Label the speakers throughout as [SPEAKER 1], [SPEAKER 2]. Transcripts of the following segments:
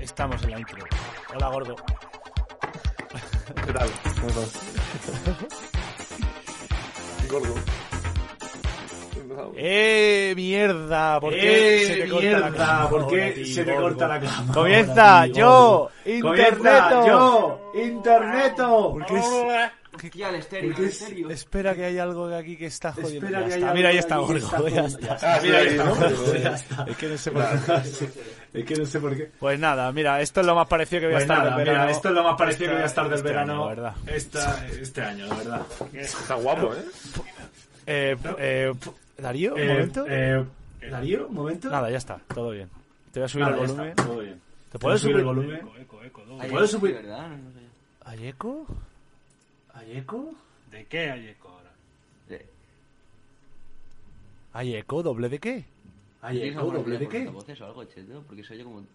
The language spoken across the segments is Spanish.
[SPEAKER 1] Estamos en la intro. Hola, gordo.
[SPEAKER 2] ¿Qué tal? ¿Cómo Gordo. Empezamos.
[SPEAKER 1] ¡Eh, mierda! ¿Por qué
[SPEAKER 3] ¡Eh,
[SPEAKER 1] se te corta la
[SPEAKER 3] mierda!
[SPEAKER 1] cámara?
[SPEAKER 3] ¿Por qué
[SPEAKER 1] ahora a ti,
[SPEAKER 3] se te
[SPEAKER 1] gordo?
[SPEAKER 3] corta la cámara ahora
[SPEAKER 1] ¡Comienza
[SPEAKER 3] a ti,
[SPEAKER 1] yo!
[SPEAKER 3] gordo?
[SPEAKER 1] ¡Interneto!
[SPEAKER 3] Comienza yo, Interneto. Oh,
[SPEAKER 1] ¿Por qué es-
[SPEAKER 4] Tía, el estéreo,
[SPEAKER 3] Porque
[SPEAKER 4] el
[SPEAKER 3] es-
[SPEAKER 4] estéreo.
[SPEAKER 1] Espera que hay algo de aquí que está jodiendo. Ya
[SPEAKER 3] Espera que
[SPEAKER 1] está.
[SPEAKER 3] haya
[SPEAKER 1] Mira, ahí
[SPEAKER 3] algo
[SPEAKER 1] está,
[SPEAKER 3] aquí que
[SPEAKER 1] gordo. Ya
[SPEAKER 3] jodiendo.
[SPEAKER 1] está.
[SPEAKER 3] Ya
[SPEAKER 2] Ah, mira, ahí, ¿no?
[SPEAKER 3] Ya está.
[SPEAKER 1] Es que no sé por qué.
[SPEAKER 3] Es que no sé por qué.
[SPEAKER 1] Pues nada, mira, esto es lo más parecido que voy a
[SPEAKER 3] Pues
[SPEAKER 1] estar
[SPEAKER 3] nada,
[SPEAKER 1] del verano.
[SPEAKER 3] mira, esto es lo más parecido que voy a
[SPEAKER 1] este-
[SPEAKER 3] estar del
[SPEAKER 1] este
[SPEAKER 3] verano
[SPEAKER 1] año, la verdad.
[SPEAKER 3] esta- este año, la verdad.
[SPEAKER 2] Está guapo, ¿eh?
[SPEAKER 1] Eh, eh, ¿Darío? ¿Un
[SPEAKER 3] Eh,
[SPEAKER 1] momento?
[SPEAKER 3] eh, Darío, un momento.
[SPEAKER 1] Nada, ya está, todo bien. Te voy a subir
[SPEAKER 3] Nada,
[SPEAKER 1] el
[SPEAKER 3] ya
[SPEAKER 1] volumen.
[SPEAKER 3] está, todo bien.
[SPEAKER 1] ¿Te puedes
[SPEAKER 3] subir el
[SPEAKER 1] subir-
[SPEAKER 3] volumen?
[SPEAKER 4] Ahí
[SPEAKER 3] ¿Puedo
[SPEAKER 4] sí,
[SPEAKER 3] subir?
[SPEAKER 4] ¿verdad? No, no sé.
[SPEAKER 1] ¿Hay eco?
[SPEAKER 3] ¿Hay eco?
[SPEAKER 5] ¿De qué hay eco ahora?
[SPEAKER 4] Eh,
[SPEAKER 1] ¿Hay eco? ¿Doble de qué?
[SPEAKER 3] ¿Hay
[SPEAKER 4] ¿tienes
[SPEAKER 3] eco?
[SPEAKER 4] alguna
[SPEAKER 3] ¿Doble
[SPEAKER 4] idea
[SPEAKER 3] de
[SPEAKER 4] por
[SPEAKER 3] qué?
[SPEAKER 4] altavoces o algo, Cheto? Porque se oye como tu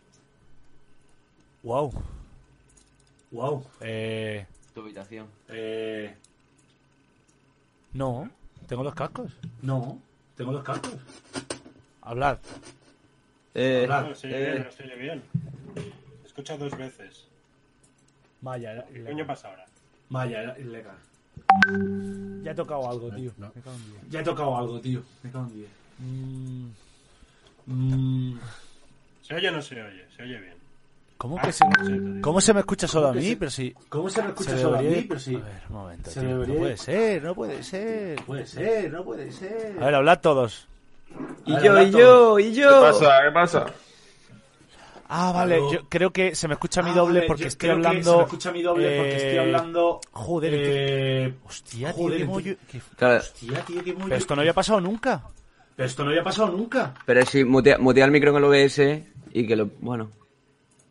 [SPEAKER 1] Wow.
[SPEAKER 3] Wow.
[SPEAKER 1] Eh,
[SPEAKER 4] habitación.
[SPEAKER 3] Eh,
[SPEAKER 1] no, tengo los cascos.
[SPEAKER 3] no, tengo los cascos.
[SPEAKER 1] Hablad.
[SPEAKER 6] Eh,
[SPEAKER 3] Hablad.
[SPEAKER 5] No, se oye Ah, bien,
[SPEAKER 6] eh,
[SPEAKER 5] no se oye bien. Se Escucha dos veces.
[SPEAKER 1] Vaya, ya,
[SPEAKER 5] ¿Qué coño pasa ahora?
[SPEAKER 3] Vaya, era ilegal.
[SPEAKER 1] ya he tocado algo, tío.
[SPEAKER 3] No.
[SPEAKER 1] Me cago en diez.
[SPEAKER 3] Ya he tocado algo, tío. Me cago en diez.
[SPEAKER 1] Mm,
[SPEAKER 3] Mm,
[SPEAKER 5] ¿Se oye o no se oye? Se oye bien.
[SPEAKER 3] Ah,
[SPEAKER 1] ¿Cómo que se,
[SPEAKER 5] sí, sí.
[SPEAKER 1] ¿Cómo se me escucha solo a
[SPEAKER 3] ¿Cómo que
[SPEAKER 1] mí?
[SPEAKER 3] se-
[SPEAKER 1] Pero si...
[SPEAKER 3] ¿Cómo se me escucha
[SPEAKER 1] se
[SPEAKER 3] solo a
[SPEAKER 1] debería-
[SPEAKER 3] mí? Pero sí.
[SPEAKER 1] A ver, un momento,
[SPEAKER 3] Se
[SPEAKER 1] tío.
[SPEAKER 3] debería-
[SPEAKER 1] No puede ser, no puede ser.
[SPEAKER 3] Puede ser, no puede ser.
[SPEAKER 1] A ver, hablad todos.
[SPEAKER 6] y
[SPEAKER 3] Vale,
[SPEAKER 6] yo, y
[SPEAKER 3] Alberto.
[SPEAKER 6] yo, y yo.
[SPEAKER 2] ¿Qué pasa? ¿Qué pasa?
[SPEAKER 1] Ah, vale,
[SPEAKER 3] Aló.
[SPEAKER 1] yo creo que se me escucha mi
[SPEAKER 3] Ah,
[SPEAKER 1] doble
[SPEAKER 3] vale,
[SPEAKER 1] porque
[SPEAKER 3] yo
[SPEAKER 1] estoy
[SPEAKER 3] creo que
[SPEAKER 1] hablando...
[SPEAKER 3] Se me escucha mi doble porque estoy
[SPEAKER 1] eh,
[SPEAKER 3] hablando.
[SPEAKER 1] joder,
[SPEAKER 3] eh,
[SPEAKER 1] Hostia, tío,
[SPEAKER 3] Joder,
[SPEAKER 1] qué mollo-
[SPEAKER 3] tío.
[SPEAKER 1] qué-
[SPEAKER 6] Claro,
[SPEAKER 3] Hostia, tío, qué muy.
[SPEAKER 1] Pero esto no había pasado nunca.
[SPEAKER 3] Pero esto no había pasado nunca.
[SPEAKER 6] pero si mutea, mutea el micro en el OBS y que lo. Bueno.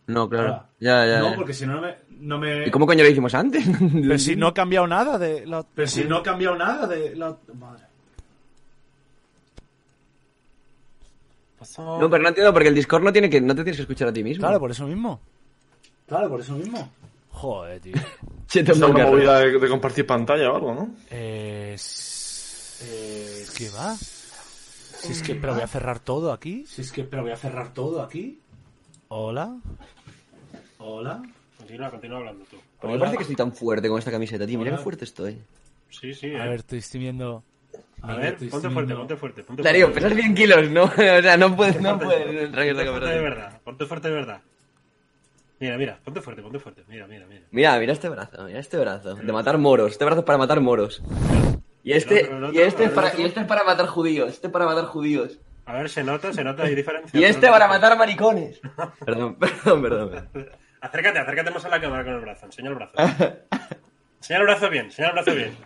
[SPEAKER 6] No, claro.
[SPEAKER 3] Ahora.
[SPEAKER 6] Ya, ya.
[SPEAKER 3] No,
[SPEAKER 6] ya.
[SPEAKER 3] porque si no, no me. No me...
[SPEAKER 6] ¿Y cómo coño lo hicimos antes?
[SPEAKER 1] Pero si no ha cambiado nada de la...
[SPEAKER 3] Pero si no ha cambiado nada de la. Madre.
[SPEAKER 6] No, pero no entiendo, porque el Discord no tiene que, no te tienes que escuchar a ti mismo.
[SPEAKER 1] Claro, por eso mismo.
[SPEAKER 3] Claro, por eso mismo.
[SPEAKER 1] Joder, tío.
[SPEAKER 6] Cheto
[SPEAKER 2] Está una
[SPEAKER 6] Mocarra.
[SPEAKER 2] movida de, de compartir pantalla o algo, ¿no?
[SPEAKER 1] Eh...
[SPEAKER 3] Eh,
[SPEAKER 1] Es que va. Si es que, pero voy a cerrar todo aquí.
[SPEAKER 3] Si es que, pero voy a cerrar todo aquí.
[SPEAKER 1] Hola.
[SPEAKER 3] Hola.
[SPEAKER 5] Continúa, continúa hablando tú.
[SPEAKER 6] ¿Por qué parece que estoy tan fuerte con esta camiseta, tío? Mira qué fuerte estoy.
[SPEAKER 5] Sí, sí.
[SPEAKER 1] A
[SPEAKER 5] eh.
[SPEAKER 1] ver, estoy, estoy viendo.
[SPEAKER 5] A
[SPEAKER 3] mira,
[SPEAKER 5] ver,
[SPEAKER 3] estoy
[SPEAKER 5] ponte
[SPEAKER 3] viendo-
[SPEAKER 5] fuerte, ponte fuerte. Ponte
[SPEAKER 6] Darío,
[SPEAKER 5] fuerte.
[SPEAKER 6] pesas 100 kilos, ¿no? o sea, no puedes, no puedes traer la
[SPEAKER 5] Ponte fuerte de
[SPEAKER 6] cámara.
[SPEAKER 5] verdad. Ponte fuerte de verdad. Mira, mira, ponte fuerte, ponte fuerte. Mira, mira, mira.
[SPEAKER 6] Mira, mira este brazo, mira este brazo. De matar moros, este brazo es para matar moros. Y este,
[SPEAKER 5] otro, el otro,
[SPEAKER 6] y este, es
[SPEAKER 5] el
[SPEAKER 6] para,
[SPEAKER 5] otro.
[SPEAKER 6] y este es para matar judíos, este para matar judíos.
[SPEAKER 5] A ver, se nota, se nota, hay diferencia.
[SPEAKER 6] Y este para matar maricones. Perdón, perdón, perdón.
[SPEAKER 5] Acércate, acércate más a la cámara con el brazo. Enseña el brazo. enseña el brazo bien, enseña el brazo bien.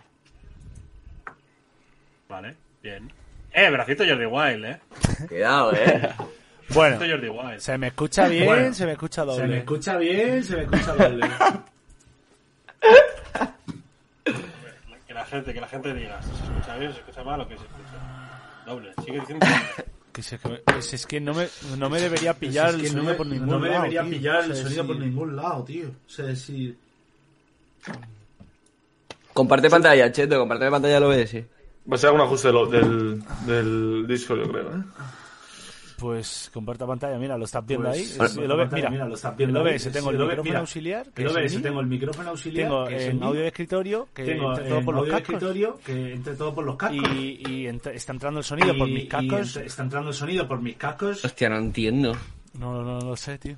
[SPEAKER 5] Vale, bien. Eh, bracito Jordi Wild, eh.
[SPEAKER 6] Cuidado, eh.
[SPEAKER 1] Bueno,
[SPEAKER 5] Bracito Jordi Wild.
[SPEAKER 1] se me escucha bien,
[SPEAKER 3] Bueno,
[SPEAKER 1] se me escucha doble.
[SPEAKER 3] Se me escucha bien, se me escucha doble.
[SPEAKER 5] Que la gente, que la gente diga, si se escucha bien, se escucha mal o que se escucha. Doble, sigue diciendo. doble.
[SPEAKER 1] Que se- que- pues es que no me, no me debería pillar
[SPEAKER 3] Pues Es que
[SPEAKER 1] el sonido
[SPEAKER 3] no me,
[SPEAKER 1] por ningún
[SPEAKER 3] no me
[SPEAKER 1] lado,
[SPEAKER 3] debería
[SPEAKER 1] tío.
[SPEAKER 3] pillar el
[SPEAKER 1] O sea,
[SPEAKER 3] sonido
[SPEAKER 1] sí.
[SPEAKER 3] por ningún lado, tío. O sea, decir.
[SPEAKER 6] Comparte pantalla, Cheto, comparte pantalla al OBS.
[SPEAKER 2] Va a ser algún ajuste de lo- del, del disco, yo creo, ¿eh?
[SPEAKER 1] Pues comparta pantalla, mira, lo estás viendo
[SPEAKER 3] Pues,
[SPEAKER 1] ahí.
[SPEAKER 3] comparta
[SPEAKER 1] El OBS,
[SPEAKER 3] pantalla,
[SPEAKER 1] mira,
[SPEAKER 3] mira, lo estás viendo
[SPEAKER 1] el
[SPEAKER 3] ahí.
[SPEAKER 1] OBS, tengo el,
[SPEAKER 3] El OBS,
[SPEAKER 1] micrófono
[SPEAKER 3] mira,
[SPEAKER 1] auxiliar, que
[SPEAKER 3] El
[SPEAKER 1] es
[SPEAKER 3] OBS,
[SPEAKER 1] mí.
[SPEAKER 3] tengo el micrófono auxiliar.
[SPEAKER 1] tengo
[SPEAKER 3] que es
[SPEAKER 1] en
[SPEAKER 3] mí.
[SPEAKER 1] audio de escritorio, que
[SPEAKER 3] Tengo
[SPEAKER 1] entra todo
[SPEAKER 3] en
[SPEAKER 1] por los
[SPEAKER 3] audio de
[SPEAKER 1] cascos.
[SPEAKER 3] escritorio que entre todo por los cascos.
[SPEAKER 1] Y, y entra- está entrando el sonido por
[SPEAKER 3] Y-
[SPEAKER 1] mis
[SPEAKER 3] y
[SPEAKER 1] cascos.
[SPEAKER 3] entra- está entrando el sonido por mis cascos.
[SPEAKER 6] Hostia, no entiendo.
[SPEAKER 1] No, no, no lo sé, tío.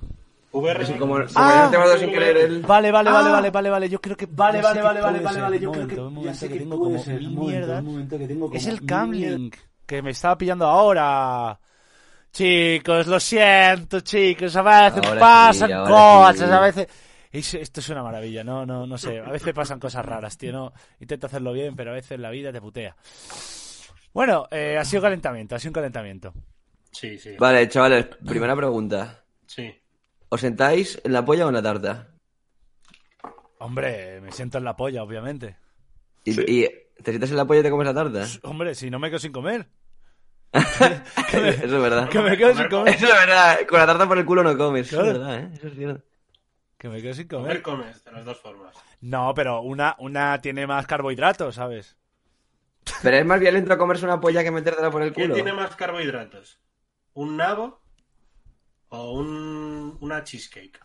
[SPEAKER 5] VR.
[SPEAKER 6] Así como, como
[SPEAKER 1] Ah,
[SPEAKER 6] yo tengo dos sin querer el...
[SPEAKER 1] Vale, vale, vale,
[SPEAKER 3] Ah.
[SPEAKER 1] vale, vale, vale. Yo creo que.
[SPEAKER 3] Vale,
[SPEAKER 1] ya sé
[SPEAKER 3] vale,
[SPEAKER 1] que
[SPEAKER 3] vale, vale,
[SPEAKER 1] puede
[SPEAKER 3] vale,
[SPEAKER 1] ser.
[SPEAKER 3] vale. Yo
[SPEAKER 1] Un
[SPEAKER 3] creo
[SPEAKER 1] momento, un
[SPEAKER 3] que ya
[SPEAKER 1] momento,
[SPEAKER 3] sé
[SPEAKER 1] que
[SPEAKER 3] que
[SPEAKER 1] tengo
[SPEAKER 3] puede
[SPEAKER 1] como
[SPEAKER 3] ser.
[SPEAKER 1] mil
[SPEAKER 3] Un momento,
[SPEAKER 1] mierdas.
[SPEAKER 3] un momento que tengo
[SPEAKER 1] Es
[SPEAKER 3] como
[SPEAKER 1] el
[SPEAKER 3] mil
[SPEAKER 1] Camlink que me estaba pillando ahora. Chicos, lo siento, chicos. A veces
[SPEAKER 6] Ahora sí,
[SPEAKER 1] pasan
[SPEAKER 6] ahora
[SPEAKER 1] cosas,
[SPEAKER 6] sí.
[SPEAKER 1] a veces. Es- esto es una maravilla, no, no, no sé. A veces pasan cosas raras, tío. No, intento hacerlo bien, pero a veces la vida te putea. Bueno, eh, ha sido calentamiento, ha sido un calentamiento.
[SPEAKER 5] Sí, sí.
[SPEAKER 6] Vale, chavales, primera pregunta.
[SPEAKER 5] Sí.
[SPEAKER 6] ¿Os sentáis en la polla o en la tarta?
[SPEAKER 1] Hombre, me siento en la polla, obviamente.
[SPEAKER 6] ¿Y,
[SPEAKER 2] Sí.
[SPEAKER 6] y te sientas en la polla y te comes la tarta?
[SPEAKER 1] Hombre, si no me quedo sin comer.
[SPEAKER 6] Eso es verdad.
[SPEAKER 1] Que me quedo sin comer.
[SPEAKER 6] Eso es verdad, con la tarta por el culo no comes.
[SPEAKER 1] Claro.
[SPEAKER 6] Eso es verdad, ¿eh? Eso es cierto.
[SPEAKER 1] Que me quedo sin
[SPEAKER 5] Comer
[SPEAKER 1] comer.
[SPEAKER 5] comes de las dos formas.
[SPEAKER 1] No, pero una, una tiene más carbohidratos, ¿sabes?
[SPEAKER 6] Pero es más violento comerse una polla que metértela por el
[SPEAKER 5] ¿Quién
[SPEAKER 6] culo.
[SPEAKER 5] tiene más carbohidratos? ¿Un nabo? ¿O un, un una cheesecake.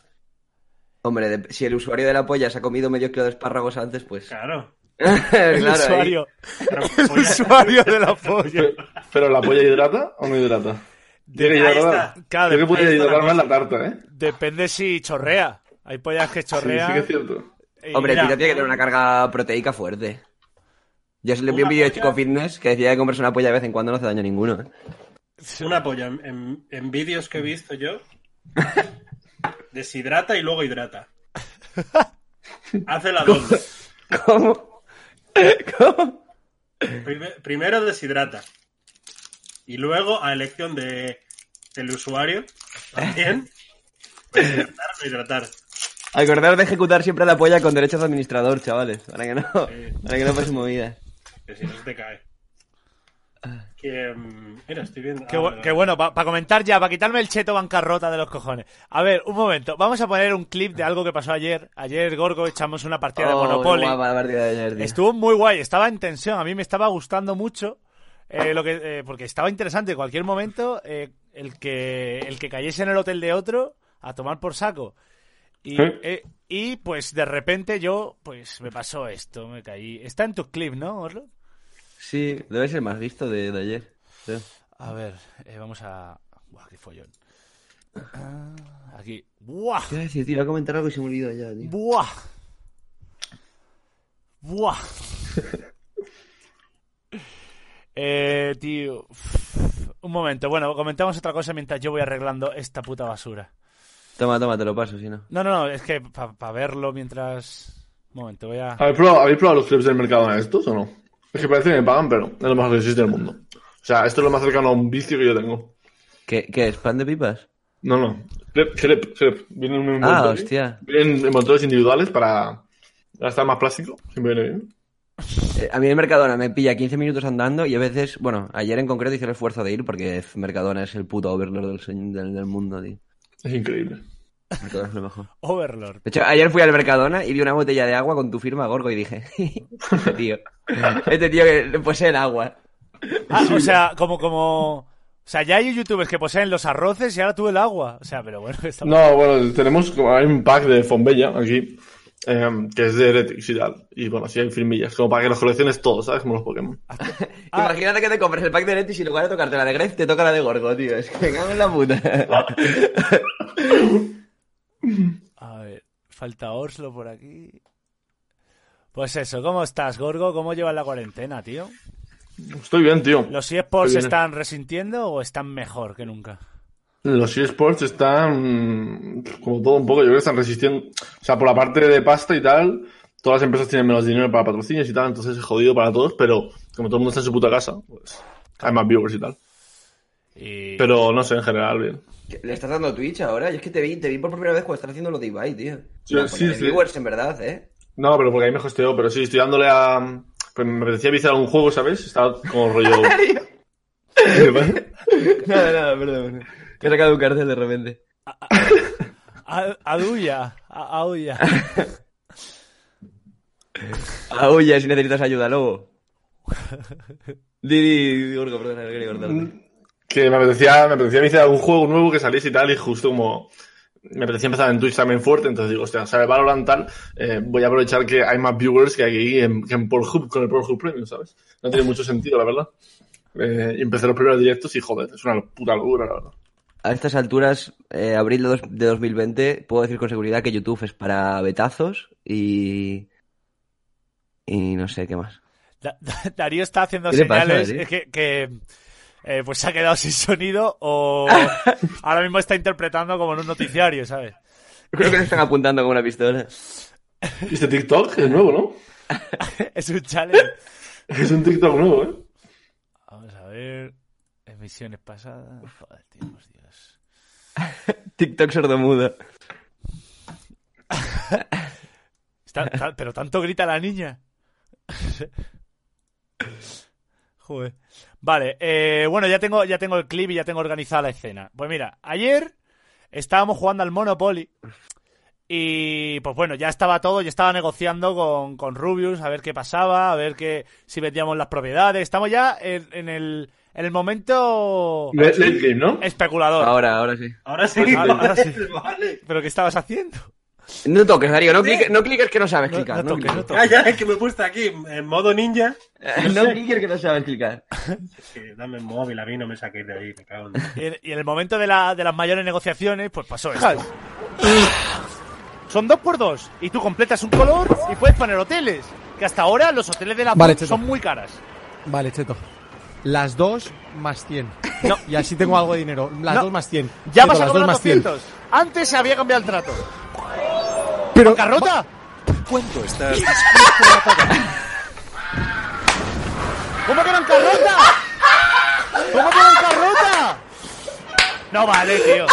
[SPEAKER 6] Hombre, de- si el usuario de la polla se ha comido medio kilo de espárragos antes, pues.
[SPEAKER 5] Claro.
[SPEAKER 6] claro,
[SPEAKER 1] El
[SPEAKER 6] ahí.
[SPEAKER 1] usuario.
[SPEAKER 5] Pero
[SPEAKER 1] El
[SPEAKER 5] polla-
[SPEAKER 1] usuario de la polla.
[SPEAKER 2] Pero, pero la polla hidrata o no hidrata? Tiene que
[SPEAKER 3] Ahí
[SPEAKER 2] hidratar.
[SPEAKER 1] está. Claro,
[SPEAKER 2] Creo que puede
[SPEAKER 1] ahí está la
[SPEAKER 2] hidratar más la tarta, ¿eh?
[SPEAKER 1] Depende si chorrea. Hay pollas que
[SPEAKER 2] Sí, sí que
[SPEAKER 1] chorrean.
[SPEAKER 2] es cierto.
[SPEAKER 1] y
[SPEAKER 6] Hombre, el
[SPEAKER 1] mira,
[SPEAKER 6] tiene que tener una carga proteica fuerte. Yo le vi
[SPEAKER 5] Una
[SPEAKER 6] un vídeo de
[SPEAKER 5] polla-
[SPEAKER 6] Chico Fitness que decía que comerse una polla de vez en cuando no hace daño a ninguno. ¿eh?
[SPEAKER 5] Una polla en, en- en vídeos que he visto yo. Deshidrata y luego hidrata. Hace la doble.
[SPEAKER 6] ¿Cómo? ¿Cómo?
[SPEAKER 5] Prime- Primero deshidrata. Y luego, a elección de, del usuario, también. Deshidratar o hidratar.
[SPEAKER 6] Acordar de ejecutar siempre la polla con derechos de administrador, chavales. Para que no,
[SPEAKER 5] Sí.
[SPEAKER 6] para que no pasen movidas.
[SPEAKER 5] Que si no se te cae. Que, mm, mira, estoy viendo.
[SPEAKER 1] Qué,
[SPEAKER 5] ah,
[SPEAKER 1] bu-
[SPEAKER 5] vale,
[SPEAKER 1] qué
[SPEAKER 5] vale.
[SPEAKER 1] bueno, para comentar ya, para quitarme el cheto bancarrota de los cojones. A ver, un momento, vamos a poner un clip de algo que pasó ayer. Ayer, Gorgo, echamos una partida de
[SPEAKER 6] Oh,
[SPEAKER 1] Monopoly.
[SPEAKER 6] guapa la partida de ayer, tío.
[SPEAKER 1] Estuvo muy guay, estaba en tensión, a mí me estaba gustando mucho, eh, lo que, eh, porque estaba interesante. En cualquier momento, eh, el, que, el que cayese en el hotel de otro, a tomar por saco. Y,
[SPEAKER 2] ¿Eh?
[SPEAKER 1] eh, y pues de repente yo, pues me pasó esto, me caí. Está en tu clip, ¿no, Orlo?
[SPEAKER 6] Sí, debe ser más visto de, de ayer. Sí.
[SPEAKER 1] A ver, eh, vamos a... Buah, qué follón. Ah, Aquí. Buah,
[SPEAKER 6] ¿Qué iba a decir, tío? Iba a comentar algo y se me olvidó ya, tío.
[SPEAKER 1] buah. Buah. eh, tío. uf. Un momento, bueno, comentamos otra cosa mientras yo voy arreglando esta puta basura.
[SPEAKER 6] Toma, toma, te lo paso, si no.
[SPEAKER 1] No, no, no, es que para verlo mientras... Un momento, voy a...
[SPEAKER 2] ¿Habéis probado, habéis probado los flips del mercado en estos o no? Es que parece que me pagan, pero es lo más que existe del mundo. O sea, esto es lo más cercano a un vicio que yo tengo.
[SPEAKER 6] ¿Qué, qué es? ¿Pan de pipas?
[SPEAKER 2] No, no. Flip, flip, flip. Vienen en un
[SPEAKER 6] Ah,
[SPEAKER 2] envoltorio.
[SPEAKER 6] hostia.
[SPEAKER 2] Vienen envoltorios individuales para gastar más plástico. Siempre viene bien.
[SPEAKER 6] Eh, a mí el Mercadona me pilla 15 minutos andando y a veces, bueno, ayer en concreto hice el esfuerzo de ir porque f- Mercadona es el puto overlord del, se- del, del mundo, tío.
[SPEAKER 2] Es increíble.
[SPEAKER 6] Mercadona es lo mejor.
[SPEAKER 1] Overlord.
[SPEAKER 6] De hecho, ayer fui al Mercadona y vi una botella de agua con tu firma, Gorgo, y dije, este tío, este tío que le posee el agua.
[SPEAKER 1] Ah, o sea, como, como... O sea, ya hay youtubers que poseen los arroces y ahora tú el agua. O sea, pero bueno, está...
[SPEAKER 2] No, bueno, tenemos como hay un pack de Fonbella aquí, em, que es de Heretics y tal. Y bueno, sí hay firmillas, como para que los colecciones todos, ¿sabes? Como los Pokémon.
[SPEAKER 1] Ah.
[SPEAKER 6] Imagínate que te compres el pack de Netflix y en lugar de tocarte la de Gref, te toca la de Gorgo, tío. Es que me cago en la puta.
[SPEAKER 1] A ver, falta Oslo por aquí. Pues eso, ¿cómo estás, Gorgo? ¿Cómo llevas la cuarentena, tío?
[SPEAKER 2] Estoy bien, tío.
[SPEAKER 1] ¿Los eSports se
[SPEAKER 2] Estoy bien.
[SPEAKER 1] están resintiendo o están mejor que nunca?
[SPEAKER 2] Los eSports están, mm, como todo un poco, yo creo que están resistiendo. O sea, por la parte de pasta y tal, todas las empresas tienen menos dinero para patrocinios y tal, entonces es jodido para todos, pero como todo el mundo está en su puta casa, pues hay más viewers y tal.
[SPEAKER 1] Y...
[SPEAKER 2] Pero no sé, en general, bien.
[SPEAKER 6] ¿Le estás dando Twitch ahora? Yo es que te vi, te vi por primera vez cuando estás haciendo lo de Ibai, tío.
[SPEAKER 2] Sí,
[SPEAKER 6] Una
[SPEAKER 2] sí,
[SPEAKER 6] cola de
[SPEAKER 2] sí.
[SPEAKER 6] viewers, en verdad, ¿eh?
[SPEAKER 2] No, pero porque ahí me hosteó, pero sí, estoy dándole a... Pues me apetecía viciar algún juego, ¿sabes? Estaba como rollo...
[SPEAKER 6] Nada, nada, perdón. Que he sacado un cárcel de repente.
[SPEAKER 1] A- Aduya, a- Auya.
[SPEAKER 6] Ah, oye, si necesitas ayuda, lobo. Didi, Gorgo, perdona, no quería cortarte.
[SPEAKER 2] que me apetecía, me apetecía viciar algún juego nuevo que saliese y tal, y justo como... Me apetecía empezar en Twitch también fuerte, entonces digo, hostia, sale Valorant tal, eh, voy a aprovechar que hay más viewers que aquí en, que en Pornhub, con el Pornhub Premium, ¿sabes? No tiene mucho sentido, la verdad. Eh, y empecé los primeros directos y joder, es una puta locura, la verdad.
[SPEAKER 6] A estas alturas, eh, abril de, dos- de 2020, puedo decir con seguridad que YouTube es para betazos y. Y no sé qué más.
[SPEAKER 1] Da- Da- Darío está haciendo
[SPEAKER 6] ¿Qué le pasa,
[SPEAKER 1] señales
[SPEAKER 6] Darío?
[SPEAKER 1] es que, que, eh, pues se ha quedado sin sonido o ahora mismo está interpretando como en un noticiario, ¿sabes?
[SPEAKER 6] Creo que nos están apuntando con una pistola.
[SPEAKER 2] Y este TikTok es nuevo, ¿no?
[SPEAKER 1] Es un challenge.
[SPEAKER 2] Es un TikTok nuevo, ¿eh?
[SPEAKER 1] Vamos a ver. Emisiones pasadas. Joder, tío, por Dios.
[SPEAKER 6] TikTok sordomudo.
[SPEAKER 1] Está- ta- pero tanto grita la niña. Joder. Vale, eh, bueno, ya tengo, ya tengo el clip y ya tengo organizada la escena. Pues mira, ayer estábamos jugando al Monopoly. Y pues bueno, ya estaba todo, yo estaba negociando con, con Rubius a ver qué pasaba, a ver qué, si vendíamos las propiedades. Estamos ya en, en el, En el momento
[SPEAKER 2] Late late game, ¿no?
[SPEAKER 1] especulador.
[SPEAKER 6] Ahora, ahora sí.
[SPEAKER 5] Ahora sí.
[SPEAKER 1] Pues ahora- ahora sí.
[SPEAKER 5] vale.
[SPEAKER 1] ¿Pero qué estabas haciendo?
[SPEAKER 6] No toques, Darío, no cliques, no cliques que no sabes
[SPEAKER 1] No,
[SPEAKER 6] clicar.
[SPEAKER 1] no toques,
[SPEAKER 6] cliques.
[SPEAKER 1] no toques.
[SPEAKER 5] Ah, ya, es que me he puesto aquí en modo ninja.
[SPEAKER 6] Eh, No, cliques que no sabes clicar.
[SPEAKER 5] Que dame el móvil a mí, no me saquéis de ahí, me cago en-
[SPEAKER 1] Y en, y en el momento de, la- de las mayores negociaciones, pues pasó esto. Son dos por dos. Y tú completas un color y puedes poner hoteles. Que hasta ahora los hoteles de la
[SPEAKER 7] Vale,
[SPEAKER 1] PUC
[SPEAKER 7] Cheto.
[SPEAKER 1] son muy caras.
[SPEAKER 7] Vale, cheto. Las dos más 100.
[SPEAKER 1] No.
[SPEAKER 7] Y así tengo algo de dinero. Las
[SPEAKER 1] No.
[SPEAKER 7] dos más 100.
[SPEAKER 1] Ya
[SPEAKER 7] Cheto,
[SPEAKER 1] vas a
[SPEAKER 7] las
[SPEAKER 1] cobrar
[SPEAKER 7] dos más 100.
[SPEAKER 1] 200. Antes se había cambiado el trato.
[SPEAKER 7] Pero,
[SPEAKER 1] ¡Carrota!
[SPEAKER 8] ¿Cuánto estás?
[SPEAKER 1] ¿Cómo que eran carrota? ¿Cómo que eran carrota? No vale, tío.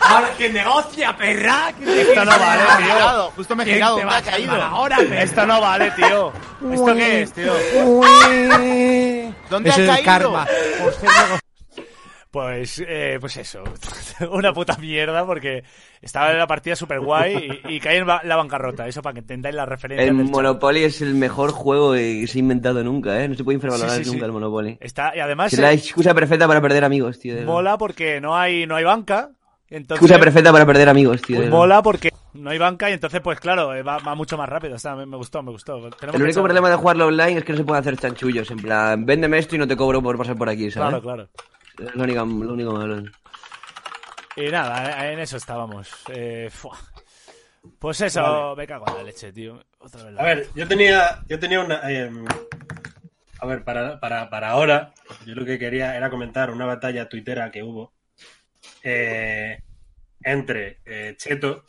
[SPEAKER 9] Ahora que negocia, perra.
[SPEAKER 1] Esto no vale, tío.
[SPEAKER 9] Justo me he
[SPEAKER 1] ¿Quién
[SPEAKER 9] girado,
[SPEAKER 1] te
[SPEAKER 9] me
[SPEAKER 1] va
[SPEAKER 9] ha
[SPEAKER 1] a
[SPEAKER 9] caído.
[SPEAKER 1] salvar Ahora, Esto no vale, tío. ¿Esto qué es, tío?
[SPEAKER 9] ¿Dónde
[SPEAKER 7] es
[SPEAKER 9] ha
[SPEAKER 7] el
[SPEAKER 9] caído?
[SPEAKER 7] karma. Por ser nego-
[SPEAKER 1] Pues, eh, pues eso. Una puta mierda porque estaba en la partida súper guay y, y caí en ba- la bancarrota. Eso para que entendáis la referencia.
[SPEAKER 6] El
[SPEAKER 1] del chat.
[SPEAKER 6] Monopoly es el mejor juego que se ha inventado nunca, ¿eh? No se puede infravalorar
[SPEAKER 1] Sí, sí,
[SPEAKER 6] nunca
[SPEAKER 1] sí.
[SPEAKER 6] el Monopoly.
[SPEAKER 1] Está, y además
[SPEAKER 6] Es la
[SPEAKER 1] eh,
[SPEAKER 6] excusa perfecta para perder amigos, tío. de verdad.
[SPEAKER 1] mola porque no hay, no hay banca. Entonces,
[SPEAKER 6] Excusa perfecta para perder amigos, tío. de
[SPEAKER 1] pues
[SPEAKER 6] verdad.
[SPEAKER 1] mola porque no hay banca y entonces, pues claro, eh, va, va mucho más rápido. O sea, me, me gustó, me gustó. Tenemos
[SPEAKER 6] El
[SPEAKER 1] que
[SPEAKER 6] único
[SPEAKER 1] echar-
[SPEAKER 6] problema de jugarlo online es que no se pueden hacer chanchullos. En plan, véndeme esto y no te cobro por pasar por aquí,
[SPEAKER 1] Claro,
[SPEAKER 6] ¿sabes?
[SPEAKER 1] claro.
[SPEAKER 6] Es lo único, lo único malo.
[SPEAKER 1] Y nada, eh, en eso estábamos. Eh, fuah. pues eso, me cago en la leche, tío. Otra vez la-
[SPEAKER 5] A ver, yo tenía, yo tenía una. eh, a ver, para, para, para ahora, yo lo que quería era comentar una batalla tuitera que hubo eh, entre eh, Cheto,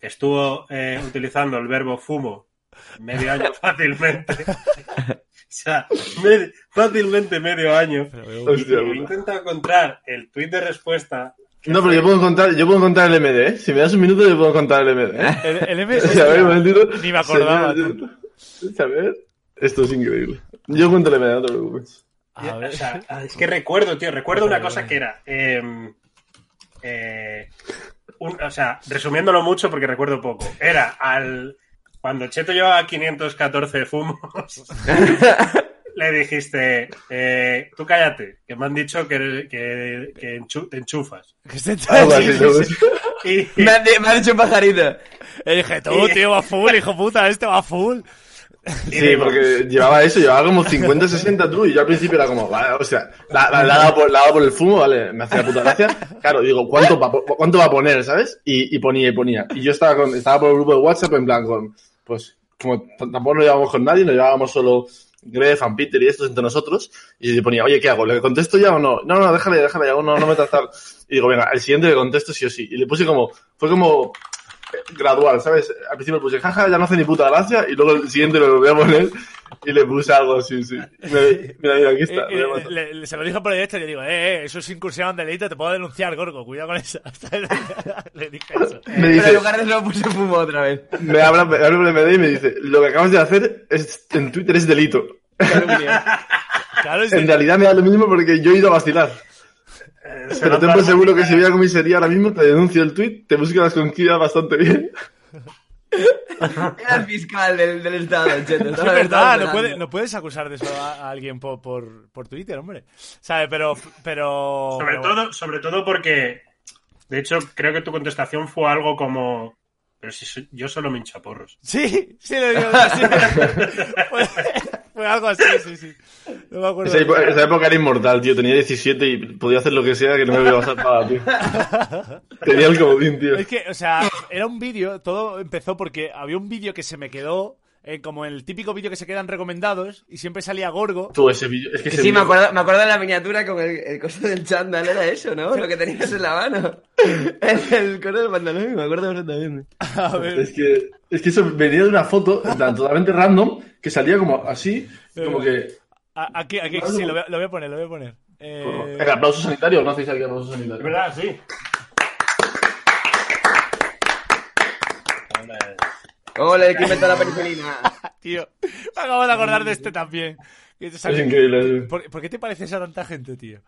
[SPEAKER 5] que estuvo eh, utilizando el verbo fumo medio año fácilmente. o sea, me- fácilmente medio año.
[SPEAKER 2] Hostia,
[SPEAKER 5] He
[SPEAKER 2] puta.
[SPEAKER 5] intentado encontrar el tuit de respuesta.
[SPEAKER 2] No, pero yo puedo contar, yo puedo contar el MD, ¿eh? Si me das un minuto, yo puedo contar el MD. ¿eh?
[SPEAKER 1] El, el M-
[SPEAKER 2] O sea, a ver, pues, un momentito.
[SPEAKER 1] Ni me acordaba,
[SPEAKER 2] Señor, a ver, esto es increíble. Yo cuento el MD, no te preocupes.
[SPEAKER 1] A ver.
[SPEAKER 5] O sea, ah, es que recuerdo, tío, recuerdo una cosa que era. em, eh, un- o sea, resumiéndolo mucho porque recuerdo poco. Era al. Cuando Cheto llevaba 514 fumos, le dijiste, eh, tú cállate, que me han dicho que, que- que enchu- te enchufas.
[SPEAKER 1] que se-
[SPEAKER 2] Algo
[SPEAKER 1] sí,
[SPEAKER 2] así,
[SPEAKER 1] sí, sí.
[SPEAKER 2] ¿sabes?
[SPEAKER 5] Y,
[SPEAKER 6] Me ha, me ha dicho pajarito.
[SPEAKER 1] Y dije, tú, tío, va full, hijo puta, este va full.
[SPEAKER 2] Sí, porque llevaba eso, llevaba como 50, 60 tú, y yo al principio era como, vale, o sea, la, la, la daba por, la daba por el fumo, vale, me hacía puta gracia. Claro, digo, ¿cuánto va, po- cuánto va a poner, sabes? Y, y ponía y ponía. Y yo estaba, con, estaba por el grupo de WhatsApp en plan con, pues, como t- tampoco nos llevábamos con nadie, nos llevábamos solo Greg, Fan Peter y estos entre nosotros, y yo ponía, oye, ¿qué hago? ¿Le contesto ya o no? No, no, déjale, déjale, ya, no, no me tratar. Y digo, venga, el siguiente le contesto sí o sí. Y le puse como, fue como eh, gradual, ¿sabes? Al principio le puse jaja, ya no hace ni puta gracia, y luego el siguiente lo volví a poner y le puse algo así, sí. Mira, mira, mira, aquí
[SPEAKER 1] Y-
[SPEAKER 2] está. pues.
[SPEAKER 1] y
[SPEAKER 2] voy a matar.
[SPEAKER 1] le- le- se lo dijo por el directo y le digo, eh, eh, eso es incursión en delito, te puedo denunciar, Gorgo, cuidado con eso. le dije eso.
[SPEAKER 2] me
[SPEAKER 6] eh, Pero en
[SPEAKER 2] dice,
[SPEAKER 6] lugar de eso puse fumo otra vez.
[SPEAKER 2] me habla, me habla por MD y me dice, lo que acabas de hacer es, en Twitter es delito.
[SPEAKER 1] Claro, es
[SPEAKER 2] En
[SPEAKER 1] de-
[SPEAKER 2] realidad me da lo mismo porque yo he ido a vacilar. Pero tengo seguro que si voy a comisaría ahora mismo te denuncio el tweet, te busco las conquillas bastante bien.
[SPEAKER 6] Era el fiscal del, del estado, cheto.
[SPEAKER 1] es verdad, no, puede- no puedes acusar de eso a, a alguien por, por, por Twitter, hombre. ¿Sabes? Pero, pero...
[SPEAKER 5] Sobre
[SPEAKER 1] pero-
[SPEAKER 5] todo, sobre todo porque, de hecho, creo que tu contestación fue algo como, pero si so- yo solo me hincho porros.
[SPEAKER 1] Sí, sí, le digo sí. fue, fue algo así, sí, sí. No me acuerdo.
[SPEAKER 2] Esa epo- esa época, era inmortal, tío. Tenía 17 y podía hacer lo que sea que no me iba a pasar nada, tío. Tenía el comodín, tío.
[SPEAKER 1] Es que, o sea, era un vídeo, todo empezó porque había un vídeo que se me quedó, eh, como el típico vídeo que se quedan recomendados, y siempre salía Gorgo.
[SPEAKER 2] Tú, ese vídeo. Es que ese
[SPEAKER 6] Sí, me
[SPEAKER 2] vídeo-
[SPEAKER 6] acuerdo, me acuerdo de la miniatura con el, el coso del chándal, era eso, ¿no? Lo que tenías en la mano. El, el coso del pantalón, me acuerdo perfectamente.
[SPEAKER 1] A ver,
[SPEAKER 2] Es que, es que eso venía de una foto en plan, totalmente random que salía como así, como que.
[SPEAKER 1] a- aquí, aquí, sí, lo voy, a- lo voy a poner, lo voy a poner. Eh,
[SPEAKER 2] ¿El aplauso sanitario o no hacéis aquí aplauso sanitario?
[SPEAKER 5] verdad, sí.
[SPEAKER 6] Hola, el que inventó la penicilina.
[SPEAKER 1] tío, me acabo de acordar de este también. Que te
[SPEAKER 2] Es
[SPEAKER 1] sale-
[SPEAKER 2] increíble. eh.
[SPEAKER 1] ¿Por, por qué te pareces a tanta gente, tío?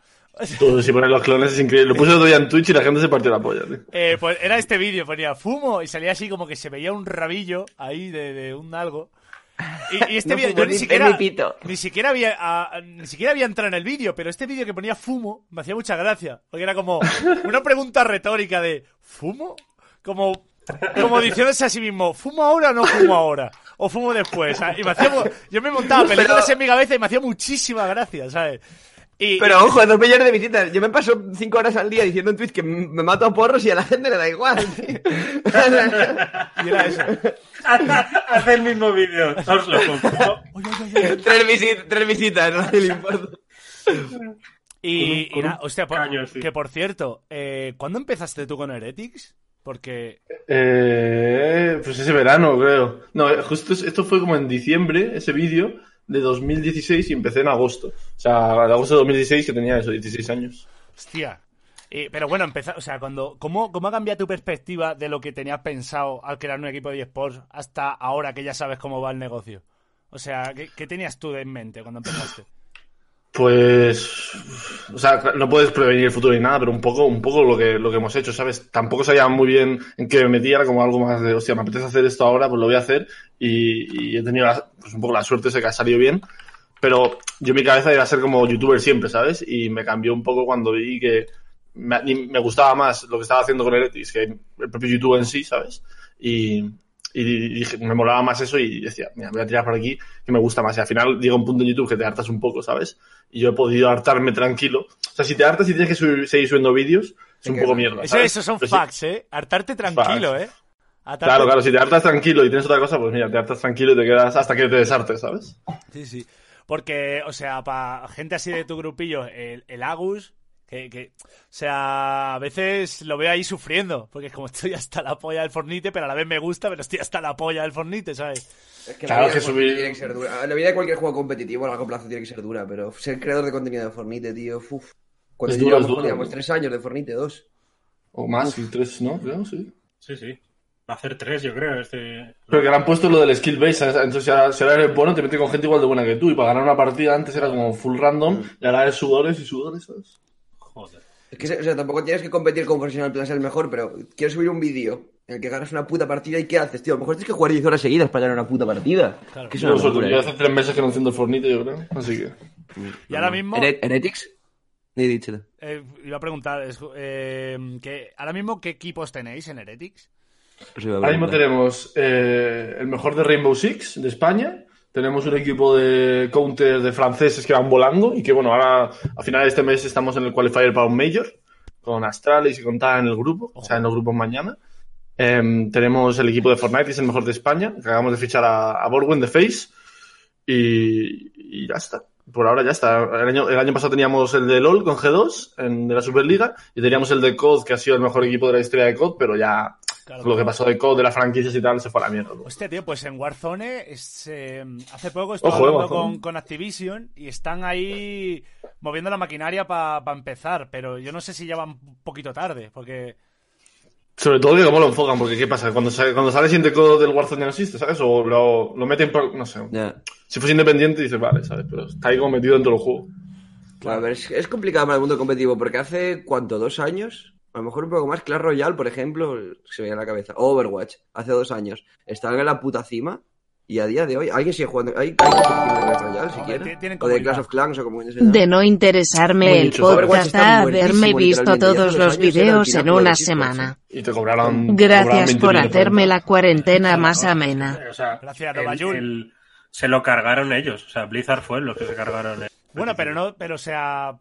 [SPEAKER 2] Tú, si pones los clones es increíble. Lo puse el otro día en Twitch y la gente se partió la polla, tío.
[SPEAKER 1] Eh, pues era este vídeo, ponía fumo y salía así como que se veía un rabillo ahí de, de un algo. Y, y este
[SPEAKER 6] No
[SPEAKER 1] vídeo,
[SPEAKER 6] fumo
[SPEAKER 1] yo ni
[SPEAKER 6] ni-
[SPEAKER 1] siquiera,
[SPEAKER 6] es mi pito.
[SPEAKER 1] ni siquiera había, a- ni siquiera había entrado en el vídeo, pero este vídeo que ponía fumo me hacía mucha gracia, porque era como una pregunta retórica de ¿fumo? Como, como diciéndose a sí mismo, ¿fumo ahora o no fumo ahora? O fumo después. ¿sabes? Y me hacía mu- yo me montaba películas en mi cabeza y me hacía muchísima gracia, ¿sabes? Y,
[SPEAKER 6] Pero ojo, dos millones de visitas. Yo me paso cinco horas al día diciendo en Twitch que m- me mato a porros y a la gente le da igual, tío.
[SPEAKER 1] y era eso.
[SPEAKER 5] Haz el mismo vídeo, os lo pongo.
[SPEAKER 6] tres, visi- tres visitas, no le importa.
[SPEAKER 1] Y,
[SPEAKER 5] Con un-
[SPEAKER 1] y nada,
[SPEAKER 5] con un
[SPEAKER 1] hostia, por-
[SPEAKER 5] caño así.
[SPEAKER 1] que por cierto, eh, ¿cuándo empezaste tú con Heretics? Porque
[SPEAKER 2] Eh, pues ese verano, creo. No, eh, justo es- esto fue como en diciembre, ese vídeo de 2016 y empecé en agosto. O sea, en agosto de 2016 que tenía eso, 16 años.
[SPEAKER 1] Hostia. Eh, pero bueno, empezar, o sea, cuando, ¿cómo, ¿cómo ha cambiado tu perspectiva de lo que tenías pensado al crear un equipo de eSports hasta ahora que ya sabes cómo va el negocio? O sea, ¿qué, qué tenías tú en mente cuando empezaste?
[SPEAKER 2] Pues, o sea, no puedes prevenir el futuro ni nada, pero un poco, un poco lo que, lo que hemos hecho, ¿sabes? Tampoco sabía muy bien en qué me metía, era como algo más de, hostia, me apetece hacer esto ahora, pues lo voy a hacer. Y, y he tenido la- pues un poco la suerte, sé que ha salido bien. Pero yo en mi cabeza iba a ser como youtuber siempre, ¿sabes? Y me cambió un poco cuando vi que me, y me gustaba más lo que estaba haciendo con Eretis que el propio YouTube en sí, ¿sabes? Y, y dije, me molaba más eso y decía, mira, me voy a tirar por aquí que me gusta más. Y al final llega un punto en YouTube que te hartas un poco, ¿sabes? Y yo he podido hartarme tranquilo. O sea, si te hartas y tienes que subir- seguir subiendo vídeos, es
[SPEAKER 6] Te
[SPEAKER 2] un
[SPEAKER 6] quedas.
[SPEAKER 2] poco
[SPEAKER 5] Pues,
[SPEAKER 2] mierda.
[SPEAKER 1] Eso,
[SPEAKER 2] ¿sabes?
[SPEAKER 1] eso son
[SPEAKER 2] Pero si-
[SPEAKER 1] facts, ¿eh? Hartarte tranquilo, ¿eh? Hartarte-
[SPEAKER 2] Claro, claro, si te hartas tranquilo y tienes otra cosa, pues mira, te hartas tranquilo y te quedas hasta que te deshartes, ¿sabes?
[SPEAKER 1] Sí, sí. Porque, o sea, para gente así de tu grupillo, el, el Agus, que, que, o sea, a veces lo veo ahí sufriendo, porque es como estoy hasta la polla del Fornite, pero a la vez me gusta, pero estoy hasta la polla del Fornite, ¿sabes?
[SPEAKER 6] Es que
[SPEAKER 2] Claro
[SPEAKER 6] la vida de
[SPEAKER 2] que subir-
[SPEAKER 6] Fortnite tiene que ser dura. La vida de cualquier juego competitivo a largo plazo tiene que ser dura, pero ser creador de contenido de Fornite, tío, uf. Cuando
[SPEAKER 2] Es
[SPEAKER 6] yo
[SPEAKER 2] duro,
[SPEAKER 6] llevamos,
[SPEAKER 2] es duro.
[SPEAKER 6] digamos, tres años de Fornite, dos.
[SPEAKER 2] O más, y tres, ¿no? Creo, sí.
[SPEAKER 5] Sí, sí. Va a hacer tres, yo creo. Este...
[SPEAKER 2] Pero que le han puesto lo del skill base, ¿sabes? entonces si ahora, si ahora eres bueno te metes con gente igual de buena que tú y para ganar una partida antes era como full
[SPEAKER 6] Mm.
[SPEAKER 2] random y ahora es sudores y sudores, ¿sabes?
[SPEAKER 5] Joder.
[SPEAKER 6] Es que, o sea, tampoco tienes que competir con profesional para ser el mejor, pero quiero subir un vídeo en el que ganas una puta partida y ¿qué haces, tío? A lo mejor tienes que jugar 10 horas seguidas para ganar una puta partida. Que es
[SPEAKER 2] Yo,
[SPEAKER 6] una
[SPEAKER 2] lo suelto,
[SPEAKER 6] locura,
[SPEAKER 2] yo
[SPEAKER 6] ¿eh?
[SPEAKER 2] hace tres meses que no enciendo el fornito, yo creo. Así que.
[SPEAKER 1] Y ahora mismo-
[SPEAKER 6] ¿Here- ¿Heretics? Ni dicho. Pues
[SPEAKER 1] Eh, iba a preguntar, es- eh, que ahora mismo qué equipos tenéis en Heretics?
[SPEAKER 6] Pues iba a
[SPEAKER 2] Ahora mismo
[SPEAKER 6] preguntar.
[SPEAKER 2] tenemos eh, el mejor de Rainbow Six de España. Tenemos un equipo de counter de franceses que van volando y que, bueno, ahora a final de este mes estamos en el qualifier para un Major con Astralis y con Tara en el grupo, o sea, en los grupos mañana. Em, tenemos el equipo de Fortnite, que es el mejor de España. que Acabamos de fichar a, a Borwen de Face y, y ya está. Por ahora ya está. El año, el año pasado teníamos el de LOL con G2 en, de la Superliga y teníamos el de COD, que ha sido el mejor equipo de la historia de COD, pero ya
[SPEAKER 1] Claro.
[SPEAKER 2] lo que pasó de COD, de las franquicias y tal, se fue a la mierda.
[SPEAKER 1] Hostia, tío, pues en Warzone es, eh, hace poco estuve
[SPEAKER 2] Ojo,
[SPEAKER 1] hablando
[SPEAKER 2] Warzone.
[SPEAKER 1] con, con Activision y están ahí moviendo la maquinaria para empezar, pero yo no sé si ya van un poquito tarde, porque...
[SPEAKER 2] Sobre todo que cómo lo enfocan, porque ¿qué pasa? Cuando sale, cuando sale el siguiente COD del Warzone ya no existe, ¿sabes? O lo, lo meten por, no sé.
[SPEAKER 6] Ya.
[SPEAKER 2] Si fuese independiente dices, vale, ¿sabes? Pero está ahí como metido dentro del juego.
[SPEAKER 6] Bueno, a ver, es, es complicado para el mundo competitivo porque hace, ¿cuánto? ¿Dos años? A lo mejor un poco más. Clash Royale, por ejemplo, se me viene a la cabeza. O Overwatch, hace dos años. Estaba en la puta cima y a día de hoy alguien sigue jugando. Hay, hay competitivo de Clash Royale, si
[SPEAKER 1] Hombre,
[SPEAKER 6] quiere.
[SPEAKER 1] tie- tienen
[SPEAKER 6] O de
[SPEAKER 1] comunidad.
[SPEAKER 6] Clash of Clans o como quieras llamar.
[SPEAKER 8] De no interesarme
[SPEAKER 2] Muy
[SPEAKER 8] el
[SPEAKER 2] dicho, Overwatch
[SPEAKER 8] podcast
[SPEAKER 6] está
[SPEAKER 8] a
[SPEAKER 6] muertísimo,
[SPEAKER 8] haberme visto
[SPEAKER 6] literalmente,
[SPEAKER 8] todos
[SPEAKER 6] hace
[SPEAKER 8] los
[SPEAKER 6] dos años era el
[SPEAKER 8] videos en
[SPEAKER 6] pináculo del
[SPEAKER 8] una
[SPEAKER 6] eSports.
[SPEAKER 8] semana.
[SPEAKER 2] Y te cobraron. te cobraron
[SPEAKER 8] Gracias
[SPEAKER 2] 20
[SPEAKER 8] por
[SPEAKER 2] euros.
[SPEAKER 8] hacerme la cuarentena más amena.
[SPEAKER 5] Eh, O sea,
[SPEAKER 1] Gracias,
[SPEAKER 5] el-
[SPEAKER 1] Nobayun.
[SPEAKER 5] el- se lo cargaron ellos. O sea, Blizzard fue los que se cargaron. el-
[SPEAKER 1] Bueno, pero no, pero o sea...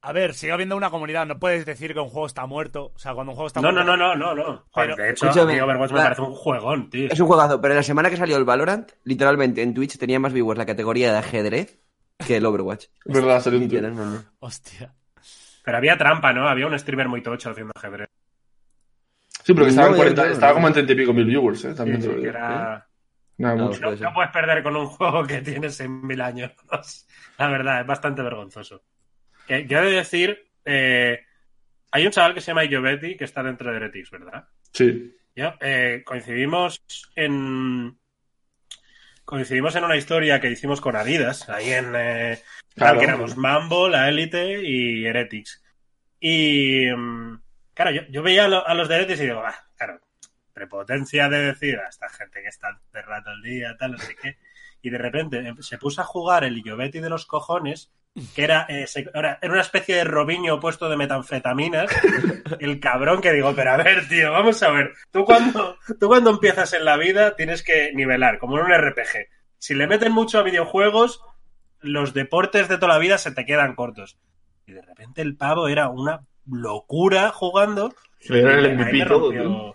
[SPEAKER 1] A ver, sigue habiendo una comunidad, no puedes decir que un juego está muerto, o sea, cuando un juego está
[SPEAKER 5] No,
[SPEAKER 1] muerto...
[SPEAKER 5] no, no, no, no. no. Joder,
[SPEAKER 1] Pero-
[SPEAKER 5] de hecho,
[SPEAKER 6] Escúchame,
[SPEAKER 5] a mí Overwatch me
[SPEAKER 6] va.
[SPEAKER 5] parece un juegón, tío.
[SPEAKER 6] Es un juegazo, pero la semana que salió el Valorant, literalmente en Twitch tenía más viewers la categoría de ajedrez que el Overwatch.
[SPEAKER 2] Es verdad, salió un tuit.
[SPEAKER 6] Literalmente.
[SPEAKER 1] Hostia.
[SPEAKER 5] Pero había trampa, ¿no? Había un streamer muy tocho haciendo ajedrez.
[SPEAKER 2] Sí, pero que estaba, en
[SPEAKER 6] No,
[SPEAKER 2] 40
[SPEAKER 6] yo creo,
[SPEAKER 2] estaba
[SPEAKER 6] no.
[SPEAKER 2] como en 30 y pico mil viewers, ¿eh?
[SPEAKER 5] Sí,
[SPEAKER 2] También te
[SPEAKER 5] sí,
[SPEAKER 2] lo
[SPEAKER 5] que
[SPEAKER 2] digo. ¿eh?
[SPEAKER 5] era-
[SPEAKER 2] Nada
[SPEAKER 6] No,
[SPEAKER 2] mucho.
[SPEAKER 5] No, no puedes perder con un juego que tienes en mil años. La verdad, es bastante vergonzoso. Que yo he de decir, eh, hay un chaval que se llama Iobetti que está dentro de Heretics, ¿verdad?
[SPEAKER 2] Sí.
[SPEAKER 5] Yo, eh, coincidimos en. Coincidimos en una historia que hicimos con Adidas, ahí en. eh, tal,
[SPEAKER 2] Claro.
[SPEAKER 5] que éramos Mambo, la Élite y Heretics. Y. mm, Claro, yo, yo veía a, lo- a los de Heretics y digo, ah, claro, prepotencia de decir a esta gente que está de rato el día, tal, no sé qué. y de repente em- se puso a jugar el Iovetti de los cojones, que era, eh, se- era era una especie de Robinho opuesto de metanfetaminas, el cabrón que digo, pero a ver, tío, vamos a ver, tú cuando, tú cuando empiezas en la vida tienes que nivelar, como en un RPG. Si le meten mucho a videojuegos, los deportes de toda la vida se te quedan cortos. Y de repente el pavo era una locura jugando.
[SPEAKER 2] Que le dieron
[SPEAKER 5] Y
[SPEAKER 2] el
[SPEAKER 5] ahí me
[SPEAKER 2] MVP todo,
[SPEAKER 5] rompió- ¿Eh?
[SPEAKER 2] tío.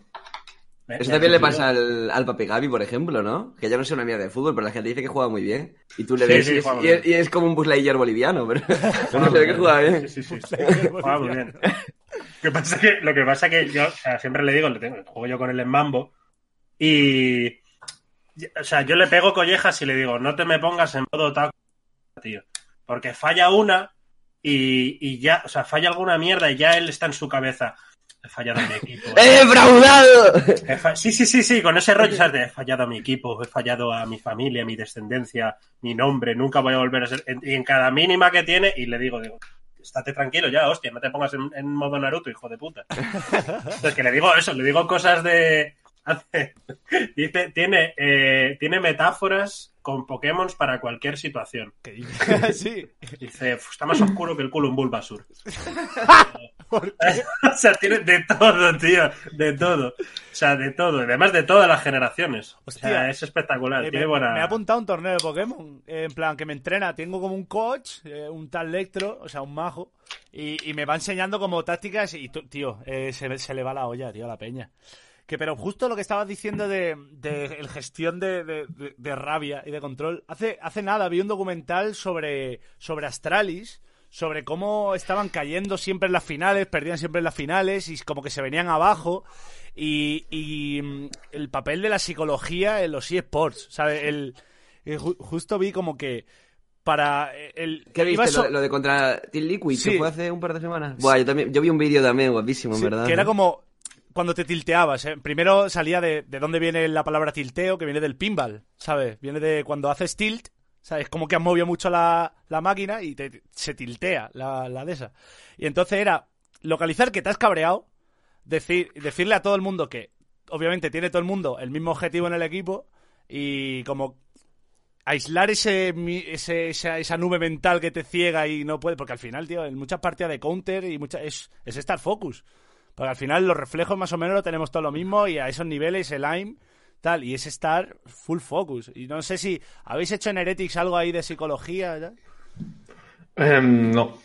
[SPEAKER 5] me-
[SPEAKER 6] Eso
[SPEAKER 5] me
[SPEAKER 6] también le
[SPEAKER 5] rompió.
[SPEAKER 6] pasa al, al Papi Gaby, por ejemplo, ¿no? Que ya no es una mierda de fútbol, pero la gente dice que juega muy bien. Y tú le
[SPEAKER 5] Sí,
[SPEAKER 6] ves
[SPEAKER 5] sí,
[SPEAKER 6] y, es,
[SPEAKER 5] juega
[SPEAKER 6] y
[SPEAKER 5] muy bien.
[SPEAKER 6] es- y es como un Buslayer boliviano, pero
[SPEAKER 5] Juega
[SPEAKER 6] no
[SPEAKER 5] muy
[SPEAKER 6] sé que ¿eh?
[SPEAKER 5] bien.
[SPEAKER 6] juega bien.
[SPEAKER 5] Sí, sí, sí. Juega muy bien. Lo que pasa que, lo que pasa que yo o sea, siempre le digo, le tengo- juego yo con él en mambo y... y- O sea, yo le pego collejas y le digo, no te me pongas en modo taco, tío. Porque falla una y, y ya, o sea, falla alguna mierda y ya él está en su cabeza. He fallado a mi equipo.
[SPEAKER 6] ¡Eh, fraudado!
[SPEAKER 5] He fa- Sí, sí, sí, sí, con ese rollo, ¿sabes? de, He fallado a mi equipo, he fallado a mi familia, a mi descendencia, mi nombre, nunca voy a volver a ser. en- Y en cada mínima que tiene, y le digo, digo, estate tranquilo ya, hostia, no te pongas en, en modo Naruto, hijo de puta. Entonces, que le digo eso, le digo cosas de. hace- Dice, tiene, eh, tiene metáforas con Pokémon para cualquier situación.
[SPEAKER 1] sí.
[SPEAKER 5] Dice, "Uf, está más oscuro que el culo un Bulbasur. o sea, tiene de todo, tío, de todo. O sea, de todo. y Además de todas las generaciones. o sea,
[SPEAKER 1] Hostia.
[SPEAKER 5] es espectacular.
[SPEAKER 1] Eh,
[SPEAKER 5] Ah, tiene
[SPEAKER 1] me,
[SPEAKER 5] buena...
[SPEAKER 1] me ha apuntado a un torneo de Pokémon. eh, en plan, que me entrena. Tengo como un coach, eh, un tal Electro, o sea, un majo. Y, y me va enseñando como tácticas. Y, tú- tío, eh, se, se le va la olla, tío, a la peña. Que, pero justo lo que estabas diciendo de, de el gestión de, de- de- de rabia y de control. Hace, hace nada vi un documental sobre, sobre Astralis, sobre cómo estaban cayendo siempre en las finales, perdían siempre en las finales y como que se venían abajo. Y, y, mm, el papel de la psicología en los eSports, ¿sabes? El, eh, ju- justo vi como que para el...
[SPEAKER 6] ¿Qué
[SPEAKER 1] iba
[SPEAKER 6] viste?
[SPEAKER 1] so-
[SPEAKER 6] Lo, lo de contra Team Liquid,
[SPEAKER 1] Sí.
[SPEAKER 6] que fue hace un par de semanas. Buah, yo, también, yo vi un vídeo también guapísimo, en
[SPEAKER 1] Sí,
[SPEAKER 6] ¿verdad?
[SPEAKER 1] Que era como cuando te tilteabas. ¿eh? Primero salía de, de dónde viene la palabra tilteo, que viene del pinball, ¿sabes? Viene de cuando haces tilt, ¿sabes? Como que has movido mucho la, la máquina y te, se tiltea la, la de esa. Y entonces era localizar que te has cabreado, decir, decirle a todo el mundo que obviamente tiene todo el mundo el mismo objetivo en el equipo y como aislar ese, mi- ese- esa, esa nube mental que te ciega y no puede, porque al final, tío, en muchas partidas de counter y muchas es, es estar focus. Porque al final los reflejos más o menos lo tenemos todo lo mismo y a esos niveles el aim tal y es estar full focus. Y no sé si habéis hecho en Heretics algo ahí de psicología, ¿ya?
[SPEAKER 2] Em, no.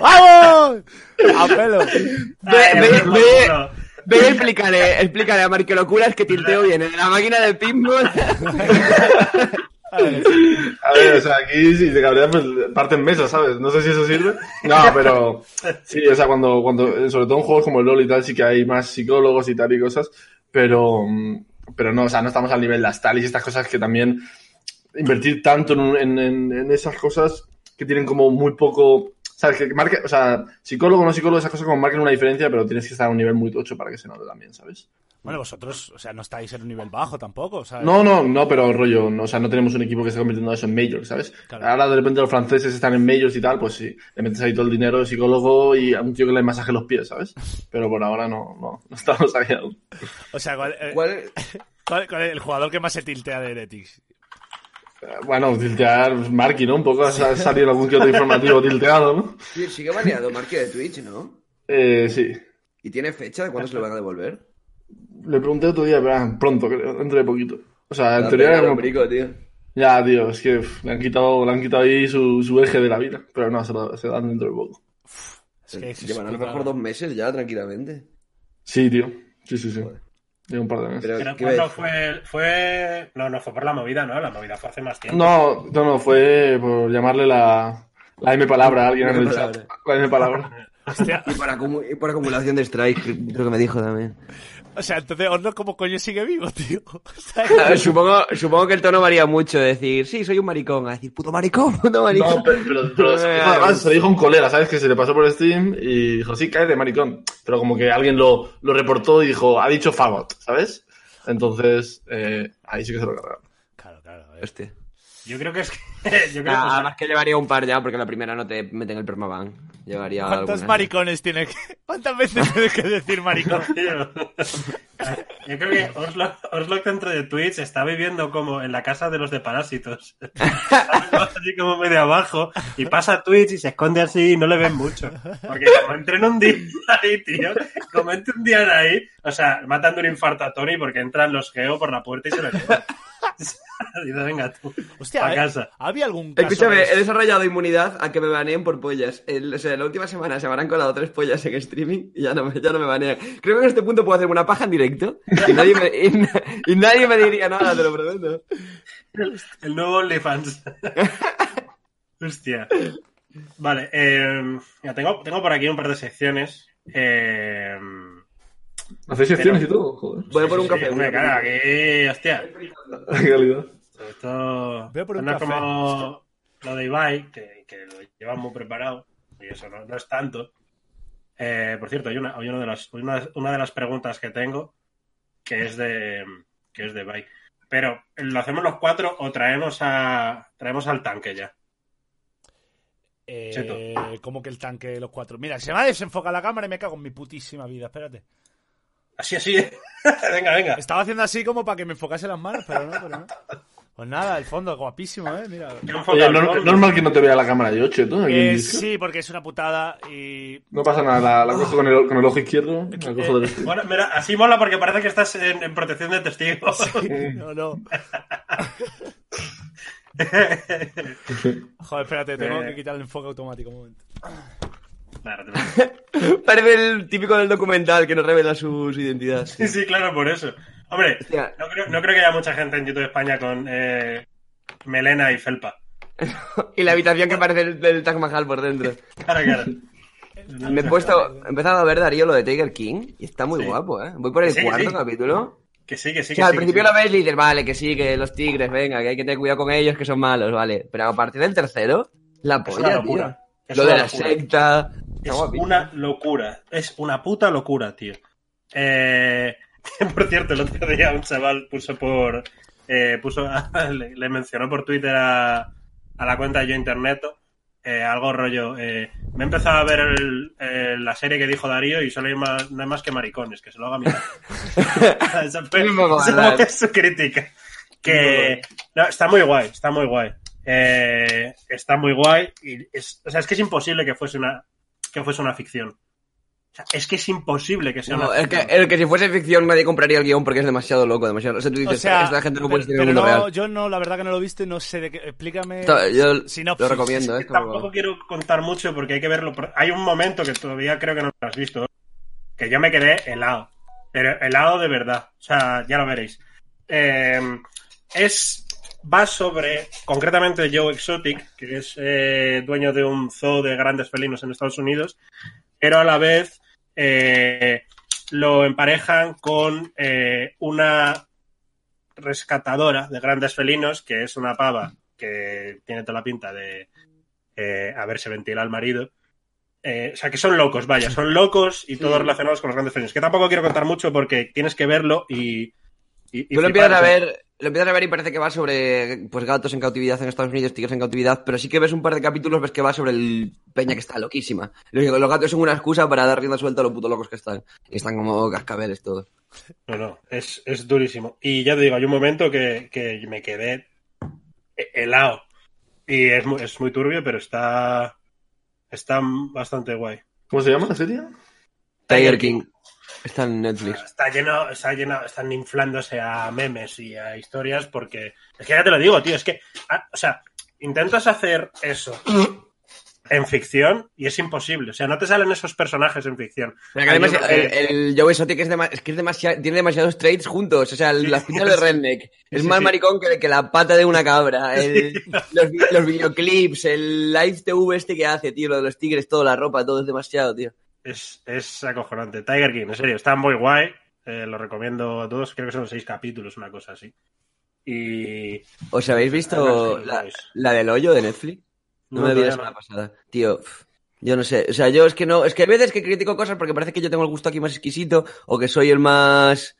[SPEAKER 1] ¡Vamos! ¡A pelo!
[SPEAKER 5] Ay, me
[SPEAKER 6] Ve- ve-
[SPEAKER 5] rompo
[SPEAKER 6] ve-
[SPEAKER 5] el culo.
[SPEAKER 6] Ve, explícale, explícale a Marque Locura es que tilteo bien en la máquina del pinball.
[SPEAKER 2] A ver, o sea, aquí si te cabreas, pues parten mesas, ¿sabes? No sé si eso sirve. No, pero sí, o sea, cuando, cuando, sobre todo en juegos como el LOL y tal, sí que hay más psicólogos y tal y cosas, pero, mm, pero no, o sea, no estamos al nivel de las talis y estas cosas que también invertir tanto en, un- en- en- en esas cosas que tienen como muy poco, ¿sabes? Que marca, o sea, psicólogo o no psicólogo, esas cosas como marcan una diferencia, pero tienes que estar a un nivel muy tocho para que se note también, ¿sabes?
[SPEAKER 1] Bueno, vosotros, o sea, no estáis en un nivel bajo tampoco, ¿sabes?
[SPEAKER 2] No, no, no, pero rollo, no, o sea, no tenemos un equipo que esté convirtiendo eso en major, ¿sabes?
[SPEAKER 1] Claro.
[SPEAKER 2] Ahora de repente los franceses están en majors y tal, pues sí, le metes ahí todo el dinero de psicólogo y a un tío que le masaje los pies, ¿sabes? Pero por ahora no, no, no estamos ahí aún.
[SPEAKER 1] O sea, ¿cuál, eh,
[SPEAKER 6] ¿Cuál-
[SPEAKER 1] cuál- cuál es el jugador que más se tiltea de Heretics?
[SPEAKER 2] Eh, Bueno, tiltear, pues, Marky, ¿no? Un poco ha sa- salido algún que otro informativo tilteado, ¿no?
[SPEAKER 6] Tío, sigue baneado Marque de Twitch, ¿no?
[SPEAKER 2] Eh, sí.
[SPEAKER 6] ¿Y tiene fecha de cuándo se lo van a devolver?
[SPEAKER 2] Le pregunté otro día, pero ah, pronto, creo, dentro de poquito. O sea, en
[SPEAKER 6] La
[SPEAKER 2] teoría
[SPEAKER 6] pega
[SPEAKER 2] era
[SPEAKER 6] al
[SPEAKER 2] como-
[SPEAKER 6] ombligo, tío.
[SPEAKER 2] Ya, tío, es que uf, le han quitado, le han quitado ahí su, su eje de la vida, pero no, se, lo- se dan dentro de poco.
[SPEAKER 1] Es que es-
[SPEAKER 6] Llevan a lo mejor dos meses ya, tranquilamente.
[SPEAKER 2] Sí, tío. Sí, sí, sí.
[SPEAKER 6] Joder.
[SPEAKER 2] Llevo un par de meses.
[SPEAKER 6] Pero,
[SPEAKER 5] Pero
[SPEAKER 6] ¿qué ves?
[SPEAKER 5] cuando fue, fue. No, no fue por la movida, ¿no? La movida fue hace más tiempo.
[SPEAKER 2] No, no, no, fue por llamarle la, la M palabra a alguien en
[SPEAKER 6] M
[SPEAKER 2] el
[SPEAKER 6] palabra.
[SPEAKER 2] chat. La M palabra.
[SPEAKER 1] hostia.
[SPEAKER 6] Y por, acumu- y por acumulación de strikes, creo que me dijo también.
[SPEAKER 1] O sea, entonces Orno como coño sigue vivo, tío. O sea,
[SPEAKER 6] A ver, supongo, supongo que el tono varía mucho. de Decir, sí, soy un maricón. A decir, puto maricón, puto maricón.
[SPEAKER 2] No, pero, pero- pero se, dijo, además, se lo dijo un colega, ¿sabes? Que se le pasó por Steam y dijo, sí, cállate, maricón. Pero como que alguien lo, lo reportó y dijo, ha dicho fagot, ¿sabes? Entonces, eh, ahí sí que se lo cargaron.
[SPEAKER 1] claro, claro. a ver.
[SPEAKER 6] Hostia.
[SPEAKER 5] Yo creo que es que. Yo creo,
[SPEAKER 6] Nah,
[SPEAKER 5] o sea,
[SPEAKER 6] además que llevaría un par ya, porque en la primera no te meten el permaban. Llevaría
[SPEAKER 1] ¿Cuántos
[SPEAKER 6] algunas.
[SPEAKER 1] maricones tiene que.? ¿Cuántas veces tiene que decir maricón?
[SPEAKER 5] yo creo que Oslo, Oslo dentro de Twitch está viviendo como en la casa de los de parásitos. así como medio abajo. Y pasa a Twitch y se esconde así y no le ven mucho. Porque como entren un día ahí, tío. Como entre un día ahí. O sea, matando un infarto a Tony porque entran los geo por la puerta y se lo llevan. Dice, venga tú.
[SPEAKER 1] Hostia,
[SPEAKER 5] pa'
[SPEAKER 1] ¿eh?
[SPEAKER 5] casa.
[SPEAKER 1] ¿había algún caso?
[SPEAKER 6] Escúchame,
[SPEAKER 1] de
[SPEAKER 6] he
[SPEAKER 1] eso?
[SPEAKER 6] desarrollado inmunidad a que me baneen por pollas. El- o sea, la última semana se me habrán colado tres pollas en streaming y ya no, me- ya no me banean. Creo que en este punto puedo hacerme una paja en directo y nadie me, y na- y nadie me diría nada, te lo prometo.
[SPEAKER 5] El nuevo OnlyFans. Hostia. Vale, eh, mira, tengo, tengo por aquí un par de secciones. Eh,
[SPEAKER 2] ¿Hacéis secciones y todo? Joder.
[SPEAKER 6] Voy a por un
[SPEAKER 5] sí,
[SPEAKER 6] café.
[SPEAKER 5] hombre, claro, aquí, hostia.
[SPEAKER 2] Qué calidad.
[SPEAKER 5] Esto
[SPEAKER 1] Voy a por un
[SPEAKER 5] no es
[SPEAKER 1] café.
[SPEAKER 5] como lo de Ibai, que, que lo llevan muy preparado, y eso no, no es tanto. Eh, por cierto, hay, una, hay una, de las, una, una de las preguntas que tengo que es de que es de Ibai. Pero, ¿lo hacemos los cuatro o traemos a traemos al tanque ya?
[SPEAKER 1] Eh, como que el tanque de los cuatro. Mira, se me ha desenfocado la cámara y me cago en mi putísima vida. Espérate.
[SPEAKER 5] Así, así. ¿eh? venga, venga.
[SPEAKER 1] Estaba haciendo así como para que me enfocase las manos, pero no, pero no. Pues nada, el fondo, guapísimo, ¿eh? Mira.
[SPEAKER 5] Yo enfoco
[SPEAKER 2] Oye,
[SPEAKER 5] al
[SPEAKER 2] no-
[SPEAKER 5] fondo.
[SPEAKER 2] normal que no te vea la cámara yo, che, ¿tú? Aquí en
[SPEAKER 1] Eh,
[SPEAKER 2] Discord.
[SPEAKER 1] sí, porque es una putada y.
[SPEAKER 2] No pasa nada, la, la cojo con el, con el ojo izquierdo, la
[SPEAKER 5] Eh.
[SPEAKER 2] cojo del este.
[SPEAKER 5] Bueno, mira, así mola porque parece que estás en, en protección de testigos.
[SPEAKER 1] No, no. Joder, espérate, tengo
[SPEAKER 5] Eh.
[SPEAKER 1] que quitar el enfoque automático un momento.
[SPEAKER 5] Claro, te-
[SPEAKER 6] Parece el típico del documental que nos revela sus identidades.
[SPEAKER 5] Sí, sí, claro, por eso. Hombre,
[SPEAKER 6] Hostia.
[SPEAKER 5] no creo, no creo que haya mucha gente en YouTube España con eh, melena y felpa.
[SPEAKER 6] Y la habitación que parece el, el Taj Mahal por dentro.
[SPEAKER 5] Claro, claro.
[SPEAKER 6] Me he puesto, he empezado a ver Darío lo de Tiger King y está muy
[SPEAKER 5] Sí.
[SPEAKER 6] guapo, ¿eh? Voy por el
[SPEAKER 5] Sí,
[SPEAKER 6] cuarto
[SPEAKER 5] sí.
[SPEAKER 6] capítulo.
[SPEAKER 5] Que sí, que sí,
[SPEAKER 6] O
[SPEAKER 5] que
[SPEAKER 6] sea, al
[SPEAKER 5] sí, que
[SPEAKER 6] principio
[SPEAKER 5] sí.
[SPEAKER 6] lo ves y dices, vale, que sí, que los tigres, venga, que hay que tener cuidado con ellos, que son malos, vale. Pero a partir del tercero, la
[SPEAKER 5] Es
[SPEAKER 6] polla,
[SPEAKER 5] una
[SPEAKER 6] tío.
[SPEAKER 5] locura. Es
[SPEAKER 6] Lo
[SPEAKER 5] una
[SPEAKER 6] de la
[SPEAKER 5] locura.
[SPEAKER 6] secta. Está
[SPEAKER 5] Es
[SPEAKER 6] guapísimo.
[SPEAKER 5] una locura. Es una puta locura, tío. Eh, por cierto, el otro día un chaval puso por. eh, puso le, le mencionó por Twitter a, a la cuenta de Yo Interneto. eh, algo rollo. eh, me he empezado a ver el- eh, la serie que dijo Darío y solo hay más, no hay más que maricones, que se lo haga mi madre". Esa fue,
[SPEAKER 6] Muy buena.
[SPEAKER 5] esa fue su crítica. Que. No, está muy guay, está muy guay. Eh, está muy guay. y es- o sea, es que es imposible que fuese una, que fuese una ficción. O sea, es que es imposible que sea
[SPEAKER 6] No,
[SPEAKER 5] una
[SPEAKER 6] el que,
[SPEAKER 5] ficción.
[SPEAKER 6] el que si fuese ficción nadie compraría el guión porque es demasiado loco, demasiado. O sea, tú
[SPEAKER 1] O
[SPEAKER 6] dices,
[SPEAKER 1] sea,
[SPEAKER 6] esta gente no puede ser
[SPEAKER 1] pero,
[SPEAKER 6] en el
[SPEAKER 1] pero
[SPEAKER 6] mundo
[SPEAKER 1] no,
[SPEAKER 6] real.
[SPEAKER 1] yo no, la verdad que no lo viste, no sé de qué. Explícame.
[SPEAKER 6] Esto- Yo
[SPEAKER 1] Sinopsis.
[SPEAKER 6] lo recomiendo, ¿eh?
[SPEAKER 5] Que Tampoco quiero contar mucho porque hay que verlo. por- Hay un momento que todavía creo que no lo has visto. Que yo me quedé helado. Pero helado de verdad. O sea, ya lo veréis. Eh, es. Va sobre, concretamente, Joe Exotic, que es eh, dueño de un zoo de grandes felinos en Estados Unidos, pero a la vez eh, lo emparejan con eh, una rescatadora de grandes felinos, que es una pava que tiene toda la pinta de eh, haberse ventilado al marido. Eh, o sea, que son locos, vaya, son locos y todos relacionados con los grandes felinos. Que tampoco quiero contar mucho porque tienes que verlo y. y- y ¿eh?
[SPEAKER 6] Tú lo empiezas a
[SPEAKER 5] fliparte.
[SPEAKER 6] ver, lo empiezas a ver y parece que va sobre pues gatos en cautividad en Estados Unidos, tigres en cautividad, pero sí que ves un par de capítulos, ves que va sobre el peña que está loquísima. Los, los gatos son una excusa para dar rienda suelta a los putos locos que están. Y están como cascabeles todos.
[SPEAKER 5] No, no, es, es durísimo. Y ya te digo, hay un momento que, que me quedé he- helado. Y es muy, es muy turbio, pero está, está bastante guay.
[SPEAKER 2] ¿Cómo se llama la serie?
[SPEAKER 6] Tiger King. Está en Netflix.
[SPEAKER 5] Está lleno, está lleno, están inflándose a memes y a historias porque. Es que ya te lo digo, tío, es que. ah, o sea, intentas hacer eso en ficción y es imposible. O sea, no te salen esos personajes en ficción.
[SPEAKER 6] Mira, que además,
[SPEAKER 5] Hay uno
[SPEAKER 6] el,
[SPEAKER 5] que- eh,
[SPEAKER 6] el Joe Exotic es, dema- es que es demasiado, tiene demasiados traits juntos. O sea, el- las pintas de Redneck. Es
[SPEAKER 5] sí,
[SPEAKER 6] más
[SPEAKER 5] sí.
[SPEAKER 6] maricón que, que la pata de una cabra. el- los, vi- los videoclips, el live TV este que hace, tío, lo de los tigres, toda la ropa, todo es demasiado, tío.
[SPEAKER 5] Es, es acojonante. Tiger King, en serio, está muy guay. Eh, lo recomiendo a todos. Creo que son seis capítulos, una cosa así. Y.
[SPEAKER 6] ¿Os habéis visto
[SPEAKER 5] Ah, sí,
[SPEAKER 6] la,
[SPEAKER 5] pues.
[SPEAKER 6] la del hoyo de Netflix? No, me vi la
[SPEAKER 5] todavía
[SPEAKER 6] semana pasada. Tío, pf, yo no sé. O sea, yo es que no. Es que hay veces que critico cosas porque parece que yo tengo el gusto aquí más exquisito o que soy el más.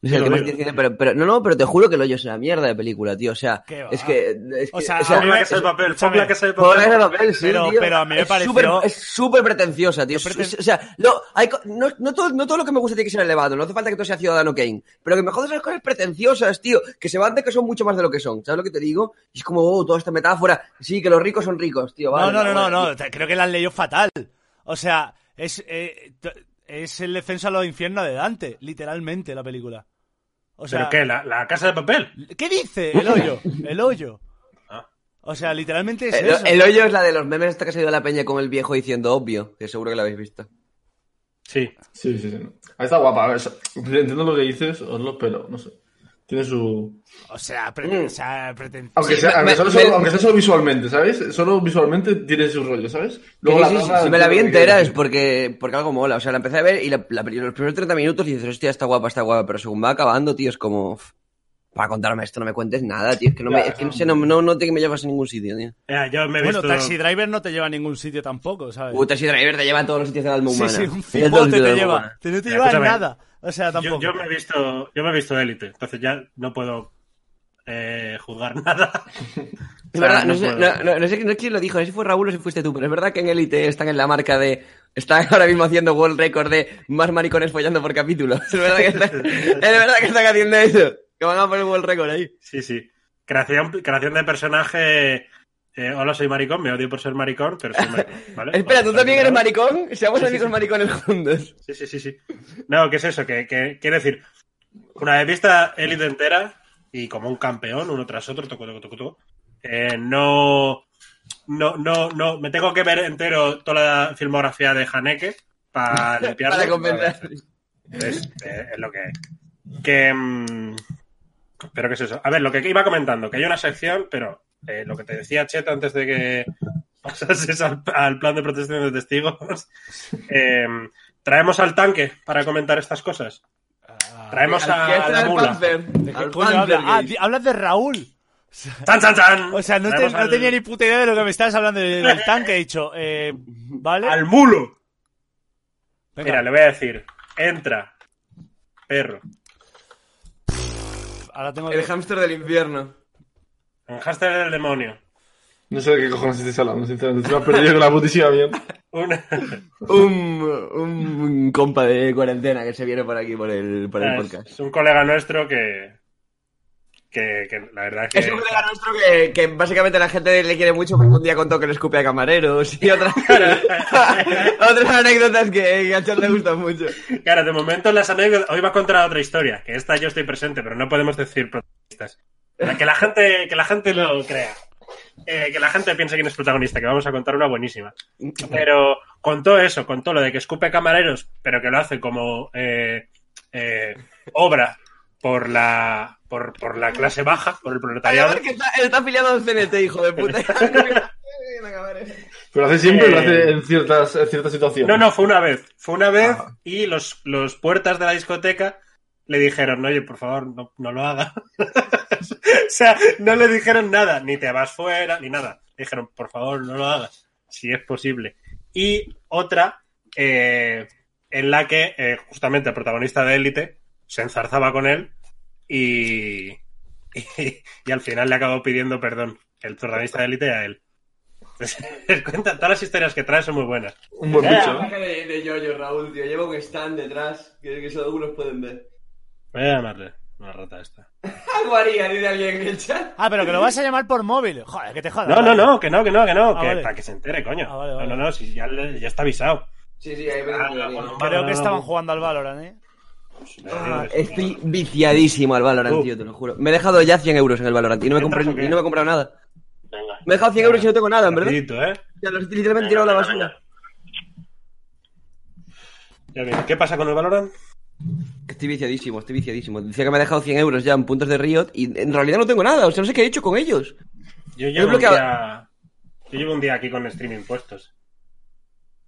[SPEAKER 6] O sea,
[SPEAKER 5] Yo
[SPEAKER 6] ¿qué
[SPEAKER 5] lo
[SPEAKER 6] más
[SPEAKER 5] digo.
[SPEAKER 6] quieres decir? Pero, pero- no, no, pero te juro que el hoyo es una mierda de película, tío. O sea,
[SPEAKER 1] ¿Qué va?
[SPEAKER 6] es que. es
[SPEAKER 1] O
[SPEAKER 6] que-
[SPEAKER 1] sea,
[SPEAKER 5] Pon la
[SPEAKER 1] Hombre,
[SPEAKER 5] casa de papel, pon
[SPEAKER 1] escúchame.
[SPEAKER 5] la casa de
[SPEAKER 6] Por la guerra de
[SPEAKER 5] papel.
[SPEAKER 6] papel, sí,
[SPEAKER 1] Pero-
[SPEAKER 6] tío.
[SPEAKER 1] pero a mí me
[SPEAKER 6] es
[SPEAKER 1] pareció-
[SPEAKER 6] súper- es súper pretenciosa, tío.
[SPEAKER 1] Yo preten-
[SPEAKER 6] O sea, no, hay co- no, no todo, no todo lo que me gusta tiene que ser elevado. No hace falta que todo sea Ciudadano Kane. Pero que me jodas las cosas pretenciosas, tío. Que se van de que son mucho más de lo que son. ¿Sabes lo que te digo? Y es como, oh, toda esta metáfora. Sí, que los ricos son ricos, tío.
[SPEAKER 1] No,
[SPEAKER 6] vale,
[SPEAKER 1] no, no, no,
[SPEAKER 6] vale.
[SPEAKER 1] no, te- creo que la han leído fatal. O sea, es, eh, t- es el descenso a los infiernos de Dante, literalmente, la película. O sea,
[SPEAKER 5] ¿Pero qué? ¿La, la casa de papel?
[SPEAKER 1] ¿qué dice? El hoyo, el hoyo.
[SPEAKER 5] Ah. Eh,
[SPEAKER 1] O sea, literalmente es
[SPEAKER 6] El,
[SPEAKER 1] eso.
[SPEAKER 6] el hoyo es la de los memes esta que se dio la peña con el viejo diciendo obvio, que seguro que la habéis visto.
[SPEAKER 5] Sí.
[SPEAKER 2] Sí, sí, sí. Ah, Está guapa. A ver, eso- entiendo lo que dices, Oslo, pero no sé. Tiene su.
[SPEAKER 1] O sea, pre-
[SPEAKER 6] Mm.
[SPEAKER 1] o sea, preten-
[SPEAKER 2] Aunque
[SPEAKER 6] Sí,
[SPEAKER 2] sea,
[SPEAKER 6] me-
[SPEAKER 2] aunque
[SPEAKER 6] me-
[SPEAKER 2] sea solo,
[SPEAKER 6] me-
[SPEAKER 2] aunque sea solo visualmente, ¿sabes? Solo visualmente tiene su rollo, ¿sabes?
[SPEAKER 6] Sí, sí,
[SPEAKER 2] trama-
[SPEAKER 6] sí, si me la vi
[SPEAKER 2] entiendo
[SPEAKER 6] entera
[SPEAKER 2] que-
[SPEAKER 6] es porque, porque algo mola. O sea, la empecé a ver y la, la- los primeros 30 minutos y dices, hostia, está guapa, está guapa. Pero según va acabando, tío, es como. "Uf, Para contarme esto, no me cuentes nada, tío. Es que no, me, es que no, sé, no, no, no te que me llevas a ningún sitio, tío.
[SPEAKER 5] Eh, yo me he
[SPEAKER 1] Bueno,
[SPEAKER 5] visto...
[SPEAKER 1] Taxi Driver no te lleva a ningún sitio tampoco, ¿sabes?
[SPEAKER 6] Puta, si Driver te lleva a todos los sitios del alma
[SPEAKER 1] sí,
[SPEAKER 6] humana.
[SPEAKER 1] sí, un
[SPEAKER 6] Tiene
[SPEAKER 1] cipote
[SPEAKER 6] todos los sitios
[SPEAKER 1] te
[SPEAKER 6] del alma
[SPEAKER 1] lleva.
[SPEAKER 6] humana.
[SPEAKER 1] Te no te
[SPEAKER 5] Mira,
[SPEAKER 1] lleva
[SPEAKER 5] Eh, escúchame.
[SPEAKER 1] nada. O sea,
[SPEAKER 5] yo,
[SPEAKER 1] tampoco.
[SPEAKER 5] yo me he visto yo me he visto élite, entonces ya no puedo eh, juzgar nada.
[SPEAKER 6] Es verdad, no,
[SPEAKER 5] O sea,
[SPEAKER 6] sé,
[SPEAKER 5] no
[SPEAKER 6] no,
[SPEAKER 5] puedo.
[SPEAKER 6] no- no sé, no sé quién lo dijo, no sé si fue Raúl o si fuiste tú, pero es verdad que en Elite están en la marca de. Están ahora mismo haciendo World Record de más maricones follando por capítulo. Es verdad que están, es verdad que están haciendo eso. Que van a poner World Record ahí.
[SPEAKER 5] Sí, sí. Creación, creación de personaje. eh, hola, soy maricón, me odio por ser maricón, pero soy maricón. ¿vale?
[SPEAKER 6] Espera, ¿tú
[SPEAKER 5] Vale,
[SPEAKER 6] también eres
[SPEAKER 5] claro.
[SPEAKER 6] maricón? Seamos
[SPEAKER 5] Sí, sí,
[SPEAKER 6] amigos
[SPEAKER 5] sí.
[SPEAKER 6] maricones juntos.
[SPEAKER 5] Sí, sí, sí, sí. No, ¿qué es eso? Que, que- quiero decir, una vez vista élite entera y como un campeón, uno tras otro, toco, toco, toco, toco, eh, no, no, no, no, me tengo que ver entero toda la filmografía de Haneke para limpiarlo.
[SPEAKER 6] Para compensar.
[SPEAKER 5] Es, eh, es lo que es. Que, mm, pero qué es eso. A ver, lo que iba comentando, que hay una sección, pero eh, lo que te decía Chet antes de que pasases al, al plan de protección de testigos, eh, traemos al tanque para comentar estas cosas. Traemos a,
[SPEAKER 6] Ah, Al que entra
[SPEAKER 5] la
[SPEAKER 6] el
[SPEAKER 5] mula.
[SPEAKER 6] Panzer.
[SPEAKER 1] ¿De qué
[SPEAKER 6] Al
[SPEAKER 1] coño
[SPEAKER 6] Panzer
[SPEAKER 1] hablas? Ah,
[SPEAKER 6] Gate.
[SPEAKER 1] di- hablas de Raúl.
[SPEAKER 5] ¡Chan, chan, chan!
[SPEAKER 1] O sea, no, te-
[SPEAKER 5] Traemos
[SPEAKER 1] no
[SPEAKER 5] al-
[SPEAKER 1] tenía ni puta idea de lo que me estabas hablando del, del tanque, he dicho. Eh, ¿Vale?
[SPEAKER 5] ¡Al mulo!
[SPEAKER 1] Venga,
[SPEAKER 5] Mira, le voy a decir, entra, perro.
[SPEAKER 1] ahora tengo
[SPEAKER 6] El
[SPEAKER 1] que...
[SPEAKER 6] hámster del infierno.
[SPEAKER 5] Un hashtag del demonio.
[SPEAKER 2] No sé de qué cojones estáis hablando, sinceramente. Me ha perdido con la putísima mierda.
[SPEAKER 5] Un-
[SPEAKER 6] Un, un compa de cuarentena que se viene por aquí, por el, por el
[SPEAKER 5] Es-
[SPEAKER 6] podcast.
[SPEAKER 5] Ah, Es un colega nuestro que. Que, que la verdad que.
[SPEAKER 6] Es un colega nuestro que, que básicamente la gente le quiere mucho porque un día contó que le escupe a camareros y otras, otras anécdotas que, que a Chon le gustan mucho.
[SPEAKER 5] Claro, de momento las anécdotas. Hoy va a contar otra historia, que esta yo estoy presente, pero no podemos decir protagonistas. Para Que la gente, que la gente lo crea. Eh, que la gente piense quién es protagonista, que vamos a contar una buenísima. Pero contó eso, contó lo de que escupe camareros, pero que lo hace como eh, eh, obra por la, por, por la clase baja, por el proletariado.
[SPEAKER 6] Además que está, está afiliado al CNT, hijo de puta.
[SPEAKER 2] Pero lo hace siempre,
[SPEAKER 5] Eh.
[SPEAKER 2] lo hace en ciertas, en ciertas situaciones.
[SPEAKER 5] No, no, fue una vez. Fue una vez
[SPEAKER 2] Ah.
[SPEAKER 5] y los, los puertas de la discoteca le dijeron, oye, por favor, no, no lo haga. o sea, no le dijeron nada, ni te vas fuera, ni nada. Le dijeron, por favor, no lo hagas, si es posible. Y otra eh, en la que eh, justamente el protagonista de Élite se enzarzaba con él y, y, y al final le acabó pidiendo perdón el protagonista de Élite a él. Cuenta, todas las historias que trae son muy buenas.
[SPEAKER 2] Un buen
[SPEAKER 6] La
[SPEAKER 2] bicho. ¿eh?
[SPEAKER 6] placa de, de Yoyo, Raúl, tío. Lleva un stand detrás que, que solo algunos pueden ver.
[SPEAKER 5] Voy a llamarle una rata esta.
[SPEAKER 6] Algo haría, dice alguien en el chat.
[SPEAKER 1] Ah, pero que lo vas a llamar por móvil. Joder, que te
[SPEAKER 6] Ah,
[SPEAKER 1] jodas.
[SPEAKER 5] No, no, no, que no, que no, que no,
[SPEAKER 1] Ah,
[SPEAKER 5] que
[SPEAKER 1] vale.
[SPEAKER 5] para que se entere, coño.
[SPEAKER 1] Ah, vale, vale.
[SPEAKER 5] No, no, no, si ya, le- ya está avisado.
[SPEAKER 6] Sí, sí, ahí
[SPEAKER 5] Ah, bueno,
[SPEAKER 6] ven.
[SPEAKER 5] vale,
[SPEAKER 1] Creo
[SPEAKER 5] no,
[SPEAKER 1] que
[SPEAKER 5] no,
[SPEAKER 1] estaban
[SPEAKER 5] no.
[SPEAKER 1] jugando al Valorant, ¿eh?
[SPEAKER 6] Ah,
[SPEAKER 5] Eh,
[SPEAKER 6] Estoy viciadísimo al Valorant,
[SPEAKER 5] Uh.
[SPEAKER 6] tío, te lo juro. Me he dejado ya 100 euros en el Valorant y no me,
[SPEAKER 5] ¿Entras
[SPEAKER 6] compré,
[SPEAKER 5] o qué?
[SPEAKER 6] y no me he comprado nada.
[SPEAKER 5] venga.
[SPEAKER 6] Me he dejado 100 euros y no tengo nada, en verdad.
[SPEAKER 5] Rapidito, ¿eh?
[SPEAKER 6] Ya los he literalmente tirado a la basura.
[SPEAKER 5] Ya bien. ¿Qué pasa con el Valorant?
[SPEAKER 6] Estoy viciadísimo, estoy viciadísimo. Decía que me he dejado 100 euros ya en puntos de Riot y en realidad no tengo nada. O sea, no sé qué he hecho con ellos.
[SPEAKER 5] Yo llevo, un
[SPEAKER 6] bloqueado.
[SPEAKER 5] día, yo llevo un día aquí con streaming puestos.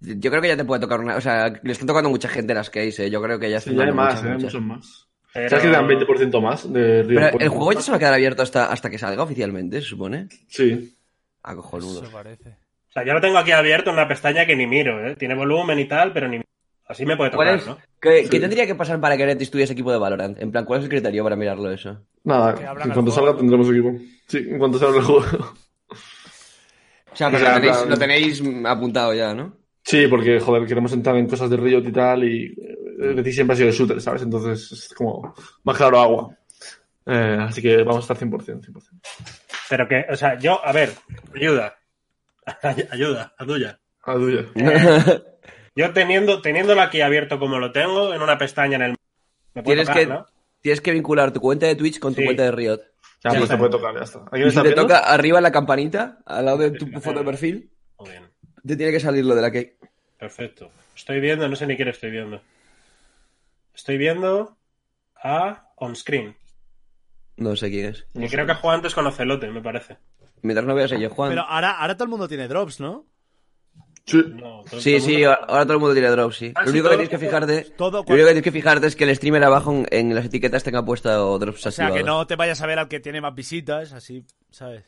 [SPEAKER 6] Yo creo que ya te puede tocar una. O sea, le están tocando mucha gente las que hice. Yo creo que ya
[SPEAKER 2] Sí,
[SPEAKER 6] están
[SPEAKER 2] ya hay
[SPEAKER 6] dando
[SPEAKER 2] más,
[SPEAKER 6] muchas,
[SPEAKER 2] ¿eh?
[SPEAKER 6] muchas.
[SPEAKER 2] Muchos más.
[SPEAKER 5] Pero...
[SPEAKER 2] ¿Sabes que te dan 20% más de Río
[SPEAKER 6] Pero
[SPEAKER 2] Point?
[SPEAKER 6] el juego ya se va a quedar abierto hasta, hasta que salga oficialmente, se supone.
[SPEAKER 2] Sí.
[SPEAKER 6] A
[SPEAKER 5] Pues-
[SPEAKER 6] cojonudos.
[SPEAKER 1] Eso parece.
[SPEAKER 5] O sea, yo lo tengo aquí abierto en una pestaña que ni miro, ¿eh? Tiene volumen y tal, pero ni miro. Así me puede tocar,
[SPEAKER 6] ¿Cuál es?
[SPEAKER 5] ¿no?
[SPEAKER 6] ¿Qué,
[SPEAKER 2] Sí.
[SPEAKER 6] qué tendría que pasar para que Neti estuviese equipo de Valorant? En plan, ¿cuál es el criterio para mirarlo eso?
[SPEAKER 1] Que
[SPEAKER 2] Nada,
[SPEAKER 1] abran
[SPEAKER 2] en
[SPEAKER 1] el
[SPEAKER 2] cuanto
[SPEAKER 1] juego.
[SPEAKER 2] salga tendremos equipo. Sí, en cuanto salga el juego.
[SPEAKER 6] O sea, pero
[SPEAKER 2] Ya,
[SPEAKER 6] lo, tenéis,
[SPEAKER 2] claro.
[SPEAKER 6] lo tenéis apuntado ya, ¿no?
[SPEAKER 2] Sí, porque, joder, queremos entrar en cosas de Riot y tal, y eh, Leti siempre ha sido shooter, ¿sabes? Entonces es como más claro agua. Eh, así que vamos a estar 100%, 100%.
[SPEAKER 5] Pero que, o sea, yo, a ver, ayuda. ayuda, a tuya.
[SPEAKER 2] A tuya.
[SPEAKER 5] Yo teniendo, teniéndolo aquí abierto como lo tengo, en una pestaña en el. Me puede
[SPEAKER 6] Tienes
[SPEAKER 5] tocar,
[SPEAKER 6] que,
[SPEAKER 5] ¿no?
[SPEAKER 6] tienes que vincular tu cuenta de Twitch con tu
[SPEAKER 5] Sí.
[SPEAKER 6] cuenta de Riot.
[SPEAKER 2] Ya, pues
[SPEAKER 5] está.
[SPEAKER 2] te puede tocar, ya está. ¿A quién
[SPEAKER 6] Y si
[SPEAKER 2] está
[SPEAKER 6] te
[SPEAKER 2] viendo?
[SPEAKER 6] toca arriba la campanita, al lado de tu
[SPEAKER 5] Sí,
[SPEAKER 6] foto de
[SPEAKER 5] claro.
[SPEAKER 6] perfil,
[SPEAKER 5] Muy bien,
[SPEAKER 6] te tiene que salir lo de la que...
[SPEAKER 5] perfecto. Estoy viendo, no sé ni quién estoy viendo. Estoy viendo a On Screen.
[SPEAKER 6] No sé quién es.
[SPEAKER 5] Que creo que jugó antes con Ocelote, me parece.
[SPEAKER 6] Mientras no veas a yo, Juan.
[SPEAKER 1] Pero ahora, ahora todo el mundo tiene drops, ¿no?
[SPEAKER 2] Sí.
[SPEAKER 5] No, todo- todo
[SPEAKER 6] Sí,
[SPEAKER 5] el
[SPEAKER 6] sí,
[SPEAKER 5] mundo-
[SPEAKER 6] ahora ahora todo el mundo tiene drop, sí.
[SPEAKER 5] Ah,
[SPEAKER 6] Lo
[SPEAKER 5] sí,
[SPEAKER 6] único que
[SPEAKER 5] todo-
[SPEAKER 6] tienes que fijarte...
[SPEAKER 1] todo
[SPEAKER 6] Lo
[SPEAKER 1] cual-
[SPEAKER 6] único que tienes que fijarte es que el streamer abajo en, en las etiquetas tenga puesto drops
[SPEAKER 1] O sea,
[SPEAKER 6] activados.
[SPEAKER 1] que no te vayas a ver al que tiene más visitas, así, ¿sabes?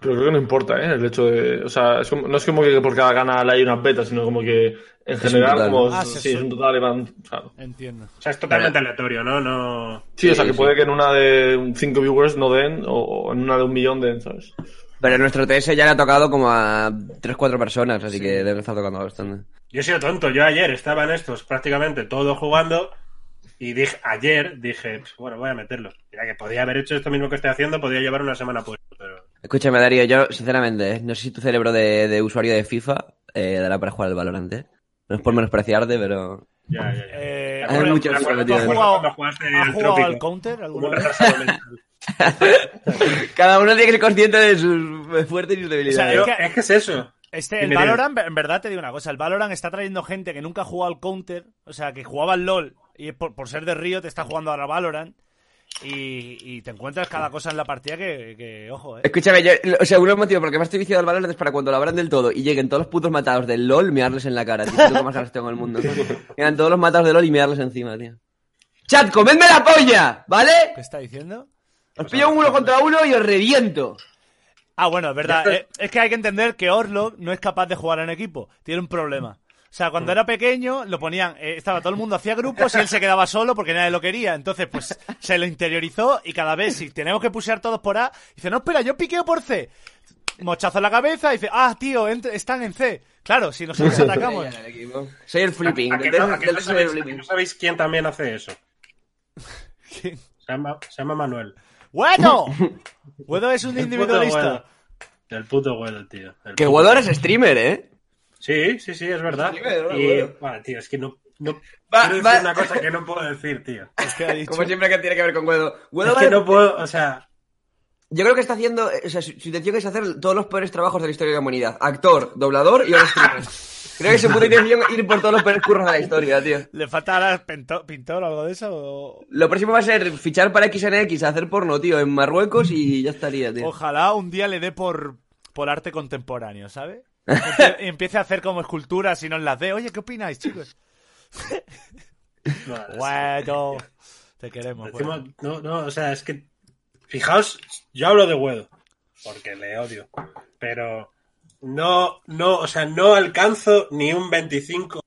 [SPEAKER 2] Pero creo que no importa, ¿eh? El hecho de. O sea, es como- no es como que por cada canal hay una beta, sino como que en general,
[SPEAKER 6] total.
[SPEAKER 2] como.
[SPEAKER 1] Ah, se
[SPEAKER 2] sí,
[SPEAKER 1] su-
[SPEAKER 2] es un total. y van- claro.
[SPEAKER 1] Entiendo.
[SPEAKER 5] O sea, es totalmente aleatorio, ¿no? No.
[SPEAKER 2] Sí, o sea,
[SPEAKER 6] Sí,
[SPEAKER 2] que
[SPEAKER 6] sí.
[SPEAKER 2] puede que en una de 5 viewers no den, o- o en una de un millón den, ¿sabes?
[SPEAKER 6] Pero nuestro TS ya le ha tocado como a 3-4 personas, así que debe estar tocando bastante.
[SPEAKER 5] Yo he sido tonto. Yo ayer estaba en estos prácticamente todo jugando y dije, ayer dije, "Pues, bueno, voy a meterlo. Mira que podía haber hecho esto mismo que estoy haciendo, podía llevar una semana puesto, pero
[SPEAKER 6] Escúchame, Darío, yo sinceramente, eh, no sé si tu cerebro de, de usuario de FIFA eh, dará para jugar al Valorant. eh. No es por menospreciarte, pero.
[SPEAKER 5] ya, ya, ya.
[SPEAKER 1] Eh,
[SPEAKER 6] Hay
[SPEAKER 1] hombre,
[SPEAKER 6] muchas
[SPEAKER 1] ¿tú has
[SPEAKER 6] cosas que
[SPEAKER 1] jugado-
[SPEAKER 6] tiene.
[SPEAKER 1] ¿Has jugado,
[SPEAKER 5] Cuando jugaste
[SPEAKER 1] ¿has
[SPEAKER 5] al
[SPEAKER 1] jugado al
[SPEAKER 5] trópico,
[SPEAKER 1] counter
[SPEAKER 5] como
[SPEAKER 1] alguna
[SPEAKER 5] un
[SPEAKER 1] vez?
[SPEAKER 5] retrasado mental.
[SPEAKER 6] Cada uno tiene que ser consciente de sus fuertes y sus
[SPEAKER 1] O sea,
[SPEAKER 6] debilidades.
[SPEAKER 5] Pero
[SPEAKER 1] Es que-
[SPEAKER 5] es que es eso.
[SPEAKER 1] Este,
[SPEAKER 5] Dime,
[SPEAKER 1] el
[SPEAKER 5] dime.
[SPEAKER 1] Valorant, en verdad te digo una cosa, el Valorant está trayendo gente que nunca ha jugado al Counter, o sea, que jugaba al LOL, y por, por ser de Río te está jugando ahora Valorant, y, y te encuentras cada cosa en la partida que, que, ojo, eh.
[SPEAKER 6] Escúchame, yo, o sea, uno de los motivos por los que más estoy viciado al Valorant es para cuando lo abran del todo y lleguen todos los putos matados del LOL, mearles en la cara. Tío, es lo que más ganas tengo en el mundo. Llegan todos los matados del LOL y mearles encima, tío. ¡Chat, comedme la polla! ¿Vale?
[SPEAKER 1] ¿Qué está diciendo?
[SPEAKER 6] Os pillo uno contra uno y os reviento.
[SPEAKER 1] Ah, bueno, es verdad,
[SPEAKER 5] Ya
[SPEAKER 1] eh, es que hay que entender que Orlok no es capaz de jugar en equipo, tiene un problema. O sea, cuando era pequeño lo ponían, eh, estaba todo el mundo hacía grupos y él se quedaba solo porque nadie lo quería, entonces pues se lo interiorizó y cada vez si tenemos que pusear todos por A, dice, no, espera, yo piqueo por C. mochazo en la cabeza y dice, ah, tío, ent- están en C. Claro, si nosotros atacamos.
[SPEAKER 6] Soy el flipping.
[SPEAKER 5] ¿A que
[SPEAKER 6] Intenté-
[SPEAKER 5] no, a que no
[SPEAKER 6] intenté ser el
[SPEAKER 5] sabéis, a que
[SPEAKER 6] flipping.
[SPEAKER 5] no sabéis quién también hace eso? Se llama, se llama Manuel.
[SPEAKER 1] ¡Bueno! Bueno es un
[SPEAKER 5] El puto
[SPEAKER 1] individualista.
[SPEAKER 5] Guedo. El puto Guedo, tío. El
[SPEAKER 6] Que
[SPEAKER 5] puto
[SPEAKER 6] Guador es streamer, ¿eh?
[SPEAKER 5] Sí, sí, sí, es verdad.
[SPEAKER 6] Sí, pero,
[SPEAKER 5] Y,
[SPEAKER 6] bueno.
[SPEAKER 5] bueno, tío, es que no, no
[SPEAKER 6] Va,
[SPEAKER 5] quiero
[SPEAKER 6] va.
[SPEAKER 5] decir una cosa que no puedo decir, tío.
[SPEAKER 1] Es que ha dicho.
[SPEAKER 6] Como siempre que tiene que ver con Guedo. Guedo
[SPEAKER 5] Es que
[SPEAKER 6] vale-
[SPEAKER 5] no puedo, o sea,
[SPEAKER 6] Yo creo que está haciendo. O sea, su, su intención es hacer todos los peores trabajos de la historia de la humanidad: actor, doblador y ahora streamer. Creo que su puta intención es ir por todos los peores curros de la historia, tío.
[SPEAKER 1] ¿Le falta ahora pintor, pintor o algo de eso? O-
[SPEAKER 6] Lo próximo va a ser fichar para XNX, hacer porno, tío, en Marruecos y ya estaría, tío.
[SPEAKER 1] Ojalá un día le dé por, por arte contemporáneo, ¿sabes? Empie- Empiece a hacer como esculturas y nos las dé. Oye, ¿qué opináis, chicos?
[SPEAKER 5] no,
[SPEAKER 1] Bueno, te queremos.
[SPEAKER 5] decimos-
[SPEAKER 1] bueno.
[SPEAKER 5] no, no, o sea, es que fijaos, yo hablo de Guedo porque le odio, pero no, no, o sea, no alcanzo ni un 25%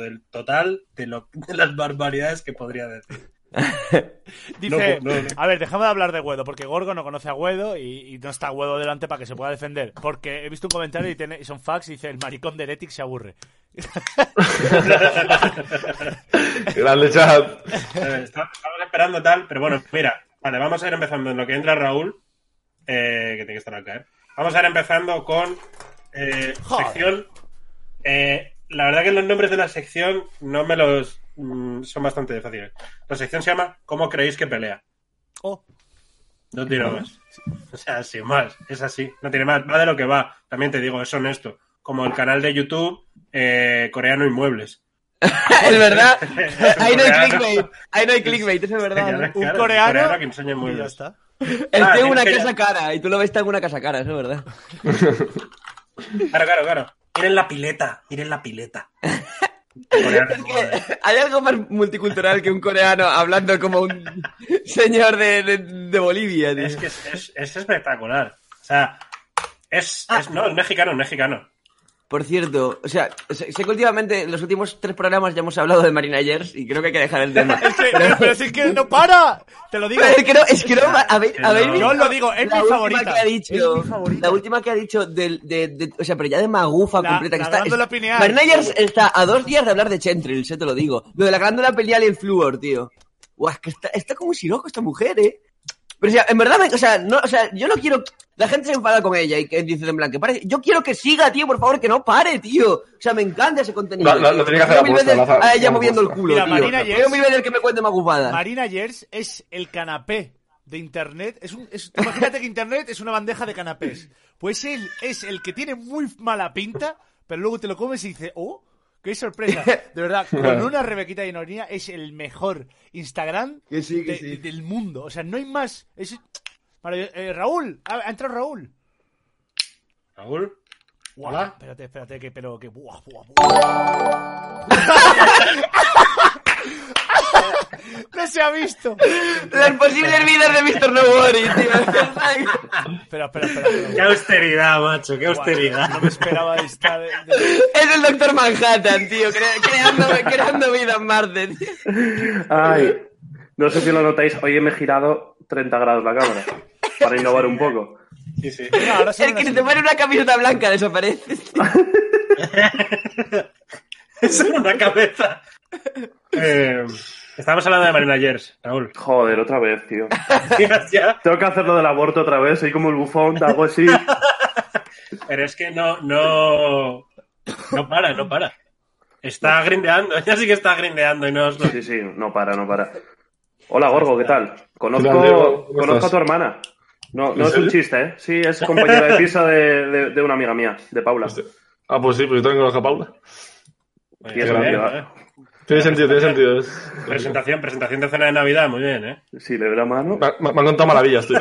[SPEAKER 5] del total de, lo, de las barbaridades que podría decir.
[SPEAKER 1] Dice,
[SPEAKER 5] no, no.
[SPEAKER 1] a ver, dejamos de hablar de Guedo, porque Gorgo no conoce a Guedo y, y no está Guedo delante para que se pueda defender. Porque he visto un comentario y, tiene- y son facts y dice, el maricón de Heretic se aburre.
[SPEAKER 2] Grande chat.
[SPEAKER 5] ¿Sabes? Eh, Está- Estamos esperando tal, pero bueno, mira, vale, vamos a ir empezando en lo que entra Raúl, eh, que tiene que estar acá, ¿eh? Vamos a ir empezando con eh,
[SPEAKER 1] Joder.
[SPEAKER 5] sección. eh, la verdad que los nombres de la sección no me los mm, son bastante fáciles. La sección se llama ¿Cómo creéis que pelea?
[SPEAKER 1] Oh,
[SPEAKER 5] No tiene más. O sea, sin más. Es así. No tiene más. Va de lo que va. También te digo, es honesto. Como el canal de YouTube eh, Coreano Inmuebles.
[SPEAKER 6] es verdad. Ahí no hay
[SPEAKER 5] Coreano.
[SPEAKER 6] clickbait. Ahí no hay clickbait, eso es verdad. ¿no?
[SPEAKER 5] Claro,
[SPEAKER 1] un
[SPEAKER 5] el
[SPEAKER 1] coreano,
[SPEAKER 5] que enseña
[SPEAKER 1] y ya
[SPEAKER 5] inmuebles.
[SPEAKER 1] está.
[SPEAKER 6] Él tiene
[SPEAKER 5] Ah,
[SPEAKER 6] una
[SPEAKER 5] es que ya-
[SPEAKER 6] casa cara y tú lo ves está en una casa cara, eso es verdad.
[SPEAKER 5] Claro, claro, claro. Miren la pileta. Miren la pileta. Coreano Inmuebles.
[SPEAKER 6] Hay algo más multicultural que un coreano hablando como un señor de, de, de Bolivia, tío.
[SPEAKER 5] Es que es, es- es espectacular. O sea, es, es- no, es mexicano, es mexicano.
[SPEAKER 6] Por cierto, o sea, sé sé que últimamente en los últimos tres programas ya hemos hablado de Marinagers y creo que hay que dejar el tema.
[SPEAKER 1] Es que- pero, pero si es que no para, te lo digo. ¿eh?
[SPEAKER 6] Pero es que no, es que no, habéis,
[SPEAKER 5] que
[SPEAKER 6] habéis
[SPEAKER 5] no.
[SPEAKER 6] visto
[SPEAKER 1] Yo lo digo, es
[SPEAKER 6] la
[SPEAKER 1] mi
[SPEAKER 6] última
[SPEAKER 1] favorita.
[SPEAKER 6] que ha dicho,
[SPEAKER 1] Es mi favorita.
[SPEAKER 6] la última que ha dicho del, de, de- o sea, pero ya de magufa
[SPEAKER 1] La-
[SPEAKER 6] completa
[SPEAKER 1] la
[SPEAKER 6] que está.
[SPEAKER 1] glándula
[SPEAKER 6] es-
[SPEAKER 1] pineal.
[SPEAKER 6] Bernayers está a dos días de hablar de Chentryl, se te lo digo. Lo de la glándula pineal y el flúor, tío. Buah, es que está, está como un siroco esta mujer, eh. Pero o sea, en verdad, me- o sea, no, o sea, yo no quiero. La gente se enfada con ella y que dice en plan que pare. Yo quiero que siga, tío, por favor, que no pare, tío. O sea, me encanta ese contenido.
[SPEAKER 2] La- la-
[SPEAKER 6] tío.
[SPEAKER 2] la tenía que hacer
[SPEAKER 6] Yo mil
[SPEAKER 2] apuesta,
[SPEAKER 6] veces
[SPEAKER 2] la hace-
[SPEAKER 6] a ella
[SPEAKER 2] la
[SPEAKER 6] moviendo el
[SPEAKER 2] apuesta.
[SPEAKER 6] culo,
[SPEAKER 1] Mira,
[SPEAKER 6] tío.
[SPEAKER 1] Marina Yes-
[SPEAKER 6] Quiero mil veces que me cuente magufadas.
[SPEAKER 1] Marina Yers es el canapé de Internet. Es un, es- imagínate que Internet es una bandeja de canapés. Pues él es el que tiene muy mala pinta, pero luego te lo comes y dices, ¡oh! ¡Qué sorpresa! De verdad, con una Rebequita de Noría es el mejor Instagram
[SPEAKER 6] Que sí, que
[SPEAKER 1] de-
[SPEAKER 6] sí.
[SPEAKER 1] del mundo. O sea, no hay más. Es- Maravilloso. Eh, Raúl, ha, ha entrado Raúl.
[SPEAKER 5] Raúl.
[SPEAKER 1] Buah,
[SPEAKER 5] Hola.
[SPEAKER 1] Espérate, espérate, que, pero que. Buah, buah, buah. no se ha visto.
[SPEAKER 6] Las posibles vidas de Mr. Nobody, tío.
[SPEAKER 1] Espera, espera, espera.
[SPEAKER 5] Qué
[SPEAKER 1] espera.
[SPEAKER 5] austeridad, macho, qué
[SPEAKER 1] Buah,
[SPEAKER 5] austeridad.
[SPEAKER 1] No me esperaba esta. de- de-
[SPEAKER 6] Es el Doctor Manhattan, tío, cre- creando, creando vida en Marte, tío.
[SPEAKER 10] Ay, no sé si lo notáis, hoy me he girado 30 grados la cámara para innovar un poco.
[SPEAKER 5] Sí, sí.
[SPEAKER 1] No, ahora sí
[SPEAKER 6] El
[SPEAKER 1] no
[SPEAKER 6] que se
[SPEAKER 1] sé.
[SPEAKER 6] te pone una camiseta blanca desaparece.
[SPEAKER 5] Eso en una cabeza. Eh, estábamos hablando de Marina Yers, Raúl.
[SPEAKER 10] Joder, otra vez, tío.
[SPEAKER 5] Digas ya.
[SPEAKER 10] Tengo que hacerlo del aborto otra vez, soy como el bufón, hago así.
[SPEAKER 5] Pero es que no, no. No para, no para. Está grindeando, ya sí que está grindeando y no os lo-
[SPEAKER 10] Sí, sí, no para, no para. Hola, Gorgo, ¿qué
[SPEAKER 2] ¿Qué
[SPEAKER 10] tal?
[SPEAKER 2] tal, Diego?
[SPEAKER 10] Conozco,
[SPEAKER 2] ¿Cómo
[SPEAKER 10] conozco a
[SPEAKER 2] estás?
[SPEAKER 10] tu hermana. No,
[SPEAKER 2] ¿En
[SPEAKER 10] no es un
[SPEAKER 2] serio?
[SPEAKER 10] chiste, ¿eh? Sí, es compañera de piso de, de- de una amiga mía, de Paula.
[SPEAKER 2] Hostia. Ah, pues sí, pues yo también conozco a Paula.
[SPEAKER 5] Muy
[SPEAKER 10] Qué
[SPEAKER 5] bien,
[SPEAKER 10] grande,
[SPEAKER 5] ¿eh?
[SPEAKER 10] va.
[SPEAKER 2] Tiene sentido, tiene sentido.
[SPEAKER 5] Presentación, presentación de cena de Navidad, muy bien, ¿eh?
[SPEAKER 10] Sí, le doy la mano.
[SPEAKER 2] Me, me- me han contado maravillas, tío.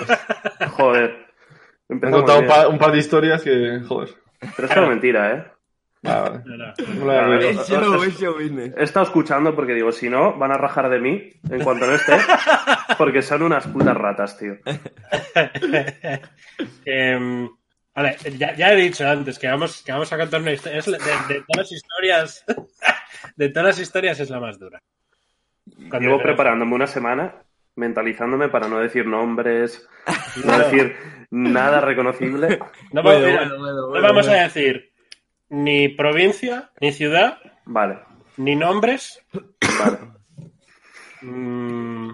[SPEAKER 10] Joder.
[SPEAKER 2] Me han
[SPEAKER 10] Empezamos
[SPEAKER 2] contado un
[SPEAKER 10] bien.
[SPEAKER 2] par, un par de historias que, joder.
[SPEAKER 10] Pero es todo mentira, ¿eh?
[SPEAKER 2] Ah, vale.
[SPEAKER 5] No, no.
[SPEAKER 2] No la voy a creer.
[SPEAKER 10] He estado escuchando porque digo, si no, van a rajar de mí en cuanto no esté, porque son unas putas ratas, tío.
[SPEAKER 5] Em, vale, ya, ya he dicho antes que vamos, que vamos a contar una historia. es la- de, de todas las historias. De todas las historias es la más dura. Cuando-
[SPEAKER 10] Llevo preparándome una semana, mentalizándome para no decir nombres, no
[SPEAKER 5] No.
[SPEAKER 10] decir nada reconocible.
[SPEAKER 5] No,
[SPEAKER 6] Bueno,
[SPEAKER 5] vamos a-
[SPEAKER 6] bueno, bueno,
[SPEAKER 5] no
[SPEAKER 6] bueno,
[SPEAKER 5] vamos
[SPEAKER 6] bueno.
[SPEAKER 5] a decir ni provincia, ni ciudad,
[SPEAKER 10] Vale,
[SPEAKER 5] ni nombres.
[SPEAKER 10] vale.
[SPEAKER 5] Mm,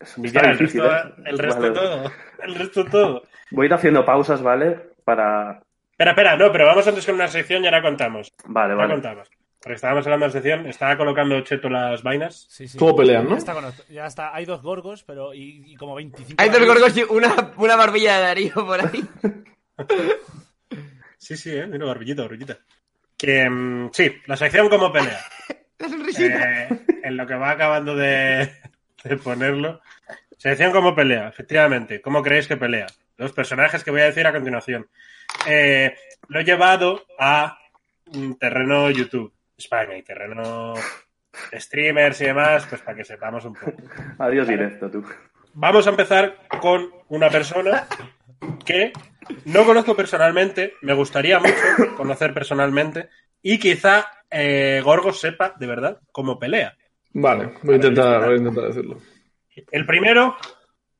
[SPEAKER 10] Está
[SPEAKER 5] y ya, el
[SPEAKER 10] difícil,
[SPEAKER 5] resto,
[SPEAKER 10] ¿eh?
[SPEAKER 5] el resto
[SPEAKER 10] Vale.
[SPEAKER 5] todo. El resto todo.
[SPEAKER 10] Voy a ir haciendo pausas, ¿vale? Para...
[SPEAKER 5] Espera, espera, no, pero vamos antes con una sección y ahora contamos.
[SPEAKER 10] Vale,
[SPEAKER 5] Ahora
[SPEAKER 10] vale.
[SPEAKER 5] contamos. Porque estábamos hablando de sección, estaba colocando Cheto las vainas.
[SPEAKER 1] Sí, sí.
[SPEAKER 2] Todo pelean, ¿no?
[SPEAKER 1] Ya está, con- ya está. Hay dos gorgos, pero. Y, y como 25.
[SPEAKER 6] Hay dos
[SPEAKER 1] gorgos.
[SPEAKER 6] gorgos y una, una barbilla de Darío por ahí.
[SPEAKER 5] Sí, sí, eh. Mira, barbillita, barbillita. Que mm, sí, la sección como pelea.
[SPEAKER 6] La sonrisita.
[SPEAKER 5] Eh, en lo que va acabando de, de ponerlo. Selección como pelea, efectivamente. ¿Cómo creéis que pelea? Los personajes que voy a decir a continuación. Eh, lo he llevado a mm, terreno YouTube, España, y terreno streamers y demás, pues para que sepamos un poco.
[SPEAKER 10] Adiós directo, tú.
[SPEAKER 5] Vamos a empezar con una persona que no conozco personalmente, me gustaría mucho conocer personalmente y quizá eh, Gorgo sepa de verdad cómo pelea.
[SPEAKER 2] Vale, voy a intentar, voy a intentar decirlo.
[SPEAKER 5] El primero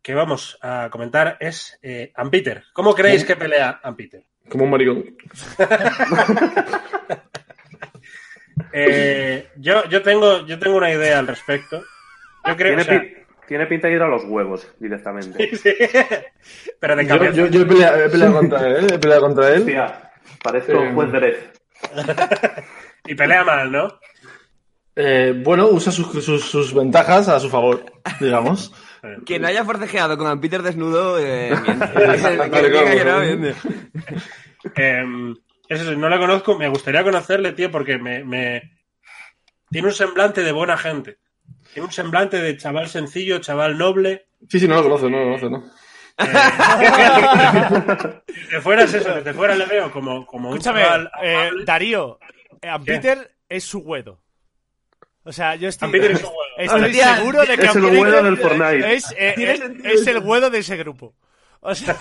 [SPEAKER 5] que vamos a comentar es eh, Ampiter. ¿Cómo creéis que pelea Ampiter?
[SPEAKER 2] Como un maricón.
[SPEAKER 5] Eh, yo, yo, tengo, yo tengo una idea al respecto. Yo creo
[SPEAKER 10] Tiene,
[SPEAKER 5] o sea,
[SPEAKER 10] pi- tiene pinta de ir a los huevos directamente.
[SPEAKER 5] sí. Pero de
[SPEAKER 2] Yo,
[SPEAKER 5] cabeza.
[SPEAKER 2] yo, yo he, peleado, he peleado contra él, he peleado contra él.
[SPEAKER 10] Hostia, parezco un juez Dredd.
[SPEAKER 5] Y pelea mal, ¿no?
[SPEAKER 2] Eh, bueno, usa sus, sus, sus ventajas a su favor, digamos.
[SPEAKER 6] Quien haya forcejeado con Peter desnudo, eh, miente.
[SPEAKER 2] Claro,
[SPEAKER 6] Que diga que
[SPEAKER 2] claro. pues,
[SPEAKER 6] no, miente.
[SPEAKER 5] Eh, es eso, no la conozco. Me gustaría conocerle, tío, porque me, me- tiene un semblante de buena gente. Tiene un semblante de chaval sencillo, chaval noble.
[SPEAKER 2] Sí, sí, no lo conoce, no lo conoce, ¿no?
[SPEAKER 5] Desde fuera es eso, desde fuera le veo como, como un
[SPEAKER 1] Escúchame,
[SPEAKER 5] chaval
[SPEAKER 1] eh,
[SPEAKER 5] amable.
[SPEAKER 1] Darío. eh, Peter es su huedo. O sea, yo estoy.
[SPEAKER 5] Ampiter es un huevo.
[SPEAKER 1] Estoy
[SPEAKER 6] Hostia,
[SPEAKER 1] seguro de que
[SPEAKER 10] Es el
[SPEAKER 1] Ampiter
[SPEAKER 10] huevo del Fortnite.
[SPEAKER 1] es, eh, eh, es el huevo de ese grupo. O sea,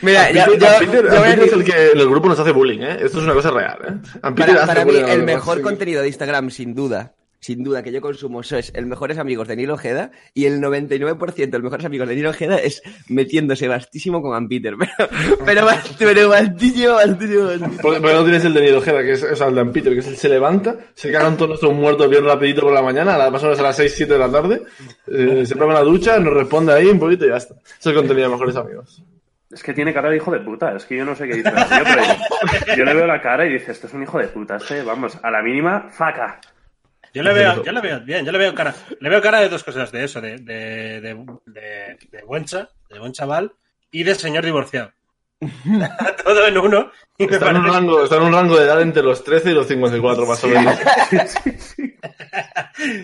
[SPEAKER 6] Mira, ya,
[SPEAKER 2] Peter-
[SPEAKER 6] ya-
[SPEAKER 2] a Peter-
[SPEAKER 6] ya
[SPEAKER 2] a
[SPEAKER 6] voy a
[SPEAKER 2] Peter es el
[SPEAKER 6] decir,
[SPEAKER 2] que el grupo nos hace bullying, ¿eh? Esto es una cosa real, ¿eh? A Peter
[SPEAKER 6] para,
[SPEAKER 2] hace
[SPEAKER 6] para mí
[SPEAKER 2] bullying a los
[SPEAKER 6] el
[SPEAKER 2] demás,
[SPEAKER 6] mejor
[SPEAKER 2] sí.
[SPEAKER 6] contenido de Instagram, sin duda, sin duda, que yo consumo, eso es el Mejores Amigos de Nilo Ojeda y el 99% del Mejores Amigos de Nilo Ojeda es metiéndose bastísimo con Ampiter. Pero, pero, bast- pero bastísimo, bastísimo, bastísimo.
[SPEAKER 2] Porque, porque Pues, no tienes el de Nido Ojeda, que es o sea, el de Peter, que es el se levanta, se cagan todos nuestros muertos bien rapidito por la mañana, a las más o menos a las 6, 7 de la tarde, eh, se prueba la ducha, nos responde ahí un poquito y ya está. Eso es el contenido de mejores amigos.
[SPEAKER 10] Es que tiene cara de hijo de puta, es que yo no sé qué dice. el tío, pero yo le veo la cara y dice, esto es un hijo de puta, este, vamos, a la mínima, faca.
[SPEAKER 5] Yo le veo, yo le veo bien, yo le veo cara. Le veo cara de dos cosas, de eso, de, de, de, de, de buen cha- de buen chaval y de señor divorciado. Todo en uno. Y me
[SPEAKER 2] Está en, un
[SPEAKER 5] parece-
[SPEAKER 2] rango, está en un rango de edad entre los 13 y los 54, más o menos.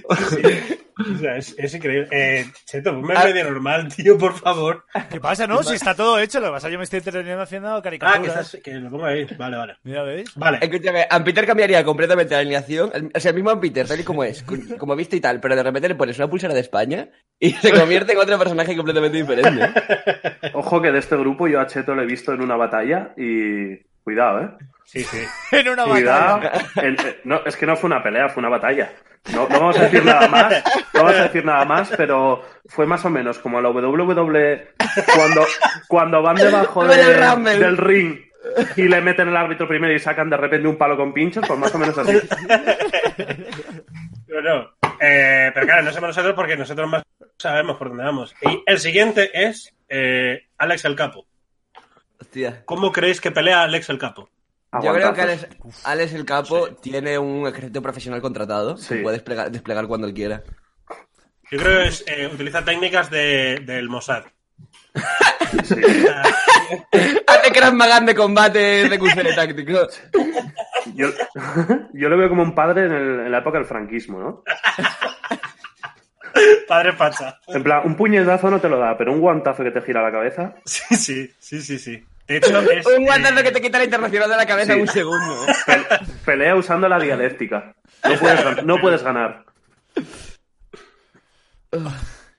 [SPEAKER 5] o sea, es, es increíble. Eh, Cheto, ponme en medio normal, tío, por favor.
[SPEAKER 1] ¿Qué pasa, no? Si está todo hecho, lo que pasa yo me estoy entreteniendo haciendo caricaturas.
[SPEAKER 5] Ah, que, estás, que lo pongo ahí. Vale, vale.
[SPEAKER 1] Mira, ¿veis?
[SPEAKER 5] Vale.
[SPEAKER 6] Escúchame, Ampiter cambiaría completamente la alineación. el- O sea, el mismo Ampiter, tal y como es, cu- como visto y tal, pero de repente le pones una pulsera de España y se convierte en otro personaje completamente diferente.
[SPEAKER 10] Ojo que de este grupo yo a Cheto lo he visto en una batalla y... Cuidado, ¿eh?
[SPEAKER 5] Sí, sí.
[SPEAKER 1] En una
[SPEAKER 10] Cuidado.
[SPEAKER 1] batalla.
[SPEAKER 10] El- eh, no, es que no fue una pelea, fue una batalla. No, no vamos a decir nada más, no vamos a decir nada más, pero fue más o menos como la WWE cuando, cuando van debajo de-
[SPEAKER 6] Royal Rumble.
[SPEAKER 10] del ring y le meten el árbitro primero y sacan de repente un palo con pinchos, pues más o menos así.
[SPEAKER 5] Pero no. Eh, pero claro, no somos nosotros porque nosotros más sabemos por dónde vamos. Y el siguiente es eh, Alex el Capo.
[SPEAKER 6] Hostia.
[SPEAKER 5] ¿Cómo creéis que pelea Alex el Capo?
[SPEAKER 6] Yo creo que
[SPEAKER 10] Aguantazos.
[SPEAKER 6] Alex, Alex el Capo tiene un ejército profesional contratado
[SPEAKER 10] Sí.
[SPEAKER 6] que puede desplegar, desplegar cuando él quiera.
[SPEAKER 5] Yo creo que es, eh, utiliza técnicas de, del Mossad.
[SPEAKER 10] Sí.
[SPEAKER 6] Hace Krav Maga de combate de cuchillo táctico.
[SPEAKER 10] Yo, yo lo veo como un padre en, el- en la época del franquismo, ¿no?
[SPEAKER 5] Padre Pacha.
[SPEAKER 10] En plan, un puñetazo no te lo da, pero un guantazo que te gira la cabeza.
[SPEAKER 5] Sí, sí, sí, sí, sí. De hecho, es,
[SPEAKER 6] Un guantazo
[SPEAKER 5] eh,
[SPEAKER 6] que te quita la internacional de la cabeza
[SPEAKER 10] sí.
[SPEAKER 6] en un segundo.
[SPEAKER 10] Pe- pelea usando la dialéctica. No puedes, gan- no puedes ganar.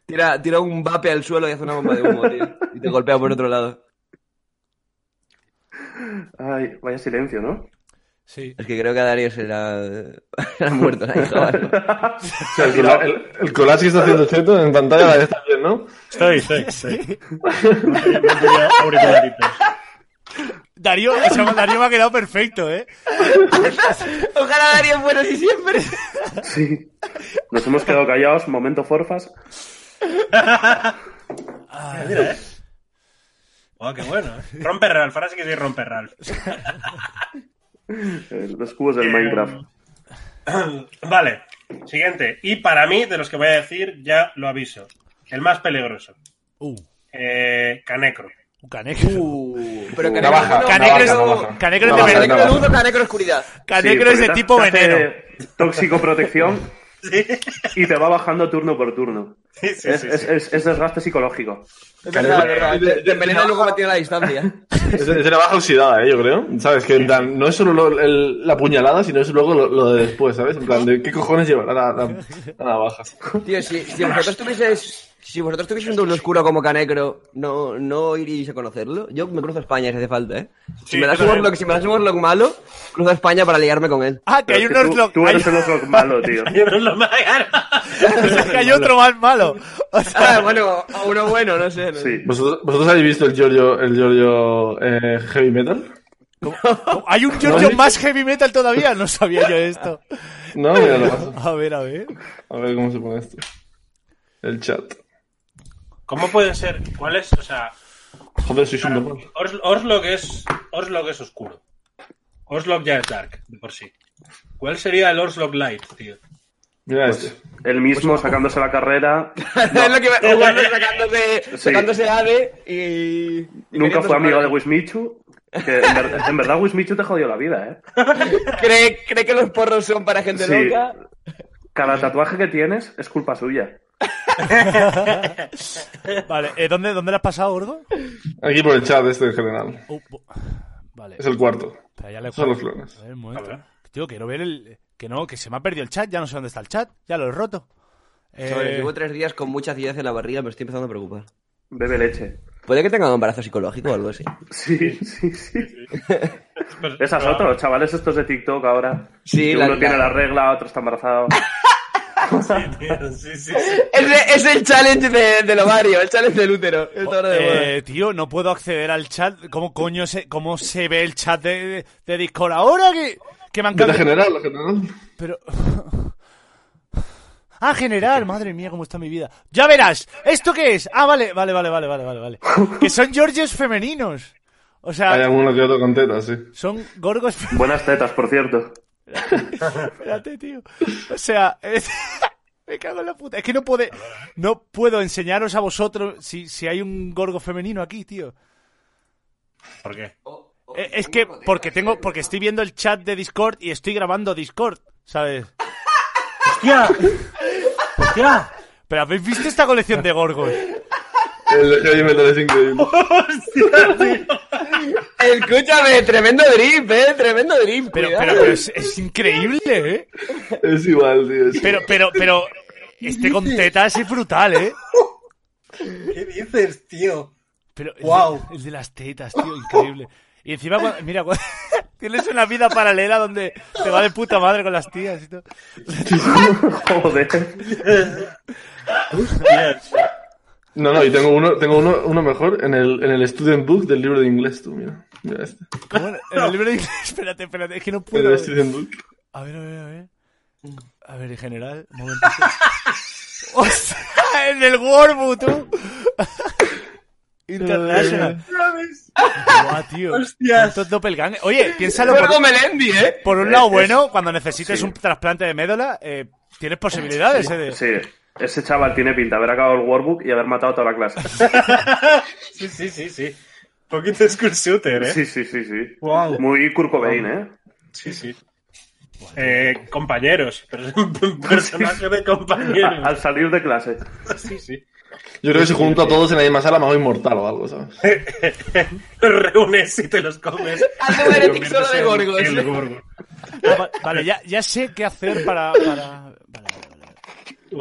[SPEAKER 6] Tira, tira un vape al suelo y hace una bomba de humo, tío. Y te golpea por otro lado.
[SPEAKER 10] Ay, vaya silencio, ¿no?
[SPEAKER 1] Sí.
[SPEAKER 6] Es que creo que a Darío se la ha muerto la hija. ¿vale?
[SPEAKER 2] O sea, el, cola- el, el collage que está haciendo Cheto en pantalla está bien, ¿no?
[SPEAKER 5] Estoy, estoy, estoy. Me ponía auricularitos.
[SPEAKER 1] Darío, o sea, Darío me ha quedado perfecto, ¿eh?
[SPEAKER 6] Ojalá Darío fuera así siempre.
[SPEAKER 10] Sí. Nos hemos quedado callados, momento forfas.
[SPEAKER 5] Oh, eh. qué bueno. ¿eh? Romper Ralph, ahora sí que soy Romper Ralph.
[SPEAKER 10] Eh, Los cubos del Minecraft.
[SPEAKER 5] Vale, siguiente. Y para mí, de los que voy a decir, ya lo aviso. El más peligroso.
[SPEAKER 1] Uh,
[SPEAKER 5] Eh, Canecro.
[SPEAKER 1] un
[SPEAKER 10] Uh.
[SPEAKER 1] canecro.
[SPEAKER 6] Uh, Pero
[SPEAKER 10] Una
[SPEAKER 6] Canecro es
[SPEAKER 10] baja,
[SPEAKER 6] uno-
[SPEAKER 1] Canecro
[SPEAKER 2] Uh, Navaja,
[SPEAKER 1] es-
[SPEAKER 2] navaja.
[SPEAKER 1] Canecro es de
[SPEAKER 2] Navaja,
[SPEAKER 1] veneno.
[SPEAKER 6] Canecro es
[SPEAKER 2] navaja.
[SPEAKER 6] uno, Canecro es oscuridad.
[SPEAKER 1] Canecro
[SPEAKER 10] Sí,
[SPEAKER 1] es de
[SPEAKER 10] porque te-
[SPEAKER 1] tipo
[SPEAKER 10] te hace
[SPEAKER 1] veneno.
[SPEAKER 10] Tóxico protección y te va bajando turno por turno.
[SPEAKER 5] Sí, sí,
[SPEAKER 10] Es,
[SPEAKER 5] sí,
[SPEAKER 10] es-
[SPEAKER 5] sí.
[SPEAKER 10] es- es desgaste psicológico.
[SPEAKER 6] Es verdad, es verdad. Te- Te envenena y luego la tiene a la distancia.
[SPEAKER 2] Es, es de navaja oxidada, ¿eh? Yo creo. ¿Sabes? Que en plan, no es solo lo- el- la puñalada, sino es luego lo, lo de después, ¿sabes? En plan, ¿de qué cojones llevará la, la- la navaja?
[SPEAKER 6] Tío, si, si vosotros tuvieseis. Si vosotros tuvieseis un doble oscuro como Canecro, no, no iríais a conocerlo. Yo me cruzo a España si hace falta, ¿eh? Si
[SPEAKER 5] Sí,
[SPEAKER 6] me das
[SPEAKER 5] yo
[SPEAKER 6] un
[SPEAKER 5] también.
[SPEAKER 6] Orlok, si me das un Orlok malo, cruzo a España para liarme con él.
[SPEAKER 1] Ah, que
[SPEAKER 10] Pero
[SPEAKER 1] hay
[SPEAKER 10] es
[SPEAKER 1] un
[SPEAKER 10] que tú-
[SPEAKER 1] Orlok.
[SPEAKER 10] Tú
[SPEAKER 1] hay-
[SPEAKER 10] eres el Oslock malo, tío.
[SPEAKER 5] Yo no lo me
[SPEAKER 1] o sea, que hay otro más malo. O sea,
[SPEAKER 6] Ah, bueno, a uno bueno, no sé. no sé.
[SPEAKER 10] Sí.
[SPEAKER 2] ¿Vosotros, vosotros habéis visto el Giorgio, el Giorgio eh, Heavy Metal?
[SPEAKER 1] hay un Giorgio más heavy metal todavía. No sabía yo esto.
[SPEAKER 2] No, mira, lo paso.
[SPEAKER 1] A ver, a ver.
[SPEAKER 2] A ver cómo se pone esto. El chat.
[SPEAKER 5] ¿Cómo puede ser? ¿Cuál es? O sea,
[SPEAKER 2] Joder, soy un normal.
[SPEAKER 5] Ors- Orslog es, Orslog es oscuro. Orslog ya es dark, de por sí. ¿Cuál sería el Orslog light, tío?
[SPEAKER 2] Mira este.
[SPEAKER 10] El mismo
[SPEAKER 1] Pues,
[SPEAKER 10] sacándose la carrera.
[SPEAKER 6] es lo que me- un Orlok sacándose,
[SPEAKER 10] Sí.
[SPEAKER 6] sacándose ave y. y
[SPEAKER 10] Nunca
[SPEAKER 6] metiéndose
[SPEAKER 10] fue amigo de
[SPEAKER 6] mano.
[SPEAKER 10] Wismichu. Que en, ver- en verdad Wismichu te jodió la vida, ¿eh?
[SPEAKER 6] ¿Cree, cree que los porros son para gente
[SPEAKER 10] Sí.
[SPEAKER 6] loca?
[SPEAKER 10] Cada tatuaje que tienes es culpa suya.
[SPEAKER 1] Vale, eh, ¿dónde, ¿dónde la has pasado, Gordo?
[SPEAKER 2] Aquí por el chat este en general.
[SPEAKER 1] Oh, bo- vale.
[SPEAKER 2] Es el cuarto.
[SPEAKER 1] Espera, ya le
[SPEAKER 2] Son los clones.
[SPEAKER 1] A ver, un momento.
[SPEAKER 5] A ver.
[SPEAKER 1] Tío, quiero ver el. Que no, que se me ha perdido el chat. Ya no sé dónde está el chat. Ya lo he roto. Eh,
[SPEAKER 6] Sobre, llevo tres días con mucha acidez en la barriga, me estoy empezando a preocupar.
[SPEAKER 10] Bebe leche.
[SPEAKER 6] Puede que tenga un embarazo psicológico o algo así.
[SPEAKER 10] Sí, sí, sí. Esas otras, los chavales estos de TikTok ahora.
[SPEAKER 6] Sí,
[SPEAKER 10] que
[SPEAKER 6] la-
[SPEAKER 10] uno tiene
[SPEAKER 6] la-
[SPEAKER 10] la regla, otro está embarazado.
[SPEAKER 5] Sí, sí, sí.
[SPEAKER 6] Es, el challenge de, del ovario, el challenge del útero. Está ahora de moda.
[SPEAKER 1] Eh, tío, no puedo acceder al chat. ¿Cómo coño se, cómo se ve el chat de, de- de Discord ahora que, que me han
[SPEAKER 2] La
[SPEAKER 1] cambiado?
[SPEAKER 2] general, la general.
[SPEAKER 1] Pero. Ah, general, madre mía, cómo está mi vida. Ya verás, ¿esto qué es? Ah, vale, vale, vale, vale, vale, vale, vale. Que son Georgios femeninos. O
[SPEAKER 2] Hay
[SPEAKER 1] sea,
[SPEAKER 2] alguno que otro con tetas, sí.
[SPEAKER 1] son gorgos femeninos.
[SPEAKER 10] Buenas tetas, por cierto.
[SPEAKER 1] Espérate, tío. O sea, es- me cago en la puta. Es que no puede, no puedo enseñaros a vosotros si, si hay un gorgo femenino aquí, tío.
[SPEAKER 5] ¿Por qué?
[SPEAKER 1] Eh, Es que porque tengo, porque estoy viendo el chat de Discord y estoy grabando Discord, ¿sabes?
[SPEAKER 5] ¡Hostia! ¡Hostia!
[SPEAKER 1] Pero habéis visto esta colección de gorgos.
[SPEAKER 2] El Heavy Metal es increíble.
[SPEAKER 6] Escúchame, tremendo drip, eh, tremendo drip.
[SPEAKER 1] Pero,
[SPEAKER 6] cuidado.
[SPEAKER 1] pero, pero es, es increíble, ¿eh?
[SPEAKER 2] Es igual, tío. es
[SPEAKER 1] Pero,
[SPEAKER 2] igual.
[SPEAKER 1] pero, pero este con tetas es brutal, ¿eh?
[SPEAKER 5] ¿Qué dices, tío?
[SPEAKER 1] Pero el,
[SPEAKER 5] Guau.
[SPEAKER 1] de, el de las tetas, tío, increíble. Y encima, cua- mira, cua- tienes una vida paralela donde te va de puta madre con las tías y todo.
[SPEAKER 10] Joder.
[SPEAKER 2] No, no, y tengo uno, tengo uno, uno mejor en el, en el student book del libro de inglés, tú, mira. Mira este.
[SPEAKER 1] ¿Cómo era? En el libro de inglés, espérate, espérate, es que no
[SPEAKER 2] En
[SPEAKER 1] puedo.
[SPEAKER 2] el student book.
[SPEAKER 1] A ver, a ver, a ver.
[SPEAKER 10] Mm.
[SPEAKER 1] A ver, en general, un momentito. ¡Hostia! En el Warbu, tú. International. Guau, tío.
[SPEAKER 5] Hostias.
[SPEAKER 1] ¿Cuántos doppelgangers? Oye, piénsalo por,
[SPEAKER 6] Gorgo Melendi, eh.
[SPEAKER 1] por un lado
[SPEAKER 10] Es-
[SPEAKER 1] bueno, cuando necesites
[SPEAKER 10] sí.
[SPEAKER 1] un trasplante de médula, eh, tienes posibilidades, eh. de-
[SPEAKER 10] Sí, ese chaval tiene pinta de haber acabado el workbook y haber matado a toda la clase.
[SPEAKER 5] Sí, sí, sí, sí. Poquito school shooter, ¿eh?
[SPEAKER 10] Sí, sí, sí, sí.
[SPEAKER 5] Wow.
[SPEAKER 10] Muy Kurt Cobain, ¿eh?
[SPEAKER 5] Sí, sí. Eh, compañeros, per- personaje de compañeros.
[SPEAKER 10] A- al salir de clase.
[SPEAKER 5] Sí, sí.
[SPEAKER 2] Yo creo que si junto a todos en la misma sala me hago inmortal o algo, ¿sabes?
[SPEAKER 1] Eh,
[SPEAKER 5] Los reúnes y te los comes.
[SPEAKER 6] Haz un heretic solo de gorgos.
[SPEAKER 5] El gorgo.
[SPEAKER 1] Ah, va- vale, ya, ya sé qué hacer para... para... Vale, vale, vale.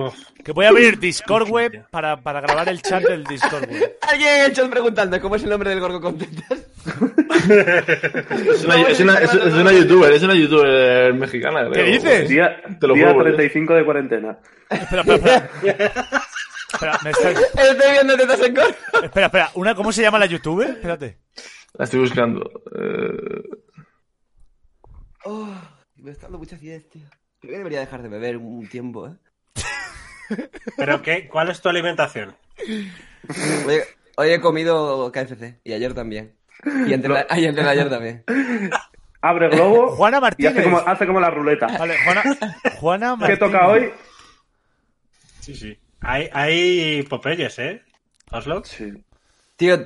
[SPEAKER 5] Uf.
[SPEAKER 1] Que voy a abrir Discord web para, para grabar el chat del Discord web.
[SPEAKER 6] Alguien en el chat preguntando cómo es el nombre del gorgo con tetas.
[SPEAKER 2] Es una, es una, es- es una youtuber, es una youtuber mexicana, creo.
[SPEAKER 1] ¿Qué dices?
[SPEAKER 10] Día,
[SPEAKER 2] Te lo ¿eh?
[SPEAKER 10] día
[SPEAKER 2] juro,
[SPEAKER 10] 35 de cuarentena.
[SPEAKER 1] Espera, espera, espera. Espera, me está-
[SPEAKER 6] Estoy viendo tetas en gorgo.
[SPEAKER 1] espera, espera. Una, ¿Cómo se llama la youtuber? Espérate.
[SPEAKER 2] La estoy buscando. Eh,
[SPEAKER 6] Oh, me está dando mucha acidez, tío. Creo que debería dejar de beber un tiempo, eh.
[SPEAKER 5] ¿Pero qué? ¿Cuál es tu alimentación?
[SPEAKER 6] Hoy, hoy he comido KFC y ayer también. Y antes, de, ay, antes de ayer también.
[SPEAKER 10] Abre globo.
[SPEAKER 1] Juana
[SPEAKER 10] Y hace
[SPEAKER 1] Martínez.
[SPEAKER 10] como, hace como la ruleta.
[SPEAKER 1] Vale, Juana, Juana
[SPEAKER 10] ¿Qué
[SPEAKER 1] Martínez.
[SPEAKER 10] toca hoy?
[SPEAKER 5] Sí, sí. Hay, hay Popeyes, ¿eh? Oslo.
[SPEAKER 10] Sí.
[SPEAKER 6] Tío,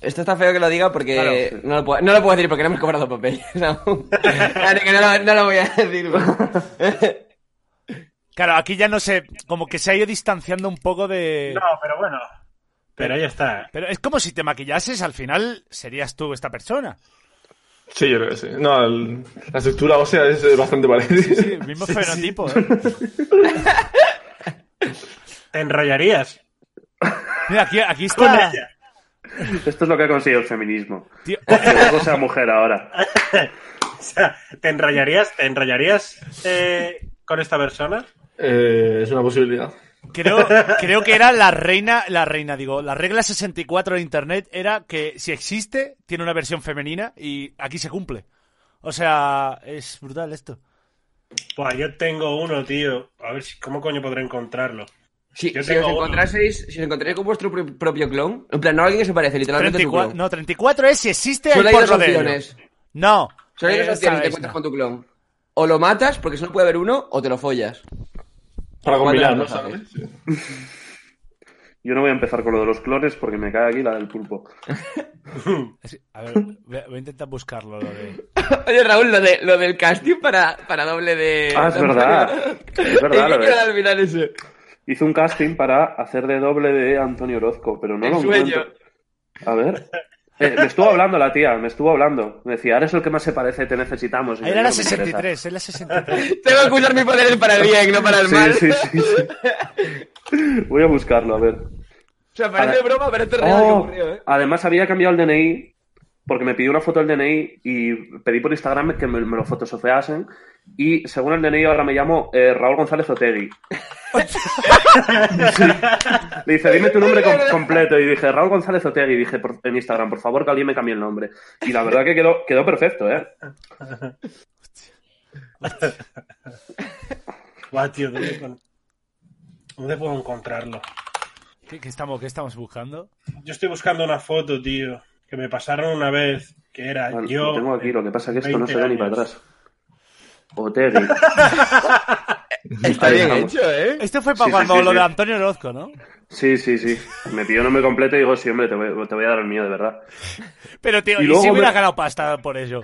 [SPEAKER 6] esto está feo que lo diga porque no, lo puedo, no lo puedo decir porque no me he cobrado papel. No, no, lo, no lo voy a decir.
[SPEAKER 1] Claro, aquí ya no sé, como que se ha ido distanciando un poco de...
[SPEAKER 5] No, pero bueno. Pero ahí está.
[SPEAKER 1] Pero es como si te maquillases, al final serías tú esta persona.
[SPEAKER 2] sí, yo creo que sí. No, el- la estructura ósea es eh, bastante parecida.
[SPEAKER 1] Sí, el mismo fenotipo, ¿eh?
[SPEAKER 5] Te enrollarías
[SPEAKER 1] Mira, aquí, aquí
[SPEAKER 5] con
[SPEAKER 6] Ah.
[SPEAKER 1] está...
[SPEAKER 5] ella.
[SPEAKER 10] Esto es lo que ha conseguido el feminismo.
[SPEAKER 1] Tío,
[SPEAKER 10] Que luego sea mujer ahora.
[SPEAKER 5] O sea, ¿te enrollarías, te enrollarías eh, con esta persona?
[SPEAKER 2] Eh, es una posibilidad.
[SPEAKER 1] Creo, creo que era la reina, la reina, digo, la regla 64 de Internet era que si existe, tiene una versión femenina y aquí se cumple. O sea, es brutal esto.
[SPEAKER 5] Buah, yo tengo uno, tío. A ver si, cómo coño podré encontrarlo.
[SPEAKER 6] Si,
[SPEAKER 5] Yo
[SPEAKER 6] si,
[SPEAKER 5] tengo
[SPEAKER 6] os
[SPEAKER 5] uno.
[SPEAKER 6] encontráis, si os encontráis con vuestro pro- propio clon, en plan, no alguien que se parece, literalmente
[SPEAKER 1] 34,
[SPEAKER 6] tu clon.
[SPEAKER 1] no, 34 es si existe,
[SPEAKER 6] Solo
[SPEAKER 1] hay
[SPEAKER 6] hay
[SPEAKER 1] por
[SPEAKER 6] dos
[SPEAKER 1] lo de ello.
[SPEAKER 6] opciones.
[SPEAKER 1] No.
[SPEAKER 6] Solo hay dos
[SPEAKER 1] esa
[SPEAKER 6] opciones y
[SPEAKER 1] es
[SPEAKER 6] te encuentras
[SPEAKER 1] no.
[SPEAKER 6] con tu clon. O lo matas, porque solo puede haber uno, o te lo follas.
[SPEAKER 2] Para combinar, ¿no?
[SPEAKER 6] ¿Cuántas cosas
[SPEAKER 2] ¿Sabes? Sí.
[SPEAKER 10] Yo no voy a empezar con lo de los clones porque me cae aquí la del pulpo.
[SPEAKER 1] Es- A ver, voy a, voy a intentar buscarlo. Lo de...
[SPEAKER 6] Oye, Raúl, lo, de, lo del casting para, para doble de...
[SPEAKER 10] Ah, es verdad. Es verdad,
[SPEAKER 6] ¿Qué
[SPEAKER 10] lo
[SPEAKER 6] queda
[SPEAKER 10] ves.
[SPEAKER 6] al final eso?
[SPEAKER 10] Hizo un casting para hacer de doble de Antonio Orozco, pero no
[SPEAKER 6] El
[SPEAKER 10] lo
[SPEAKER 6] sueño.
[SPEAKER 10] encuentro. A ver. Eh, me estuvo hablando la tía, me estuvo hablando. Me decía, eres el que más se parece, te necesitamos. Y
[SPEAKER 1] Ah,
[SPEAKER 10] yo,
[SPEAKER 1] Era la
[SPEAKER 10] no me interesa.
[SPEAKER 1] 63, es la 63.
[SPEAKER 6] Tengo que usar mis poderes para el bien, no para el
[SPEAKER 10] Sí,
[SPEAKER 6] mal.
[SPEAKER 10] sí, sí, sí. Voy a buscarlo, a ver.
[SPEAKER 6] O sea, parece
[SPEAKER 10] Ahora-
[SPEAKER 6] broma, pero este real que
[SPEAKER 10] Oh,
[SPEAKER 6] ocurrió, ¿eh?
[SPEAKER 10] además había cambiado el DNI porque me pidió una foto del DNI y pedí por Instagram que me, me lo fotosofeasen y según el DNI ahora me llamo eh, Raúl González Otegui. Sí. Le dice, dime tu nombre com- completo y dije, Raúl González Otegui, dije por- en Instagram, por favor que alguien me cambie el nombre. Y la verdad que quedó, quedó perfecto, ¿eh?
[SPEAKER 5] Guau, tío, ¿dónde, con- dónde puedo encontrarlo?
[SPEAKER 1] ¿Qué, qué estamos, ¿Qué estamos buscando?
[SPEAKER 5] Yo estoy buscando una foto, tío, que me pasaron una vez, que era
[SPEAKER 10] Bueno,
[SPEAKER 5] yo...
[SPEAKER 10] lo tengo aquí, lo que pasa es que esto no
[SPEAKER 5] 20
[SPEAKER 10] se ve ni para
[SPEAKER 5] años.
[SPEAKER 10] atrás. Otegui.
[SPEAKER 6] Está
[SPEAKER 10] Ahí
[SPEAKER 6] bien
[SPEAKER 10] estamos.
[SPEAKER 6] hecho, ¿eh?
[SPEAKER 1] Este fue para
[SPEAKER 10] Sí, sí,
[SPEAKER 1] cuando
[SPEAKER 10] sí,
[SPEAKER 1] lo
[SPEAKER 10] sí.
[SPEAKER 1] de Antonio Orozco, ¿no?
[SPEAKER 10] Sí, sí, sí. Me pidió nombre completo y digo, sí, hombre, te voy, te voy a dar el mío, de verdad.
[SPEAKER 1] Pero, tío,
[SPEAKER 10] Y
[SPEAKER 1] y,
[SPEAKER 10] luego
[SPEAKER 1] si
[SPEAKER 10] me-
[SPEAKER 1] hubiera ganado pasta por ello.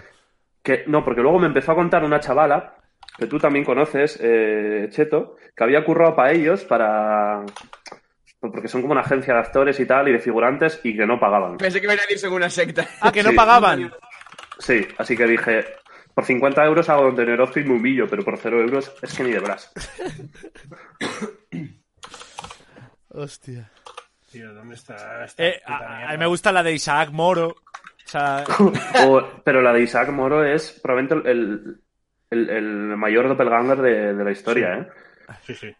[SPEAKER 10] Que, no, porque luego me empezó a contar una chavala, que tú también conoces, eh, Cheto, que había currado para ellos, para... Porque son como una agencia de actores y tal, y de figurantes, y que no pagaban.
[SPEAKER 6] Pensé que venía a ir según una secta.
[SPEAKER 1] Ah, que no
[SPEAKER 10] Sí.
[SPEAKER 1] pagaban.
[SPEAKER 10] Sí, así que dije, por 50 euros hago Don Orozco y me humillo, pero por 0 euros es que ni de bras.
[SPEAKER 1] Hostia.
[SPEAKER 5] Tío, ¿dónde está esta
[SPEAKER 1] Eh,
[SPEAKER 5] puta
[SPEAKER 1] a, a
[SPEAKER 5] mierda?
[SPEAKER 1] mí me gusta la de Isaac Moro. O sea,
[SPEAKER 10] O- pero la de Isaac Moro es probablemente el, el- el mayor doppelganger de, de la historia, ¿eh?
[SPEAKER 5] Sí, sí.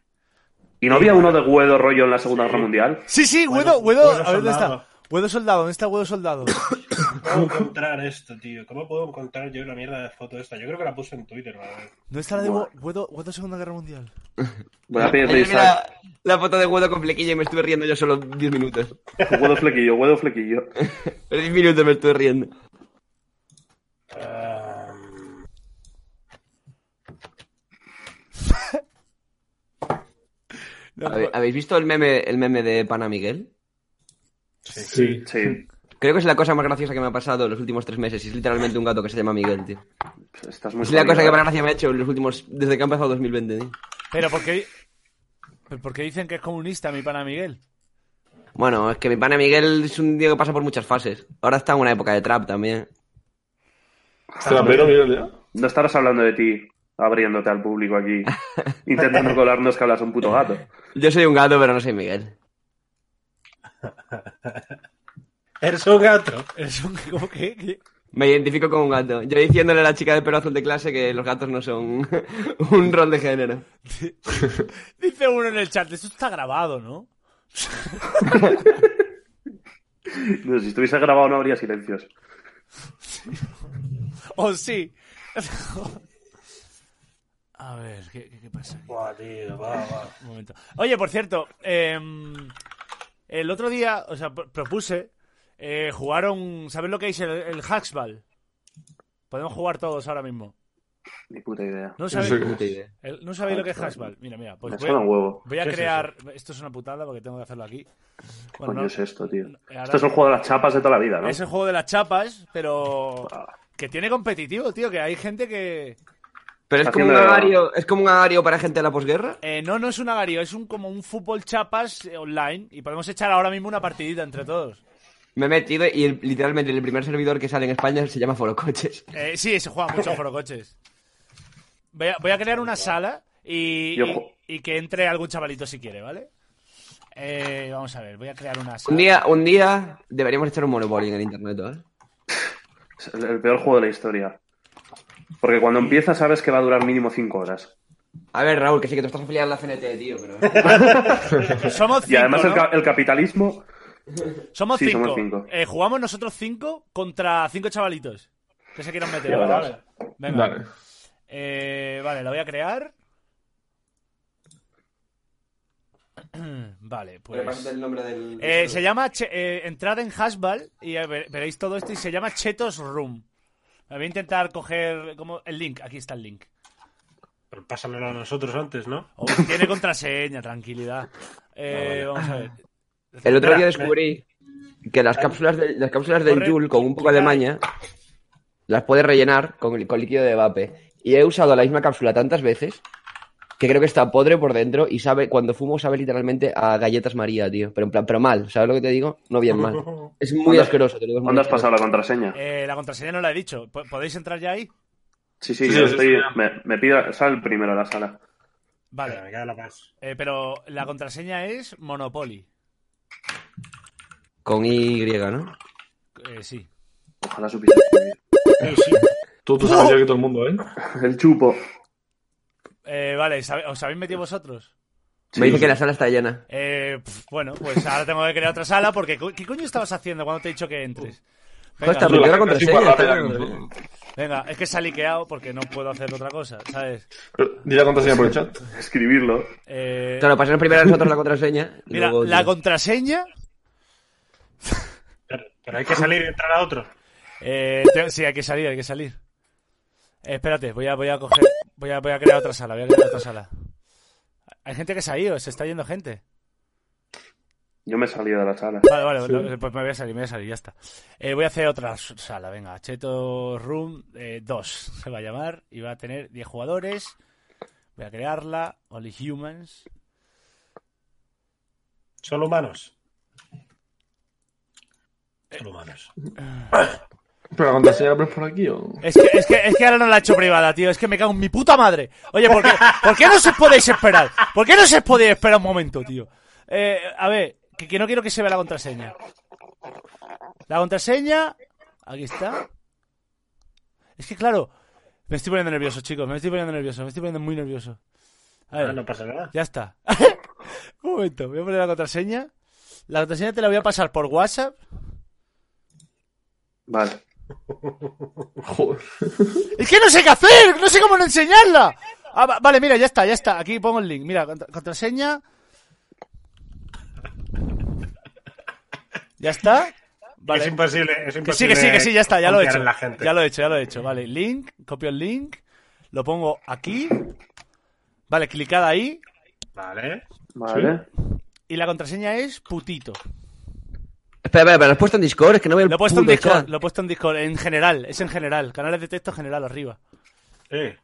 [SPEAKER 10] ¿Y no había uno de Guedo rollo en la Segunda Guerra Mundial?
[SPEAKER 1] sí, sí, Guedo,
[SPEAKER 5] Bueno,
[SPEAKER 1] Guedo,
[SPEAKER 5] Guedo
[SPEAKER 1] a ver dónde
[SPEAKER 5] Soldado.
[SPEAKER 1] está. Guedo Soldado, ¿dónde está Guedo Soldado?
[SPEAKER 5] ¿Cómo encontrar esto, tío? ¿Cómo puedo encontrar yo la mierda de foto esta? Yo creo que la puse en Twitter, ¿vale?
[SPEAKER 1] ¿Dónde está la de
[SPEAKER 10] Buah.
[SPEAKER 1] Gu- Guedo, Guedo Segunda Guerra Mundial?
[SPEAKER 10] Voy a pedirle a
[SPEAKER 6] Ayer vi
[SPEAKER 10] Isaac.
[SPEAKER 6] la, la foto de Guedo con flequillo y me estuve riendo yo solo 10 minutos.
[SPEAKER 10] Guedo flequillo, Guedo flequillo.
[SPEAKER 6] 10 minutos me estuve riendo.
[SPEAKER 5] Ah,
[SPEAKER 1] No,
[SPEAKER 6] ¿Habe- ¿Habéis visto el meme, el meme de Pana Miguel?
[SPEAKER 5] sí.
[SPEAKER 2] Sí.
[SPEAKER 10] Sí,
[SPEAKER 6] Creo que es la cosa más graciosa que me ha pasado en los últimos tres meses. y Es literalmente un gato que se llama Miguel, tío.
[SPEAKER 10] estás muy
[SPEAKER 6] Es la
[SPEAKER 10] jodido,
[SPEAKER 6] cosa que
[SPEAKER 10] ¿eh?
[SPEAKER 6] más gracia me ha hecho en los últimos. Desde que ha empezado 2020, tío.
[SPEAKER 1] Pero porque, pero porque dicen que es comunista mi pana Miguel.
[SPEAKER 6] Bueno, es que mi pana Miguel es un tío que pasa por muchas fases. Ahora está en una época de trap también.
[SPEAKER 2] Hasta la pego, Miguel, ya.
[SPEAKER 10] No estarás hablando de ti, abriéndote al público aquí, intentando colarnos que hablas a un puto gato.
[SPEAKER 6] Yo soy un gato, pero no soy Miguel.
[SPEAKER 5] Eres un gato.
[SPEAKER 1] Es un- ¿Cómo que? que-
[SPEAKER 6] Me identifico como un gato. Yo diciéndole a la chica de pelo azul de clase que los gatos no son un rol de género.
[SPEAKER 1] Dice uno en el chat, esto está grabado, ¿no?
[SPEAKER 10] No, si estuviese grabado no habría silencios.
[SPEAKER 1] O sí. A ver, ¿qué, qué- qué pasa aquí?
[SPEAKER 5] Buah, tío, va, va.
[SPEAKER 1] Un momento. Oye, por cierto, eh, el otro día, o sea, pro- propuse eh, jugar a un. ¿Sabes lo que es el, el Haxball? Podemos jugar todos ahora mismo.
[SPEAKER 10] Ni puta idea.
[SPEAKER 1] ¿No
[SPEAKER 2] No
[SPEAKER 1] sabéis,
[SPEAKER 2] sé qué-
[SPEAKER 6] Puta idea.
[SPEAKER 1] el- ¿no sabéis lo que es Haxball? Mira, mira, pues
[SPEAKER 10] Me
[SPEAKER 1] voy,
[SPEAKER 10] suena un huevo.
[SPEAKER 1] voy a
[SPEAKER 5] ¿Qué es
[SPEAKER 1] crear. esto es una putada porque tengo que hacerlo aquí.
[SPEAKER 10] ¿Qué
[SPEAKER 1] Bueno,
[SPEAKER 10] coño
[SPEAKER 1] no- eh,
[SPEAKER 10] es esto, tío?
[SPEAKER 1] ahora-
[SPEAKER 10] Esto es el juego de las chapas de toda la vida, ¿no?
[SPEAKER 1] es el juego de las chapas, pero.
[SPEAKER 10] Ah.
[SPEAKER 1] Que tiene competitivo, tío, que hay gente que.
[SPEAKER 6] Pero es
[SPEAKER 10] Está
[SPEAKER 6] como, un
[SPEAKER 10] haciendo-
[SPEAKER 6] agario, es como un agario para gente de la posguerra.
[SPEAKER 1] Eh, no, no es un agario, es un como un fútbol chapas eh, online y podemos echar ahora mismo una partidita entre todos.
[SPEAKER 6] Me he metido y el- literalmente el primer servidor que sale en España se llama Forocoches.
[SPEAKER 1] Eh, sí, se juega mucho foro coches. Voy a, voy a crear una sala y,
[SPEAKER 10] Yo
[SPEAKER 1] y-
[SPEAKER 10] ju-
[SPEAKER 1] y que entre algún chavalito si quiere, ¿vale? Eh, vamos a ver, voy a crear una sala.
[SPEAKER 6] Un día, un día deberíamos echar un monopoly en el internet, ¿vale?
[SPEAKER 10] Es el, el peor juego de la historia. Porque cuando empieza sabes que va a durar mínimo 5 horas.
[SPEAKER 6] A ver, Raúl, que sí que tú estás afiliado a la CNT, tío, pero...
[SPEAKER 1] Somos cinco.
[SPEAKER 10] Y además el,
[SPEAKER 1] ¿no?
[SPEAKER 10] ca- el capitalismo...
[SPEAKER 1] Somos,
[SPEAKER 10] sí,
[SPEAKER 1] cinco.
[SPEAKER 10] somos cinco.
[SPEAKER 1] Eh, jugamos nosotros cinco contra cinco chavalitos que se quieran meter.
[SPEAKER 10] Ya
[SPEAKER 1] ¿vale?
[SPEAKER 10] verás.
[SPEAKER 1] Venga.
[SPEAKER 2] Dale.
[SPEAKER 1] Eh, vale, la voy a crear. Vale, pues.
[SPEAKER 6] el nombre del...
[SPEAKER 1] Eh, se llama Che- eh, entrada en Hasbal y eh, ver- veréis todo esto y se llama Chetos Room. Voy a intentar coger como el link. Aquí está el link.
[SPEAKER 5] Pero pásamelo a nosotros antes, ¿no?
[SPEAKER 1] Oh, tiene contraseña, tranquilidad.
[SPEAKER 6] Ah,
[SPEAKER 1] Eh, Vamos a ver.
[SPEAKER 6] El otro día
[SPEAKER 5] Espera,
[SPEAKER 6] descubrí que las cápsulas, de- las cápsulas del
[SPEAKER 1] Corre.
[SPEAKER 6] Joule, con un poco de maña, las puedes rellenar con, con líquido de vape. Y he usado la misma cápsula tantas veces que creo que está podre por dentro y sabe, cuando fumo sabe literalmente a galletas María, tío. Pero en plan, pero mal, ¿sabes lo que te digo? No bien mal. Es muy
[SPEAKER 10] ¿Cuándo-
[SPEAKER 6] asqueroso, te lo digo. es muy
[SPEAKER 10] ¿Cuándo has
[SPEAKER 6] asqueroso.
[SPEAKER 10] pasado la contraseña?
[SPEAKER 1] Eh, la contraseña no la he dicho. Po- ¿Podéis entrar ya ahí?
[SPEAKER 10] Sí, sí,
[SPEAKER 2] Sí,
[SPEAKER 10] yo
[SPEAKER 2] sí,
[SPEAKER 10] estoy...
[SPEAKER 2] sí.
[SPEAKER 10] Me, me pido... Sal primero a la sala.
[SPEAKER 1] Vale.
[SPEAKER 5] Espera, me queda la paz.
[SPEAKER 1] Eh, pero la contraseña es Monopoly.
[SPEAKER 6] Con Y, ¿no?
[SPEAKER 1] Eh, sí.
[SPEAKER 10] Ojalá supiese.
[SPEAKER 2] Tú, tú sabes ya que todo el mundo, ¿eh?
[SPEAKER 10] El chupo.
[SPEAKER 1] Eh, vale, ¿sabe- ¿os habéis metido vosotros?
[SPEAKER 6] Me dice que la sala está llena.
[SPEAKER 1] Eh, pf, bueno, pues ahora tengo que crear otra sala porque co- ¿qué coño estabas haciendo cuando te he dicho que entres?
[SPEAKER 6] Joder, está
[SPEAKER 1] Venga,
[SPEAKER 6] bloqueada la
[SPEAKER 2] Casi ¿eh?
[SPEAKER 6] contraseña.
[SPEAKER 2] para
[SPEAKER 6] está
[SPEAKER 2] la-
[SPEAKER 6] bloqueada la contraseña.
[SPEAKER 1] venga, es que se ha liqueado porque no puedo hacer otra cosa, ¿sabes?
[SPEAKER 2] Pero, Di la contraseña por el chat.
[SPEAKER 10] Escribirlo.
[SPEAKER 1] Eh,
[SPEAKER 6] Claro, pasamos primero a nosotros la contraseña. y
[SPEAKER 1] mira,
[SPEAKER 6] luego-
[SPEAKER 1] la contraseña
[SPEAKER 5] Pero, pero hay que salir y entrar a otro.
[SPEAKER 1] Eh, te- sí, hay que salir, hay que salir. Eh, espérate, voy a, voy a coger. Voy a, voy a crear otra sala, voy a crear otra sala. Hay gente que se ha ido, se está yendo gente.
[SPEAKER 10] Yo me he salido de la sala.
[SPEAKER 1] Vale, vale, no, pues me voy a salir, me voy a salir, ya está. Eh, voy a hacer otra s- sala, venga. Cheto Room eh, 2 se va a llamar y va a tener 10 jugadores. Voy a crearla, Only Humans.
[SPEAKER 5] Solo humanos. Solo humanos.
[SPEAKER 2] ¿Pero la contraseña la pones por aquí o...?
[SPEAKER 1] Es que, es, que, es que ahora no la he hecho privada, tío. Es que me cago en mi puta madre. Oye, ¿por qué, ¿por qué no os podéis esperar? ¿Por qué no os podéis esperar un momento, tío? Eh, a ver, que, que no quiero que se vea la contraseña. La contraseña. Aquí está. Es que, claro, me estoy poniendo nervioso, chicos. Me estoy poniendo nervioso. Me estoy poniendo muy nervioso. A
[SPEAKER 5] Ah,
[SPEAKER 1] ver,
[SPEAKER 5] no pasa nada.
[SPEAKER 1] ya está. un momento, voy a poner la contraseña. La contraseña te la voy a pasar por WhatsApp.
[SPEAKER 10] Vale.
[SPEAKER 2] Joder.
[SPEAKER 1] Es que no sé qué hacer, no sé cómo no enseñarla. Ah, va- vale, mira, ya está, ya está. Aquí pongo el link. Mira, contra- contraseña. ¿Ya está? Vale.
[SPEAKER 5] Es imposible. Es
[SPEAKER 1] Que sí, que
[SPEAKER 5] imposible
[SPEAKER 1] sí, que sí, ya está, ya lo he
[SPEAKER 5] confiar
[SPEAKER 1] hecho.
[SPEAKER 5] en la gente.
[SPEAKER 1] Ya lo he hecho, ya lo he hecho. Vale, link, copio el link, lo pongo aquí. Vale, clicada ahí.
[SPEAKER 5] Vale.
[SPEAKER 10] Vale.
[SPEAKER 1] Y la contraseña es putito.
[SPEAKER 6] Espera, espera, espera, lo has puesto en Discord, es que no veo el
[SPEAKER 1] Lo he puesto en
[SPEAKER 6] puto
[SPEAKER 1] Discord,
[SPEAKER 6] chat.
[SPEAKER 1] lo he puesto en Discord, en general, es en general. Canales de texto general arriba.
[SPEAKER 5] Sí.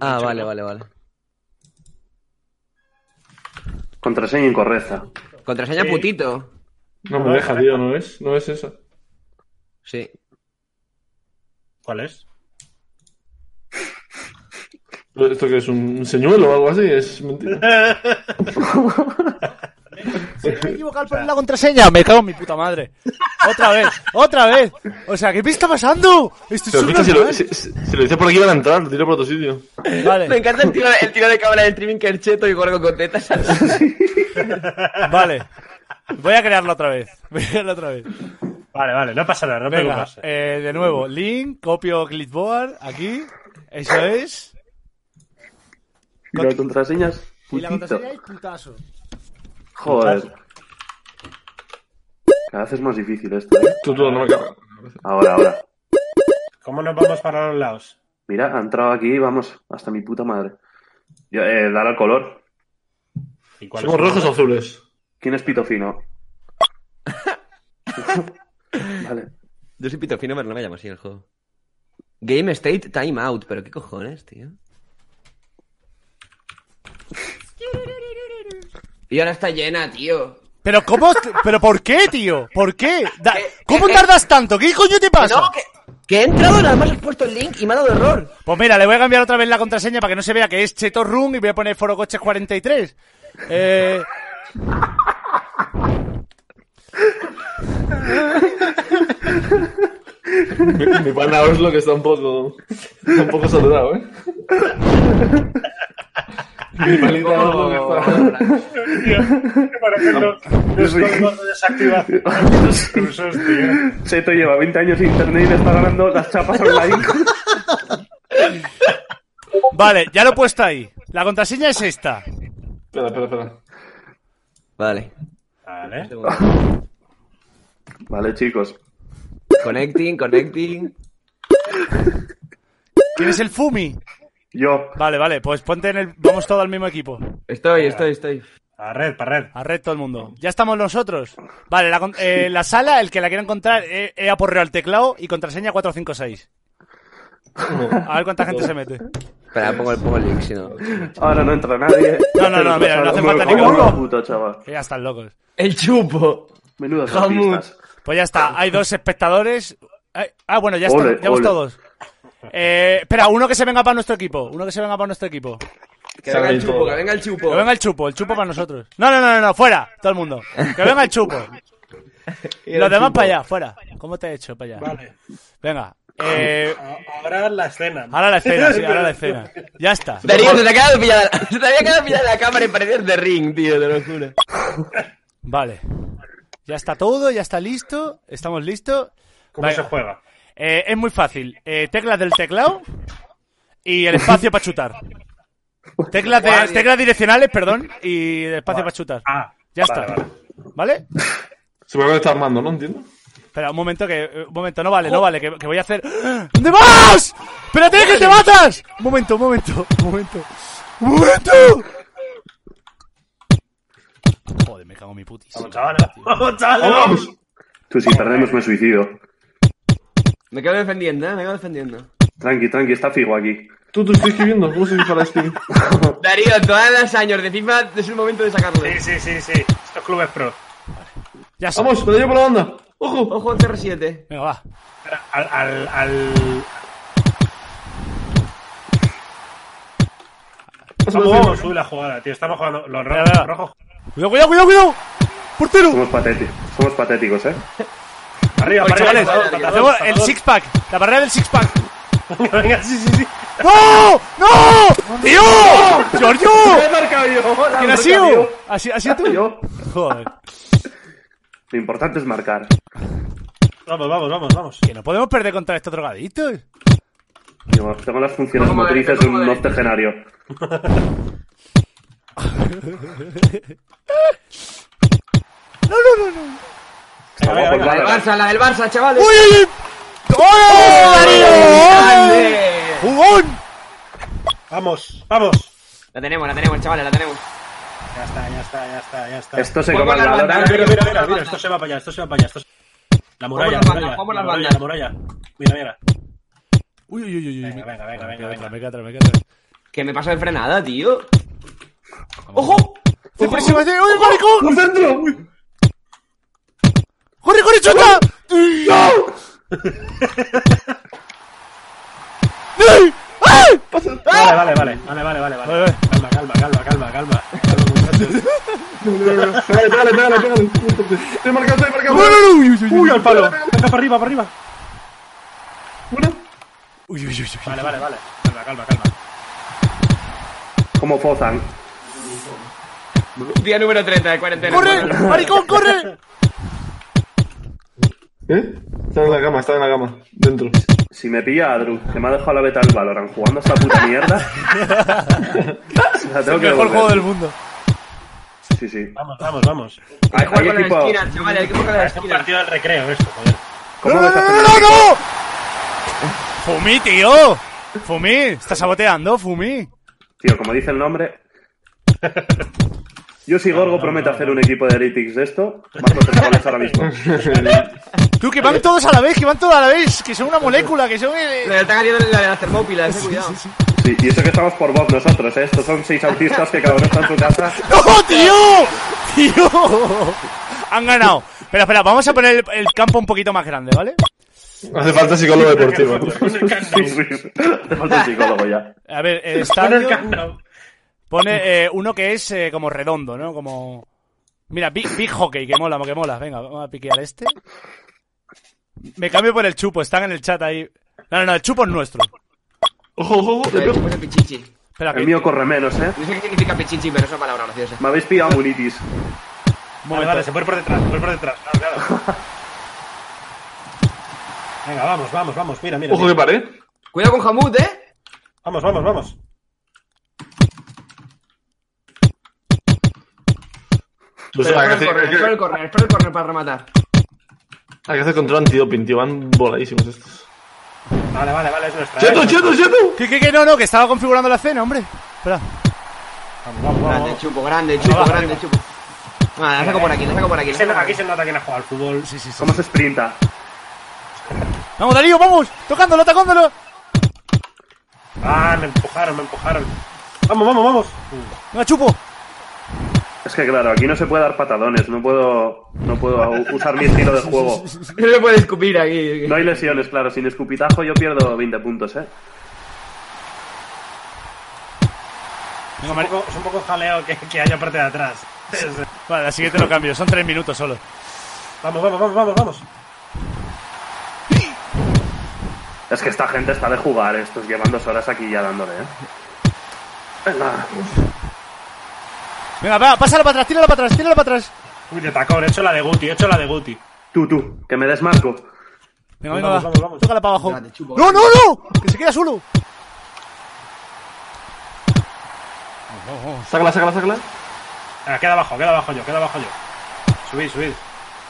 [SPEAKER 6] Ah, vale, vale, vale.
[SPEAKER 10] Contraseña incorrecta.
[SPEAKER 6] Contraseña
[SPEAKER 5] Sí.
[SPEAKER 6] putito.
[SPEAKER 2] No me deja, tío, ¿no es? No es esa.
[SPEAKER 6] Sí.
[SPEAKER 5] ¿Cuál es?
[SPEAKER 2] ¿Esto que es? ¿Un señuelo o algo así? Es mentira.
[SPEAKER 1] Se me he equivocado al poner la contraseña. Me cago en mi puta madre. Otra vez, otra vez. O sea, ¿qué me está pasando? Esto es
[SPEAKER 2] Pero escucha, si lo,
[SPEAKER 1] subnormal.
[SPEAKER 2] si, si- si lo dices por aquí van a entrar, lo tiro por otro sitio.
[SPEAKER 6] Me
[SPEAKER 1] Vale,
[SPEAKER 6] encanta el tiro, el tiro de cámara del streaming que el cheto y gorgo con tetas.
[SPEAKER 1] vale. Voy a crearlo otra vez. Voy a crearlo otra vez.
[SPEAKER 5] Vale, vale, no pasa nada, no
[SPEAKER 1] Venga,
[SPEAKER 5] preocupes.
[SPEAKER 1] eh, de nuevo, link, copio clipboard, aquí. Eso es.
[SPEAKER 10] ¿Y las contraseñas?
[SPEAKER 1] Y la
[SPEAKER 10] Putito.
[SPEAKER 1] contraseña es putazo.
[SPEAKER 10] Joder. Cada vez es más difícil esto, ¿eh?
[SPEAKER 2] Tú, tú, no me cargas.
[SPEAKER 10] Ahora, ahora.
[SPEAKER 5] ¿Cómo nos vamos para los lados?
[SPEAKER 10] Mira, ha entrado aquí, vamos, hasta mi puta madre. Yo, eh, dale al color.
[SPEAKER 5] ¿Y cuál
[SPEAKER 2] ¿Somos
[SPEAKER 5] es?
[SPEAKER 2] rojos o azules?
[SPEAKER 10] ¿Quién es pito fino? vale.
[SPEAKER 6] Yo soy Pitofino, pero no me llamo así el juego. Game State Time Out, pero qué cojones, tío. Y ahora está llena, tío.
[SPEAKER 1] Pero cómo, pero ¿por qué, tío? ¿Por qué? Da- ¿Cómo tardas tanto? ¿Qué coño te pasa?
[SPEAKER 6] No, que, que he entrado, nada más has puesto el link y me ha dado error.
[SPEAKER 1] Pues mira, le voy a cambiar otra vez la contraseña para que no se vea que es Cheto Room y voy a poner Foro Coches 43. Eh...
[SPEAKER 2] Mi, mi pana Oslo que está un poco... Está un poco saturado, ¿eh? mi palito Oslo que está...
[SPEAKER 5] Por ejemplo, los códigos de desactivación. Los rusos, tío.
[SPEAKER 10] Seto lleva 20 años en internet y le está ganando las chapas online.
[SPEAKER 1] Vale, ya lo he puesto ahí. La contraseña es esta.
[SPEAKER 2] Espera, espera, espera.
[SPEAKER 6] Vale.
[SPEAKER 5] Vale.
[SPEAKER 10] vale, chicos.
[SPEAKER 6] Connecting, connecting.
[SPEAKER 1] ¿Quién es el Fumi?
[SPEAKER 10] Yo.
[SPEAKER 1] Vale, vale, pues ponte en el. Vamos todos al mismo equipo.
[SPEAKER 6] Estoy, estoy, estoy.
[SPEAKER 5] A red, para red.
[SPEAKER 1] A red todo el mundo. Ya estamos nosotros. Vale, la, con- eh, la sala, el que la quiera encontrar, eh, eh, aporreo al teclado y contraseña 456. A ver cuánta gente se mete. Eh,
[SPEAKER 6] Espera, pongo, el- pongo el link, si no.
[SPEAKER 10] Ahora no entra nadie.
[SPEAKER 1] No, no, no, mira, no hace falta ni que-
[SPEAKER 10] Menudo puto, chaval.
[SPEAKER 1] Que ya están locos.
[SPEAKER 6] El chupo.
[SPEAKER 10] Menudas
[SPEAKER 6] Jamut.
[SPEAKER 10] artistas.
[SPEAKER 1] Pues ya está, hay dos espectadores. Ay, Ah, bueno, ya está,
[SPEAKER 10] Ole,
[SPEAKER 1] ya vamos
[SPEAKER 10] ole.
[SPEAKER 1] todos. Eh, espera, uno que se venga para nuestro equipo. Uno que se venga para nuestro equipo.
[SPEAKER 6] Que venga el chupo, que venga el chupo.
[SPEAKER 1] Que venga el chupo, el chupo para nosotros. No, no, no, no, no, fuera, todo el mundo. Que venga el chupo. Los demás para allá, fuera. ¿Cómo te he hecho para allá?
[SPEAKER 5] Vale.
[SPEAKER 1] Venga. Eh,
[SPEAKER 5] A- Ahora la escena.
[SPEAKER 1] ahora la escena, sí, ahora la escena. Ya está.
[SPEAKER 6] Darío, se te ha quedado pillada, se te había quedado pillada la cámara y parecías de ring, tío, te lo juro.
[SPEAKER 1] Vale. Ya está todo, ya está listo. Estamos listos.
[SPEAKER 5] ¿Cómo
[SPEAKER 1] Venga.
[SPEAKER 5] se juega?
[SPEAKER 1] Eh, es muy fácil. Eh, teclas del teclado y el espacio para chutar. Teclas, de-
[SPEAKER 6] Guardia.
[SPEAKER 1] teclas direccionales, perdón, y el espacio para chutar.
[SPEAKER 5] Ah,
[SPEAKER 1] Ya
[SPEAKER 5] vale,
[SPEAKER 1] está.
[SPEAKER 5] vale.
[SPEAKER 1] ¿Vale?
[SPEAKER 2] Supongo que está armando, ¿no? Entiendo.
[SPEAKER 1] Espera, un momento que. eh, Un momento, no vale, no vale, que, que voy a hacer. ¿Dónde vas? ¡Espérate que te matas! Un momento, un momento, un momento. ¡Un momento! Joder, me cago en mi putis.
[SPEAKER 5] Vamos, chavales. Vamos, chavales. Vamos.
[SPEAKER 10] Tú, si perdemos, me suicido.
[SPEAKER 6] Me quedo defendiendo, eh, me quedo defendiendo.
[SPEAKER 10] Tranqui, tranqui, está fijo aquí.
[SPEAKER 2] Tú, tú estoy escribiendo. ¿Cómo se dispara este?
[SPEAKER 6] Darío, todas las años de FIFA es el momento de sacarlo.
[SPEAKER 5] Sí, sí, sí, sí. Estos clubes pro.
[SPEAKER 1] Ya está.
[SPEAKER 2] Vamos, lo llevo por la banda. Ojo.
[SPEAKER 6] Ojo, CR7.
[SPEAKER 1] Venga, va.
[SPEAKER 5] Espera, Al, al, al... Vamos, vamos, sube la jugada, tío. Estamos jugando los ro-
[SPEAKER 1] Venga, venga.
[SPEAKER 5] rojos.
[SPEAKER 1] Cuidado, cuidado, cuidado, cuidado. Portero.
[SPEAKER 10] Somos patéticos, somos patéticos, ¿eh?
[SPEAKER 5] Arriba,
[SPEAKER 1] Oye,
[SPEAKER 5] para
[SPEAKER 1] chavales,
[SPEAKER 5] arriba.
[SPEAKER 6] Patadón,
[SPEAKER 1] hacemos el six pack, la barrera del six pack.
[SPEAKER 5] Venga, sí, sí, sí.
[SPEAKER 1] ¡No! ¡No! ¡Tío! ¡Giorgio! ¿Quién ha sido? ¿Ha si- ha sido tú?
[SPEAKER 10] Yo.
[SPEAKER 1] Joder.
[SPEAKER 10] Lo importante es marcar.
[SPEAKER 5] Vamos, vamos, vamos, vamos.
[SPEAKER 1] Que no podemos perder contra estos drogaditos.
[SPEAKER 10] Digo, tengo las funciones
[SPEAKER 6] Vamos,
[SPEAKER 10] motrices de
[SPEAKER 6] vamos,
[SPEAKER 10] un
[SPEAKER 6] vamos.
[SPEAKER 10] octogenario.
[SPEAKER 1] No, no, no, no.
[SPEAKER 5] venga,
[SPEAKER 10] Vamos,
[SPEAKER 5] venga,
[SPEAKER 6] El
[SPEAKER 10] vale.
[SPEAKER 6] Barça, la del Barça, chavales.
[SPEAKER 1] ¡Uy, uy, uy! ¡Oh, Darío! ¡Ay!
[SPEAKER 6] ¡Grande!
[SPEAKER 1] ¡Jugón!
[SPEAKER 5] Vamos, vamos.
[SPEAKER 6] La tenemos, la tenemos, chavales, la tenemos.
[SPEAKER 5] Ya está, ya está, ya está, ya está.
[SPEAKER 10] Esto se
[SPEAKER 6] Vamos
[SPEAKER 10] come
[SPEAKER 6] a Pues la
[SPEAKER 10] la
[SPEAKER 6] banda.
[SPEAKER 10] hora.
[SPEAKER 5] Mira, mira, mira, mira, esto se va para allá, esto se va para allá. Esto se... La muralla,
[SPEAKER 6] Vamos
[SPEAKER 5] la muralla,
[SPEAKER 6] las bandas, vamos
[SPEAKER 5] la
[SPEAKER 6] las
[SPEAKER 5] muralla, la
[SPEAKER 6] bandas.
[SPEAKER 5] muralla. Mira, mira.
[SPEAKER 1] Uy, uy, uy, uy. uy.
[SPEAKER 5] Venga, venga, venga,
[SPEAKER 1] Me
[SPEAKER 5] venga,
[SPEAKER 1] queda atrás,
[SPEAKER 5] venga.
[SPEAKER 1] me queda atrás, me queda atrás.
[SPEAKER 6] Que me paso de frenada, tío. ¡Ojo!
[SPEAKER 1] ¡Uy, próxima! ¡Uy, corre, corre!
[SPEAKER 2] ¡Un centro! Uy.
[SPEAKER 1] ¡Corre, corre, chuta! ¡No! ¡Ay!
[SPEAKER 5] Vale, vale, vale, vale,
[SPEAKER 1] Vale,
[SPEAKER 5] vale, vale, vale.
[SPEAKER 1] vale.
[SPEAKER 5] Calma, calma, calma, calma, calma.
[SPEAKER 2] Dale, dale, dale, pégale. Te he marcado, te he marcado.
[SPEAKER 1] Uy, uy, uy, uy.
[SPEAKER 5] Uy, al palo. Venga, para arriba, para arriba.
[SPEAKER 2] Bueno,
[SPEAKER 1] Uy, uy, uy, uy.
[SPEAKER 5] Vale, vale, vale. Calma, calma, calma.
[SPEAKER 10] Como fozan.
[SPEAKER 6] Día número 30 de cuarentena.
[SPEAKER 1] ¡Corre!
[SPEAKER 6] hermano.
[SPEAKER 1] ¡Maricón, corre!
[SPEAKER 2] ¿Eh? Está en la cama, está en la cama. Dentro.
[SPEAKER 10] Si me pilla Adru, que me ha dejado la beta del Valorant jugando a esta puta mierda.
[SPEAKER 1] El
[SPEAKER 10] la tengo que
[SPEAKER 1] mejor
[SPEAKER 10] devolver.
[SPEAKER 1] juego del mundo.
[SPEAKER 10] Sí, sí.
[SPEAKER 5] Vamos, vamos, vamos.
[SPEAKER 6] Hay que jugar
[SPEAKER 10] Hay
[SPEAKER 6] con
[SPEAKER 10] equipo-
[SPEAKER 6] la esquina, chavales, hay que jugar con la
[SPEAKER 5] Es un
[SPEAKER 6] esquina.
[SPEAKER 5] partido del recreo esto, joder.
[SPEAKER 10] ¿Cómo
[SPEAKER 1] ¡No,
[SPEAKER 10] me
[SPEAKER 1] no,
[SPEAKER 10] estás
[SPEAKER 1] no, no, no! ¡Fumi, tío! ¡Fumi! ¿Estás saboteando, Fumi?
[SPEAKER 10] Tío, como dice el nombre. Yo si Gorgo promete hacer un equipo de Heretics de esto, marco tres goles ahora mismo.
[SPEAKER 1] Tú, que van todos a la vez, que van todos a la vez, que son una molécula, que son...
[SPEAKER 6] La que están haciendo la de las termópilas, eh, cuidado.
[SPEAKER 10] Sí, y eso que estamos por Bob nosotros, ¿eh? Estos son seis autistas que cada uno está en su casa.
[SPEAKER 1] ¡No, tío! ¡Tío! Han ganado. Espera, espera, vamos a poner el, el campo un poquito más grande, ¿vale?
[SPEAKER 2] Hace falta psicólogo deportivo.
[SPEAKER 10] Sí, sí. Te falta un psicólogo ya.
[SPEAKER 1] A ver, el
[SPEAKER 5] Con el
[SPEAKER 1] estadio
[SPEAKER 5] candado.
[SPEAKER 1] pone eh, uno que es eh, como redondo, ¿no? Como... Mira, big, big Hockey, que mola, que mola. Venga, vamos a piquear este. Me cambio por el chupo, están en el chat ahí. No, no, no, el chupo es nuestro.
[SPEAKER 2] Ojo, ojo, ojo.
[SPEAKER 6] La de Chupo es el pichichi.
[SPEAKER 1] Espera, que...
[SPEAKER 10] El mío corre menos, ¿eh?
[SPEAKER 6] No sé qué significa pichichi, pero es una palabra graciosa.
[SPEAKER 10] Me habéis pillado munitis.
[SPEAKER 1] un momento.
[SPEAKER 5] Vale, vale, se puede ir por detrás, se puede ir por detrás. Claro, claro. Venga, vamos, vamos, vamos. Mira, mira.
[SPEAKER 2] Ojo que
[SPEAKER 5] mira.
[SPEAKER 2] paré.
[SPEAKER 6] Cuidado con Hamud, eh.
[SPEAKER 5] Vamos, vamos, vamos.
[SPEAKER 2] Pues
[SPEAKER 6] Pero
[SPEAKER 2] hay,
[SPEAKER 6] espera el corner,
[SPEAKER 2] que hacer,
[SPEAKER 6] espera el
[SPEAKER 2] hay, que,
[SPEAKER 6] corner, espera el corner para rematar.
[SPEAKER 2] hay que hacer control antidoping, tío. Van voladísimos estos.
[SPEAKER 5] Vale, vale, vale, es nuestra.
[SPEAKER 2] ¡Cheto,
[SPEAKER 5] eh.
[SPEAKER 2] cheto, cheto!
[SPEAKER 1] ¿Qué, qué, qué? No, no, que estaba configurando la escena, hombre. Espera.
[SPEAKER 5] Vamos, vamos,
[SPEAKER 6] Grande,
[SPEAKER 5] vamos.
[SPEAKER 6] chupo, grande, chupo,
[SPEAKER 5] Vamos,
[SPEAKER 6] grande, chupo. Ah, la saco por aquí, la saco por aquí.
[SPEAKER 5] Aquí
[SPEAKER 6] la
[SPEAKER 5] se,
[SPEAKER 6] saco por
[SPEAKER 5] nota- aquí se nota quién ha jugado al fútbol.
[SPEAKER 1] Sí, sí, sí.
[SPEAKER 10] ¿Cómo se sprinta?
[SPEAKER 1] Vamos, Darío, vamos. Tocándolo, tocándolo.
[SPEAKER 5] Ah, me empujaron, me empujaron. Vamos, vamos, vamos.
[SPEAKER 1] Venga, chupo.
[SPEAKER 10] Es que claro, aquí no se puede dar patadones, no puedo, no puedo usar mi estilo de juego.
[SPEAKER 6] No le puede escupir aquí.
[SPEAKER 10] No hay lesiones, claro, sin escupitajo yo pierdo 20 puntos, ¿eh?
[SPEAKER 1] Venga,
[SPEAKER 5] Un
[SPEAKER 1] Mari-
[SPEAKER 5] poco- es un poco jaleo que, que haya parte de atrás.
[SPEAKER 1] Vale, la siguiente lo cambio. Son tres minutos solo.
[SPEAKER 5] Vamos, vamos, vamos, vamos, vamos.
[SPEAKER 10] Es que esta gente está de jugar, estos llevan dos horas aquí ya dándole, ¿eh? Venga.
[SPEAKER 1] Venga, va, pásala para atrás, tírala para atrás, tírala para atrás.
[SPEAKER 5] Uy, de tacón, he hecho la de Guti, he hecho la de Guti.
[SPEAKER 10] Tú, tú, que me desmarco.
[SPEAKER 1] Venga,
[SPEAKER 5] Vamos,
[SPEAKER 1] venga, va.
[SPEAKER 5] vamos, vamos.
[SPEAKER 1] Tócala para abajo.
[SPEAKER 6] Venga, te chupo,
[SPEAKER 1] ¡No,
[SPEAKER 6] vale.
[SPEAKER 1] no, no! ¡Que se queda solo!
[SPEAKER 2] Sácala, sácala, sácala.
[SPEAKER 5] Venga, Ah, queda abajo, queda abajo yo, queda abajo yo. Subid, subid.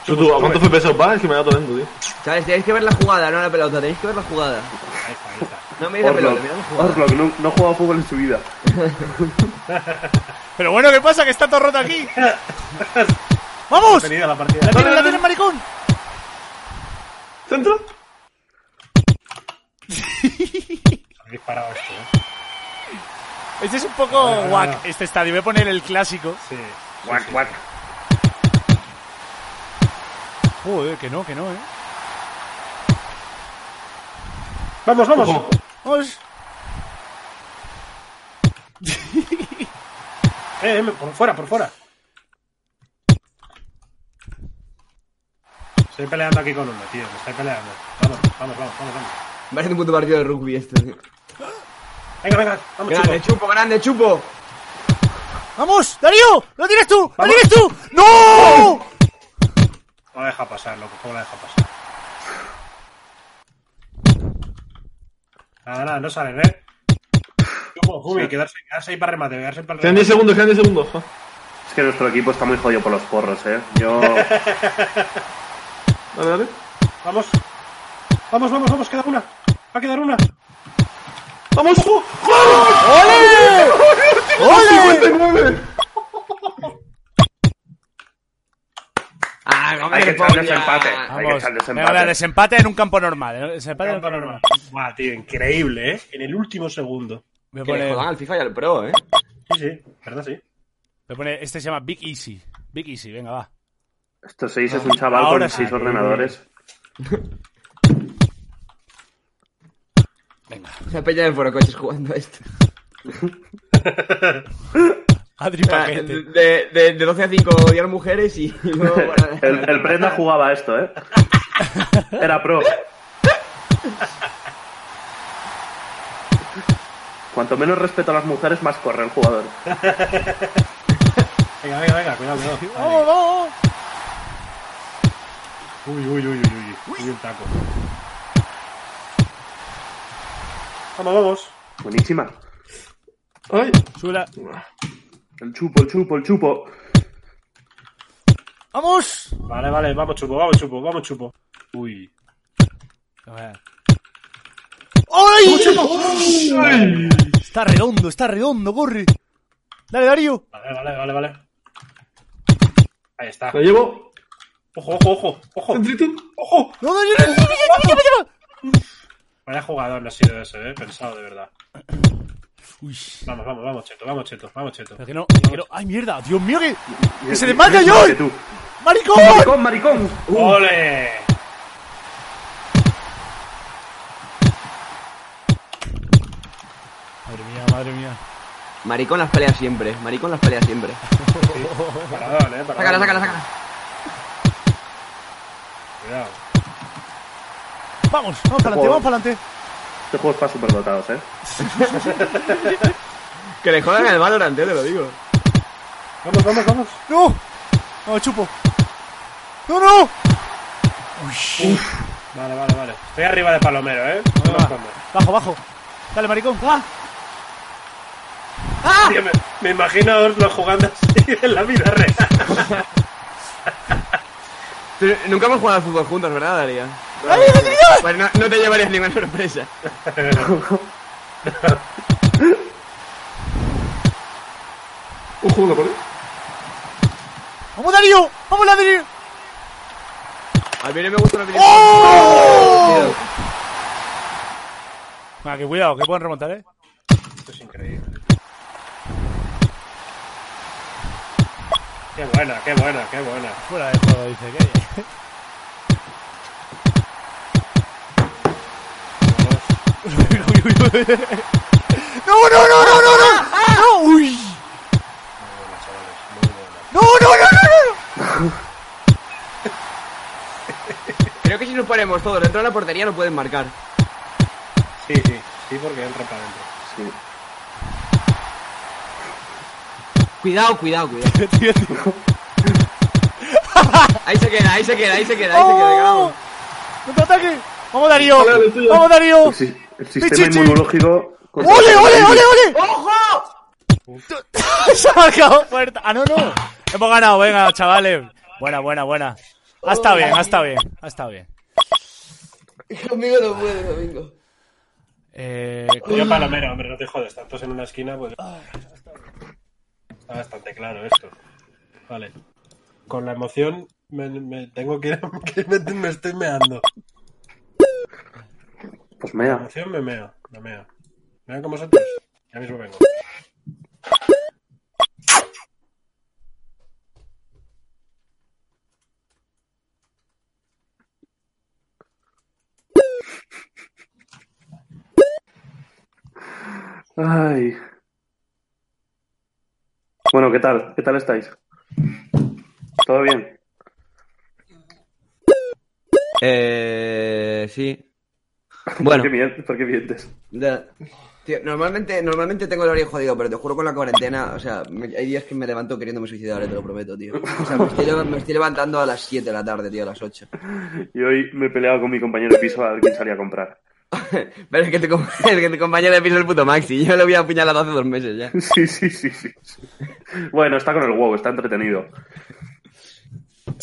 [SPEAKER 2] Tú, tú, ¿a cuántos FPS os va? Es que me da todo lento, tío.
[SPEAKER 6] ¿Sabes? Tenéis que ver la jugada, no la pelota. Tenéis que ver la jugada.
[SPEAKER 5] Ahí está, ahí está.
[SPEAKER 6] No me la pelota,
[SPEAKER 10] Orlok,
[SPEAKER 6] mirad la jugada.
[SPEAKER 10] Orlok no, no ha jugado a fútbol en su vida.
[SPEAKER 1] Pero bueno, ¿qué pasa? Que está todo roto aquí. ¡Vamos!
[SPEAKER 5] Bienvenida a la partida.
[SPEAKER 1] ¡La tiene, la tiene, maricón!
[SPEAKER 2] ¿Centro?
[SPEAKER 5] He disparado esto, ¿eh?
[SPEAKER 1] Este es un poco
[SPEAKER 5] Vale, vale,
[SPEAKER 1] guac,
[SPEAKER 5] vale.
[SPEAKER 1] este estadio. Voy a poner el clásico.
[SPEAKER 5] Sí.
[SPEAKER 10] Guac, guac.
[SPEAKER 1] Joder, que no, que no, eh.
[SPEAKER 5] Vamos, vamos.
[SPEAKER 1] Vamos.
[SPEAKER 5] Eh, eh, por fuera, por fuera. Estoy peleando aquí con uno, tío. Me estoy peleando. Vamos, vamos, vamos, vamos. vamos.
[SPEAKER 6] Parece un puto partido de rugby este.
[SPEAKER 5] Venga, venga, vamos,
[SPEAKER 6] Grande,
[SPEAKER 5] chicos.
[SPEAKER 6] chupo, grande, chupo.
[SPEAKER 1] ¡Vamos! ¡Darío! ¡Lo tienes tú! ¡Lo
[SPEAKER 5] Vamos.
[SPEAKER 1] tienes tú! ¡No!
[SPEAKER 5] No la deja pasar, loco. ¿Cómo la deja pasar? Nada, nada, no salen, ¿eh? Chupo, Jumi, quedarse, quedarse ahí para remate, quedarse ahí para
[SPEAKER 2] Quedan 10
[SPEAKER 5] remate.
[SPEAKER 2] segundos, quedan 10 segundos. jo.
[SPEAKER 10] Es que nuestro equipo está muy jodido por los porros, ¿eh? Yo...
[SPEAKER 2] Dale, dale.
[SPEAKER 5] Vamos. Vamos, vamos, vamos, queda una. Va a quedar una.
[SPEAKER 2] ¡Vamos! ¡Oh!
[SPEAKER 1] ¡Ole!
[SPEAKER 2] ¡59!
[SPEAKER 6] Ah,
[SPEAKER 10] Hay que
[SPEAKER 6] comer,
[SPEAKER 10] echar
[SPEAKER 6] polla.
[SPEAKER 10] desempate. Hay que
[SPEAKER 1] Vamos.
[SPEAKER 10] echar
[SPEAKER 1] Venga,
[SPEAKER 10] desempate.
[SPEAKER 1] desempate en un campo normal. ¿eh? Desempate en un
[SPEAKER 5] Campo normal. Buah, tío, increíble, ¿eh? En el último segundo.
[SPEAKER 1] Voy a
[SPEAKER 6] Que le
[SPEAKER 1] poner,
[SPEAKER 6] jodan al FIFA y al Pro, eh.
[SPEAKER 5] Sí, sí, verdad, sí.
[SPEAKER 1] voy a poner- este se llama Big Easy. Big Easy, venga, va.
[SPEAKER 10] Estos seis es un chaval
[SPEAKER 1] Ahora
[SPEAKER 10] con seis
[SPEAKER 1] sí.
[SPEAKER 10] ordenadores.
[SPEAKER 6] La peña de forocoches jugando a esto.
[SPEAKER 1] Adri
[SPEAKER 6] De,
[SPEAKER 1] Paquete.
[SPEAKER 6] de, de 12 a 5 odiar mujeres y luego...
[SPEAKER 10] El, el Prenda jugaba a esto, ¿eh? Era pro. Cuanto menos respeto a las mujeres, más corre el jugador.
[SPEAKER 5] Venga, venga, venga, cuidado, cuidado.
[SPEAKER 1] ¡Vamos, vamos!
[SPEAKER 5] Uy, uy, uy, uy, uy. Uy, el taco. Vamos, vamos.
[SPEAKER 10] Buenísima.
[SPEAKER 2] ¡Ay!
[SPEAKER 1] Chula.
[SPEAKER 10] El chupo, el chupo, el chupo.
[SPEAKER 1] ¡Vamos!
[SPEAKER 5] Vale, vale, vamos, chupo, vamos, chupo, vamos, chupo. Uy.
[SPEAKER 2] ¡Ay!
[SPEAKER 1] Está redondo, está redondo, corre. Dale, Darío.
[SPEAKER 5] Vale, vale, vale, vale. Ahí está.
[SPEAKER 2] La llevo.
[SPEAKER 5] Ojo, ojo, ojo, ojo.
[SPEAKER 2] ¡Centrito!
[SPEAKER 5] ¡Ojo!
[SPEAKER 1] No, Darío, no, no, no, no, no.
[SPEAKER 5] Vaya jugador no ha sido ese, eh. Pensado, de verdad.
[SPEAKER 1] Uy,
[SPEAKER 5] Vamos, vamos, vamos, cheto, vamos, cheto, vamos, cheto.
[SPEAKER 1] pero que no, que no. ¡Ay, mierda! ¡Dios mío, que, que se desmarca yo!
[SPEAKER 10] Que tú.
[SPEAKER 1] ¡Maricón!
[SPEAKER 10] ¡Maricón, maricón!
[SPEAKER 1] Uh.
[SPEAKER 5] ¡Ole!
[SPEAKER 1] Madre mía, madre mía.
[SPEAKER 6] Maricón las peleas siempre, maricón las peleas siempre.
[SPEAKER 5] Paradón, eh. Paradón.
[SPEAKER 6] Sácala, sácala, sácala.
[SPEAKER 5] Cuidado.
[SPEAKER 1] Vamos, vamos para adelante, vamos para adelante.
[SPEAKER 10] Este juego es para superdotados, ¿eh?
[SPEAKER 6] Que le jodan al Valorant, eh, te lo digo.
[SPEAKER 5] Vamos, vamos, vamos.
[SPEAKER 1] ¡No! ¡No, chupo! ¡No, no! Uy.
[SPEAKER 5] Vale, vale, vale. Estoy arriba de Palomero, eh. No me
[SPEAKER 1] va.
[SPEAKER 5] escondo.
[SPEAKER 1] Bajo, bajo. Dale, maricón. ¡Ah!
[SPEAKER 5] Tío, me, me imagino a Oslo jugando así en la vida real.
[SPEAKER 6] Pero nunca hemos jugado al fútbol juntos, ¿verdad, Daría?
[SPEAKER 1] ¡Ay, Dios mío!
[SPEAKER 6] Pues no, no te llevarías ninguna sorpresa.
[SPEAKER 2] ¡Ojo, la pared!
[SPEAKER 1] ¡Vamos, Darío! ¡Vamos, Darío!
[SPEAKER 6] A mí no me gusta la opinión.
[SPEAKER 1] ¡Oh! Ah, que cuidado, que pueden remontar, ¿eh?
[SPEAKER 5] Esto es increíble. Qué buena, qué buena, qué buena.
[SPEAKER 1] Fuera de juego, dice que. Uy, uy, uy. ¡No, no, no, no, no, no! ¡No! ¡Uy! ¡No, no, no, no, no! no.
[SPEAKER 6] ponemos todos dentro de la portería, no pueden marcar.
[SPEAKER 5] Sí, sí, sí, porque entra para adentro.
[SPEAKER 10] Sí.
[SPEAKER 6] Cuidado, cuidado, cuidado. Ahí se queda, ahí se queda, ahí se queda, ahí se queda.
[SPEAKER 1] ¡Oh!
[SPEAKER 6] ganamos.
[SPEAKER 1] ¡Contraataque! ¡Vamos, Darío!
[SPEAKER 2] Dale, tío.
[SPEAKER 1] ¡Vamos, Darío!
[SPEAKER 2] Oh.
[SPEAKER 10] El, si- el sistema
[SPEAKER 1] Pichichi.
[SPEAKER 10] inmunológico. contra-
[SPEAKER 1] ¡Ole, ole, ole, ole!
[SPEAKER 11] ¡Oh!
[SPEAKER 1] ¡Ojo! Se ha marcado puerta. Ah, no, no. Hemos ganado, venga, chavales. Buena, buena, buena. Ha estado bien, ha estado bien, ha estado bien.
[SPEAKER 6] Conmigo no puede, Domingo.
[SPEAKER 1] Eh,
[SPEAKER 5] Yo palomero, hombre, no te jodes, tantos en una esquina, pues.
[SPEAKER 6] Ah,
[SPEAKER 5] Está bastante claro esto. Vale. Con la emoción me, me- tengo que ir a- que me, me estoy meando.
[SPEAKER 10] Pues
[SPEAKER 5] La
[SPEAKER 10] mea.
[SPEAKER 5] emoción me meo, me meo. ¿Me meo con vosotros? Ya mismo vengo.
[SPEAKER 10] Ay. Bueno, ¿qué tal? ¿Qué tal estáis? ¿Todo bien?
[SPEAKER 6] Eh. Sí. Bueno.
[SPEAKER 10] ¿Por qué, mien- por qué mientes?
[SPEAKER 6] Ya. Tío, normalmente, normalmente tengo el horario jodido, pero te juro con la cuarentena, o sea, me- hay días que me levanto queriéndome suicidar, eh, te lo prometo, tío. O sea, me estoy, leva- me estoy levantando a las 7 de la tarde, tío, a las 8.
[SPEAKER 10] Y hoy me he peleado con mi compañero de piso a ver quién salía a comprar.
[SPEAKER 6] Pero es que tu, com- el que tu compañero de piso es el puto Maxi, yo lo había apuñalado hace dos meses ya.
[SPEAKER 10] Sí, sí, sí, sí. sí. Bueno, está con el huevo, está entretenido.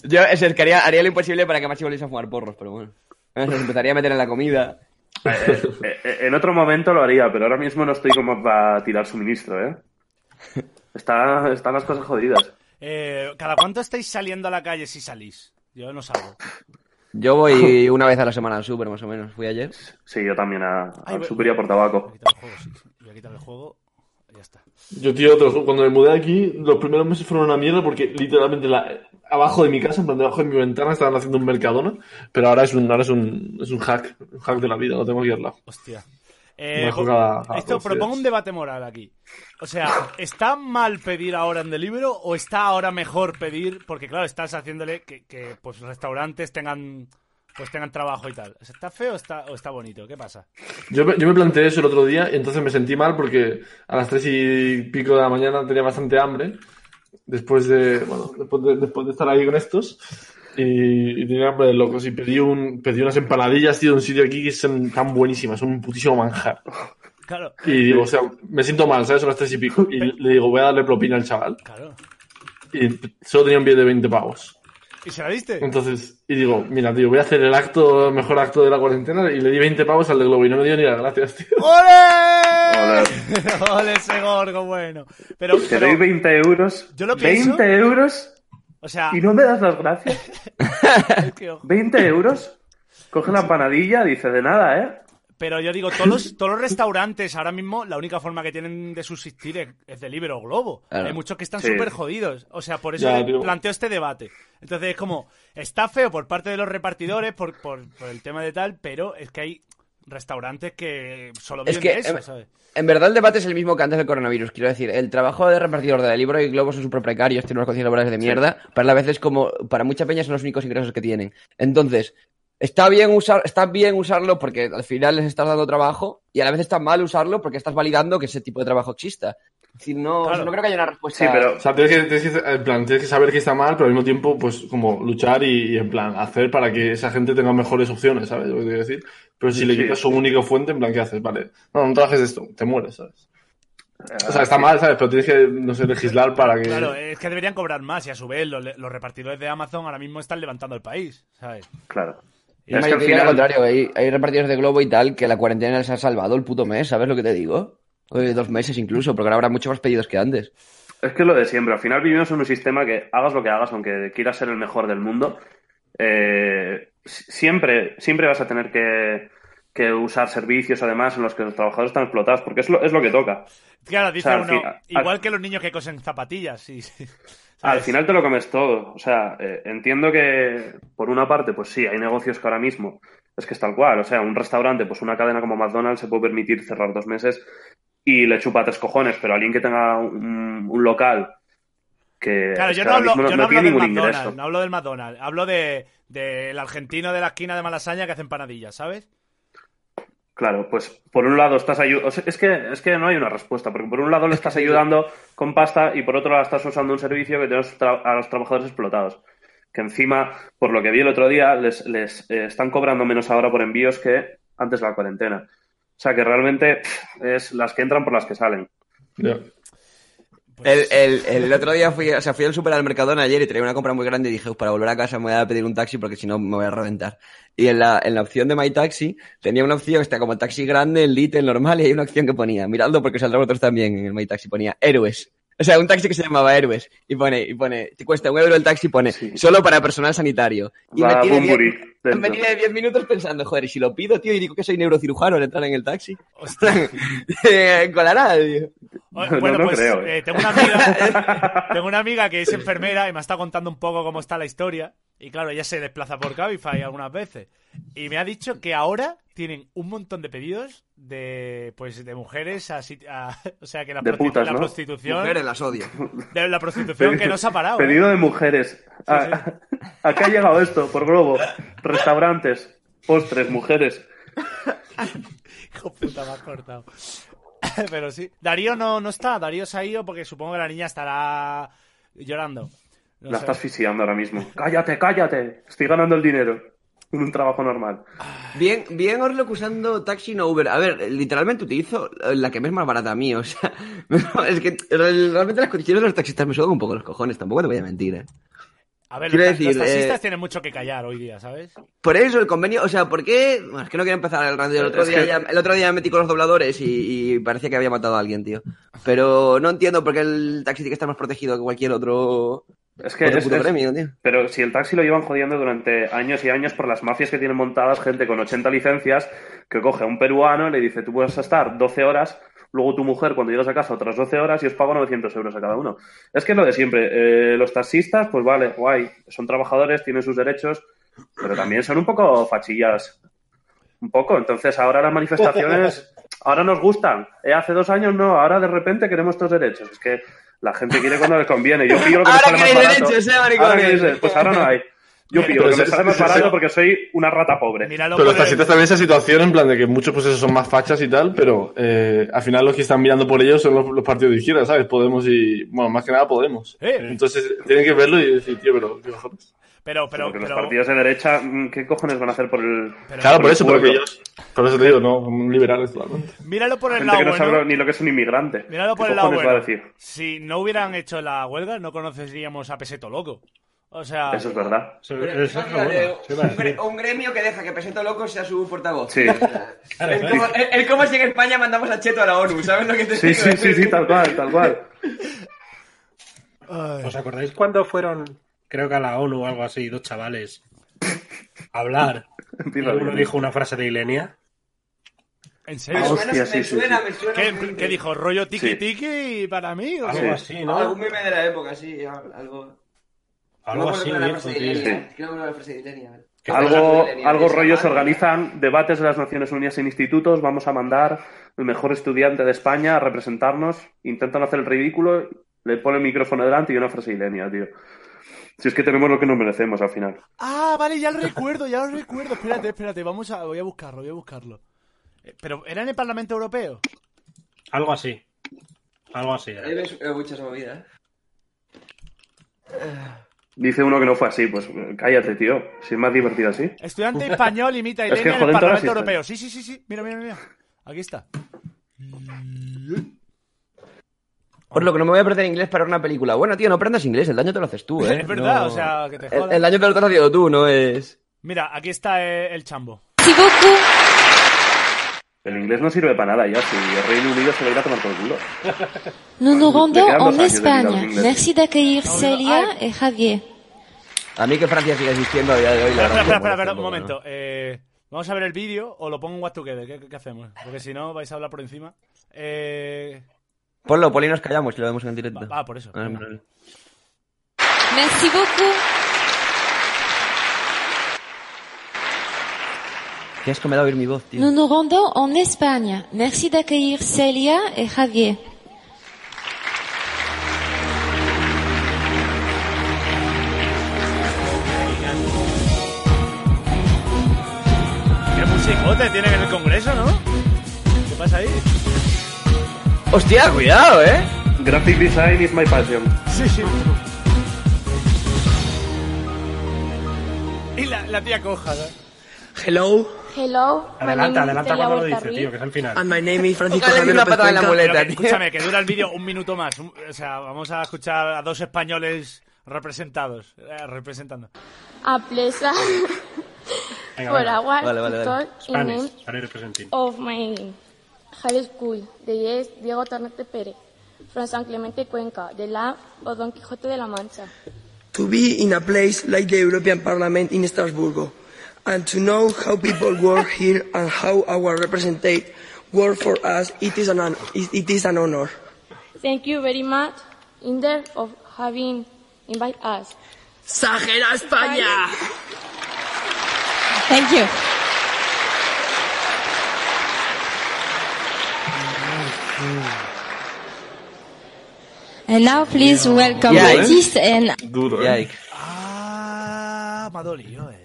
[SPEAKER 6] Yo es el que haría, haría lo imposible para que Maxi volviese a fumar porros, pero bueno. Eh, Se empezaría a meter en la comida.
[SPEAKER 10] Eh, eh, eh, en otro momento lo haría, pero ahora mismo no estoy como para tirar suministro, ¿eh? Está, están las cosas jodidas.
[SPEAKER 1] eh, ¿Cada cuánto estáis saliendo a la calle si salís? Yo no salgo.
[SPEAKER 6] Yo voy una vez a la semana al súper, más o menos. Fui ayer.
[SPEAKER 10] Sí, yo también a,
[SPEAKER 1] Ay,
[SPEAKER 10] a
[SPEAKER 1] voy-
[SPEAKER 10] Superia por
[SPEAKER 1] Voy a
[SPEAKER 10] tabaco.
[SPEAKER 1] quitar el juego, sí, sí. Voy a quitar el juego. Ya está.
[SPEAKER 2] Yo, tío, te lo juro, cuando me mudé aquí, los primeros meses fueron una mierda porque literalmente la, abajo de mi casa, en plan debajo de mi ventana, estaban haciendo un mercadona. Pero ahora es un, ahora es un, es un hack, un hack de la vida, lo tengo aquí al lado.
[SPEAKER 1] Hostia. Eh,
[SPEAKER 2] Mejor
[SPEAKER 1] pro-
[SPEAKER 2] a- a
[SPEAKER 1] esto
[SPEAKER 2] dos
[SPEAKER 1] propongo
[SPEAKER 2] días.
[SPEAKER 1] un debate moral aquí. O sea, ¿está mal pedir ahora en Deliveroo o está ahora mejor pedir? Porque claro, estás haciéndole que, que, pues los restaurantes tengan pues tengan trabajo y tal. ¿Está feo o está, o está bonito? ¿Qué pasa?
[SPEAKER 2] Yo, me- yo me planteé eso el otro día y entonces me sentí mal porque a las tres y pico de la mañana tenía bastante hambre. Después de, bueno, después de, después de estar ahí con estos. Y, y tenía hambre de locos. Y pedí, un, pedí unas empanadillas, tío, de un sitio aquí que son tan buenísimas, son un putísimo manjar.
[SPEAKER 1] Claro,
[SPEAKER 2] Y digo, o sea, me siento mal, ¿sabes? Son las tres y pico. Y le digo, voy a darle propina al chaval.
[SPEAKER 1] claro.
[SPEAKER 2] Y solo tenía un billete de 20 pavos.
[SPEAKER 1] ¿Y se la diste?
[SPEAKER 2] Entonces, y digo, mira, tío, voy a hacer el acto, mejor acto de la cuarentena. Y le di 20 pavos al de Globo y no me dio ni las gracias, tío.
[SPEAKER 1] ¡Ole!
[SPEAKER 10] Hola.
[SPEAKER 1] ¡Ole ese gorgo bueno! Pero,
[SPEAKER 10] Te doy
[SPEAKER 1] pero,
[SPEAKER 10] 20 euros.
[SPEAKER 1] Yo lo pienso.
[SPEAKER 10] 20 euros
[SPEAKER 1] o sea,
[SPEAKER 10] y no me das las gracias.
[SPEAKER 1] es que, ojo.
[SPEAKER 10] 20 euros. Coge la empanadilla, dice de nada, ¿eh?
[SPEAKER 1] Pero yo digo, todos los, todos los restaurantes ahora mismo la única forma que tienen de subsistir es, es de libre o globo.
[SPEAKER 6] Claro.
[SPEAKER 1] Hay muchos que están
[SPEAKER 10] Sí.
[SPEAKER 1] súper jodidos. O sea, por eso
[SPEAKER 2] Ya,
[SPEAKER 1] le-
[SPEAKER 2] tío.
[SPEAKER 1] planteo este debate. Entonces es como, está feo por parte de los repartidores por, por, por el tema de tal, pero es que hay restaurantes que solo
[SPEAKER 6] Es
[SPEAKER 1] viven
[SPEAKER 6] que,
[SPEAKER 1] de eso,
[SPEAKER 6] em-
[SPEAKER 1] ¿sabes?
[SPEAKER 6] En verdad el debate es el mismo que antes del coronavirus. Quiero decir, el trabajo de repartidor de libro y globos es súper precario, tiene unas condiciones laborales de mierda. Para la vez es como, para mucha peña son los únicos ingresos que tienen. Entonces, está bien, usar, está bien usarlo porque al final les estás dando trabajo y a la vez está mal usarlo porque estás validando que ese tipo de trabajo exista. Es decir, no,
[SPEAKER 1] Claro.
[SPEAKER 6] no creo que haya una respuesta.
[SPEAKER 10] Sí, pero
[SPEAKER 2] O sea, tienes que, tienes que- en plan, tienes que saber que está mal, pero al mismo tiempo, pues, como luchar y, y, en plan, hacer para que esa gente tenga mejores opciones, ¿sabes? Lo que te quiero decir. Pero si le
[SPEAKER 10] Sí.
[SPEAKER 2] quitas su única fuente, en plan, ¿qué haces? Vale. No, no trabajes de esto, te mueres, ¿sabes? O sea,
[SPEAKER 10] ah,
[SPEAKER 2] está
[SPEAKER 10] sí.
[SPEAKER 2] mal, ¿sabes? Pero tienes que, no sé, legislar para que.
[SPEAKER 1] Claro, eh.
[SPEAKER 6] eh,
[SPEAKER 1] es que deberían cobrar más y a su vez los, los repartidores de Amazon ahora mismo están levantando el país, ¿sabes?
[SPEAKER 10] Claro.
[SPEAKER 6] Es
[SPEAKER 10] Es que al
[SPEAKER 6] al
[SPEAKER 10] final,
[SPEAKER 6] contrario, hay, hay repartidores de globo y tal que la cuarentena les ha salvado el puto mes, ¿sabes lo que te digo? Oye, dos meses incluso, porque ahora habrá muchos más pedidos que antes.
[SPEAKER 10] Es que es lo de siempre, al final vivimos en un sistema que hagas lo que hagas, aunque quieras ser el mejor del mundo, eh, si- siempre, siempre vas a tener que, que usar servicios además en los que los trabajadores están explotados, porque es lo, es lo que toca.
[SPEAKER 1] Claro, dice
[SPEAKER 10] O sea, al
[SPEAKER 1] uno,
[SPEAKER 10] fin- al-
[SPEAKER 1] igual que los niños que cosen zapatillas, sí, sí.
[SPEAKER 10] Al
[SPEAKER 1] ¿Sabes?
[SPEAKER 10] final te lo comes todo. O sea, eh, entiendo que por una parte, pues sí, hay negocios que ahora mismo es que es tal cual. O sea, un restaurante, pues una cadena como McDonald's se puede permitir cerrar dos meses y le chupa tres cojones, pero alguien que tenga un, un local que
[SPEAKER 1] Claro,
[SPEAKER 10] es
[SPEAKER 1] yo
[SPEAKER 10] que
[SPEAKER 1] no
[SPEAKER 10] ahora
[SPEAKER 1] hablo,
[SPEAKER 10] mismo
[SPEAKER 1] yo no hablo
[SPEAKER 10] tiene
[SPEAKER 1] del
[SPEAKER 10] ningún
[SPEAKER 1] McDonald's,
[SPEAKER 10] ingreso.
[SPEAKER 1] no hablo del McDonald's, hablo de del argentino de la esquina de Malasaña que hace empanadillas, ¿sabes?
[SPEAKER 10] Claro, pues por un lado estás ayudando. es, que, es que no hay una respuesta, porque por un lado le estás ayudando con pasta y por otro lado estás usando un servicio que tiene a los tra- a los trabajadores explotados. Que encima, por lo que vi el otro día, les, les, eh, están cobrando menos ahora por envíos que antes de la cuarentena. O sea que realmente pff, es las que entran por las que salen.
[SPEAKER 2] Ya.
[SPEAKER 6] El, el- el otro día fui, o sea, fui al super al Mercadona ayer y traía una compra muy grande y dije, "Uf, para volver a casa me voy a pedir un taxi porque si no me voy a reventar. Y en la, en la opción de My Taxi tenía una opción, está como taxi grande, Lite, el normal, y hay una opción que ponía, miradlo porque saldrá vosotros también en el My Taxi, ponía héroes. O sea, un taxi que se llamaba Héroes. Y pone, y pone, te cuesta un euro el taxi, pone, solo para personal sanitario. Y
[SPEAKER 10] Va
[SPEAKER 6] me tiene
[SPEAKER 10] Bunbury
[SPEAKER 6] diez-
[SPEAKER 10] dentro.
[SPEAKER 6] me tiene 10 minutos pensando, joder, y si lo pido, tío, y digo que soy neurocirujano al entrar en el taxi.
[SPEAKER 1] Hostia.
[SPEAKER 6] Eh, Colará, tío.
[SPEAKER 1] O-
[SPEAKER 10] No,
[SPEAKER 1] bueno,
[SPEAKER 10] no
[SPEAKER 1] pues
[SPEAKER 10] creo, ¿eh?
[SPEAKER 1] eh, tengo, una amiga, tengo una amiga que es enfermera y me ha estado contando un poco cómo está la historia. Y claro, ella se desplaza por Cabify algunas veces. Y me ha dicho que ahora tienen un montón de pedidos de pues de mujeres a, sit- a- o sea que la,
[SPEAKER 10] De
[SPEAKER 1] prosti-
[SPEAKER 10] putas,
[SPEAKER 1] la
[SPEAKER 10] ¿no?
[SPEAKER 1] prostitución
[SPEAKER 6] Mujeres las odio.
[SPEAKER 1] de la prostitución que no se ha parado. ¿eh?
[SPEAKER 10] Pedido de mujeres. Ah, ¿A, qué ha llegado esto? Por Globo. Restaurantes, postres, mujeres.
[SPEAKER 1] Hijo puta, me has cortado. Pero sí. Darío no, no está. Darío se ha ido porque supongo que la niña estará llorando. No
[SPEAKER 10] La
[SPEAKER 1] sé.
[SPEAKER 10] estás asfixiando ahora mismo. Cállate, cállate. Estoy ganando el dinero en un trabajo normal.
[SPEAKER 6] Bien, bien Orlock usando taxi no Uber. A ver, literalmente utilizo la que me es más barata a mí, o sea, es que realmente las condiciones de los taxistas me sudan un poco los cojones, tampoco te voy a mentir, eh.
[SPEAKER 1] A ver, los,
[SPEAKER 6] quiero
[SPEAKER 1] ta-
[SPEAKER 6] decir,
[SPEAKER 1] los taxistas
[SPEAKER 6] eh,
[SPEAKER 1] tienen mucho que callar hoy día, ¿sabes?
[SPEAKER 6] Por eso el convenio, o sea, ¿por qué? Bueno, es que no quiero empezar el radio. El otro,
[SPEAKER 10] Es
[SPEAKER 6] día,
[SPEAKER 10] que-
[SPEAKER 6] ya- el otro día me metí con los dobladores y, y parecía que había matado a alguien, tío. Pero no entiendo por qué el taxi tiene que estar más protegido que cualquier otro,
[SPEAKER 10] Es que
[SPEAKER 6] otro
[SPEAKER 10] es-
[SPEAKER 6] puto
[SPEAKER 10] es-
[SPEAKER 6] premio, tío.
[SPEAKER 10] Pero si el taxi lo llevan jodiendo durante años y años por las mafias que tienen montadas gente con 80 licencias que coge a un peruano y le dice, tú puedes estar 12 horas, luego tu mujer cuando llegas a casa otras 12 horas y os pago 900 euros a cada uno. Es que es lo de siempre. Eh, los taxistas, pues vale, guay, son trabajadores, tienen sus derechos, pero también son un poco fachillas. Un poco. Entonces ahora las manifestaciones, ahora nos gustan. Eh, hace dos años no, ahora de repente queremos estos derechos. Es que la gente quiere cuando les conviene. Yo pillo lo que me
[SPEAKER 6] Ahora
[SPEAKER 10] sale más
[SPEAKER 6] queréis
[SPEAKER 10] barato.
[SPEAKER 6] derechos, eh,
[SPEAKER 10] Ahora
[SPEAKER 6] maricones.
[SPEAKER 10] queréis derechos. Pues ahora no hay. Yo pillo lo que me sale más barato porque soy una rata pobre.
[SPEAKER 1] Míralo
[SPEAKER 2] Pero los
[SPEAKER 1] por el-
[SPEAKER 2] taxistas también esa situación, en plan de que muchos procesos son más fachas y tal, pero eh, al final los que están mirando por ellos son los, los partidos de izquierda, ¿sabes? Podemos y, bueno, más que nada Podemos.
[SPEAKER 1] Eh.
[SPEAKER 2] Entonces tienen que verlo y decir, tío, pero qué cojones.
[SPEAKER 1] Pero, pero,
[SPEAKER 10] porque
[SPEAKER 1] pero-
[SPEAKER 10] los partidos de derecha, mm, ¿qué cojones van a hacer por el.
[SPEAKER 1] pero-
[SPEAKER 2] Claro, por
[SPEAKER 10] el
[SPEAKER 2] eso, pero que
[SPEAKER 10] pueblo.
[SPEAKER 2] ellos, por eso te digo, no, son liberales totalmente.
[SPEAKER 1] míralo por el
[SPEAKER 10] Gente
[SPEAKER 1] lado
[SPEAKER 10] que no sabe
[SPEAKER 1] bueno.
[SPEAKER 10] ni lo que es un inmigrante.
[SPEAKER 1] Míralo por
[SPEAKER 10] ¿Qué
[SPEAKER 1] el lado
[SPEAKER 10] cojones va a
[SPEAKER 1] bueno.
[SPEAKER 10] decir?
[SPEAKER 1] Si no hubieran hecho la huelga, no conoceríamos a Peseto Loco. O sea,
[SPEAKER 10] Eso es verdad.
[SPEAKER 5] Eso- eso es lo bueno. Sí,
[SPEAKER 6] un,
[SPEAKER 5] vale.
[SPEAKER 6] gre- un gremio que deja que Peseto Loco sea su portavoz.
[SPEAKER 10] Sí.
[SPEAKER 5] Claro, ¿eh?
[SPEAKER 6] el, cómo, el- el cómo llega a España mandamos a Cheto a la ONU, ¿sabes lo que te
[SPEAKER 10] Sí,
[SPEAKER 6] digo?
[SPEAKER 10] sí, sí, sí, tal cual, tal cual.
[SPEAKER 1] ay,
[SPEAKER 5] ¿Os acordáis cuando fueron, creo que a la ONU o algo así, dos chavales a hablar? Y
[SPEAKER 10] Empieza
[SPEAKER 5] uno
[SPEAKER 10] bien.
[SPEAKER 5] dijo una frase de Ilenia.
[SPEAKER 1] ¿en
[SPEAKER 6] Me
[SPEAKER 1] serio?
[SPEAKER 10] Vamos.
[SPEAKER 6] suena,
[SPEAKER 10] Hostia,
[SPEAKER 6] me
[SPEAKER 10] sí, sí,
[SPEAKER 6] suena,
[SPEAKER 10] sí.
[SPEAKER 6] me suena.
[SPEAKER 1] ¿Qué, qué dijo? ¿Rollo tiki
[SPEAKER 10] Sí.
[SPEAKER 1] tiki y para mí? O
[SPEAKER 5] Algo
[SPEAKER 1] sea,
[SPEAKER 5] así,
[SPEAKER 6] Algún
[SPEAKER 5] ¿no?
[SPEAKER 6] meme de la época, sí, algo.
[SPEAKER 5] Algo
[SPEAKER 6] no
[SPEAKER 5] así,
[SPEAKER 6] Creo que era la frase de
[SPEAKER 5] dijo, tío.
[SPEAKER 6] Ilenia, creo que era la frase de Ilenia.
[SPEAKER 5] Que
[SPEAKER 10] Algo,
[SPEAKER 6] Millennium,
[SPEAKER 10] algo
[SPEAKER 6] esa
[SPEAKER 10] rollo se
[SPEAKER 6] madre.
[SPEAKER 10] organizan debates de las Naciones Unidas en institutos, vamos a mandar el mejor estudiante de España a representarnos, intentan hacer el ridículo, le pone el micrófono delante y una frase ilenia, tío. Si es que tenemos lo que nos merecemos al final.
[SPEAKER 1] Ah, vale, ya lo recuerdo, ya lo recuerdo. Espérate, espérate, vamos a, voy a buscarlo, voy a buscarlo. Eh, Pero era en el Parlamento Europeo.
[SPEAKER 5] Algo así. Algo así. era.
[SPEAKER 6] Ahí ves eh, muchas movidas.
[SPEAKER 10] Dice uno que no fue así, pues eh, cállate, tío. Si es más divertido así.
[SPEAKER 1] Estudiante español imita a
[SPEAKER 10] Es que,
[SPEAKER 1] Ilenia en el
[SPEAKER 10] joder, todas
[SPEAKER 1] Parlamento
[SPEAKER 10] existen.
[SPEAKER 1] Europeo. Sí, sí, sí, sí. Mira, mira, mira. Aquí está.
[SPEAKER 6] Por lo que no me voy a perder inglés para una película. Bueno, tío, no aprendas inglés, el daño te lo haces tú, ¿eh?
[SPEAKER 1] Es verdad,
[SPEAKER 6] No.
[SPEAKER 1] o sea, que te
[SPEAKER 6] El,
[SPEAKER 1] jodas.
[SPEAKER 6] el daño te lo estás haciendo tú, no es.
[SPEAKER 1] Mira, aquí está eh, el chambo.
[SPEAKER 10] El inglés no sirve para nada ya, si el Reino Unido se va a ir a tomar por el culo.
[SPEAKER 12] Nous nous rendons
[SPEAKER 10] Le quedan
[SPEAKER 12] en
[SPEAKER 10] dos años de vida a los
[SPEAKER 12] Espagne.
[SPEAKER 10] ingleses.
[SPEAKER 12] Merci d'accueillir
[SPEAKER 1] Ah,
[SPEAKER 12] Celia
[SPEAKER 1] bueno.
[SPEAKER 12] et Javier.
[SPEAKER 6] A mí que Francia siga existiendo a día de hoy. la
[SPEAKER 1] Espera, espera,
[SPEAKER 6] verdad,
[SPEAKER 1] espera, espera,
[SPEAKER 6] me molesta
[SPEAKER 1] un
[SPEAKER 6] poco,
[SPEAKER 1] momento.
[SPEAKER 6] ¿no?
[SPEAKER 1] Eh, vamos a ver el vídeo o lo pongo en What Together. ¿Qué, qué- qué hacemos? Porque si no, vais a hablar por encima. Eh,
[SPEAKER 6] Ponlo, Poli, nos callamos y lo vemos en directo.
[SPEAKER 1] va, va, por eso.
[SPEAKER 6] Ah,
[SPEAKER 1] venga.
[SPEAKER 6] vale.
[SPEAKER 12] Merci beaucoup.
[SPEAKER 6] Qué asco me da oír mi voz, tío.
[SPEAKER 12] Nous nous rendons en Espagne. Merci d'accueillir Celia et Javier.
[SPEAKER 1] te tienen en el Congreso, ¿no? ¿Qué pasa ahí?
[SPEAKER 6] Hostia, cuidado, eh.
[SPEAKER 10] Graphic design is my passion.
[SPEAKER 1] Sí, sí. Y la, la tía coja, ¿no?
[SPEAKER 13] Hello,
[SPEAKER 12] Hello.
[SPEAKER 5] Adelanta, adelanta cuando lo dice, tío, que es al
[SPEAKER 13] and
[SPEAKER 5] final.
[SPEAKER 13] my name is Francisco
[SPEAKER 6] Ojalá le dé una
[SPEAKER 13] Javier López
[SPEAKER 6] patada en la
[SPEAKER 13] Cuenca.
[SPEAKER 6] muleta.
[SPEAKER 1] Pero que-
[SPEAKER 6] tío.
[SPEAKER 1] escúchame, que dura el vídeo un minuto más. Un- O sea, vamos a escuchar a dos españoles representados. eh, representando.
[SPEAKER 11] a Plesa
[SPEAKER 5] Venga,
[SPEAKER 11] Ah, for
[SPEAKER 5] venga.
[SPEAKER 11] our
[SPEAKER 5] Vale, vale, vale.
[SPEAKER 11] tutor in name
[SPEAKER 5] Spanish, Spanish representing.
[SPEAKER 11] of my high school. The is Diego Tornete Pérez from San Clemente Cuenca, the land of Don Quijote de la Mancha.
[SPEAKER 13] To be in a place like the European Parliament in Strasbourg and to know how people work here and how our representatives work for us, it is an, hon- it it is an honor.
[SPEAKER 11] Thank you very much, Inder, of having invite us.
[SPEAKER 13] ¡Sajera España!
[SPEAKER 12] Thank you. And now please welcome
[SPEAKER 6] Yeah, eh?
[SPEAKER 12] Baptiste and
[SPEAKER 2] Duro, ¿eh?
[SPEAKER 6] Yike.
[SPEAKER 1] Ah, me ha dolido, ¿eh?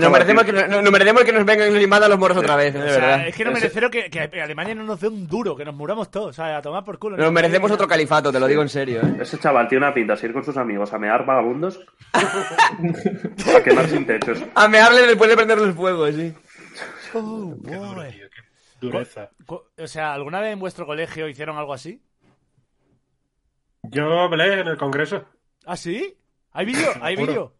[SPEAKER 6] Nos merecemos, que, no- no merecemos que nos vengan limadas los moros otra vez, ¿eh? de
[SPEAKER 1] O sea,
[SPEAKER 6] verdad.
[SPEAKER 1] es que no merecemos que, que Alemania no nos dé un duro, que nos muramos todos, o sea, a tomar por culo.
[SPEAKER 6] Nos merecemos otro califato, te lo digo en serio, eh.
[SPEAKER 10] Ese chaval tiene una pinta, de ir con sus amigos a mear vagabundos. a quemar sin techos.
[SPEAKER 6] A mearle después de prender los fuegos, sí.
[SPEAKER 1] Oh, boy.
[SPEAKER 5] Dureza.
[SPEAKER 1] Co- O sea, ¿alguna vez en vuestro colegio hicieron algo así?
[SPEAKER 5] Yo peleé en el Congreso.
[SPEAKER 1] ¿Ah, sí? ¿Hay vídeo? ¿Hay
[SPEAKER 5] Seguro.
[SPEAKER 1] vídeo?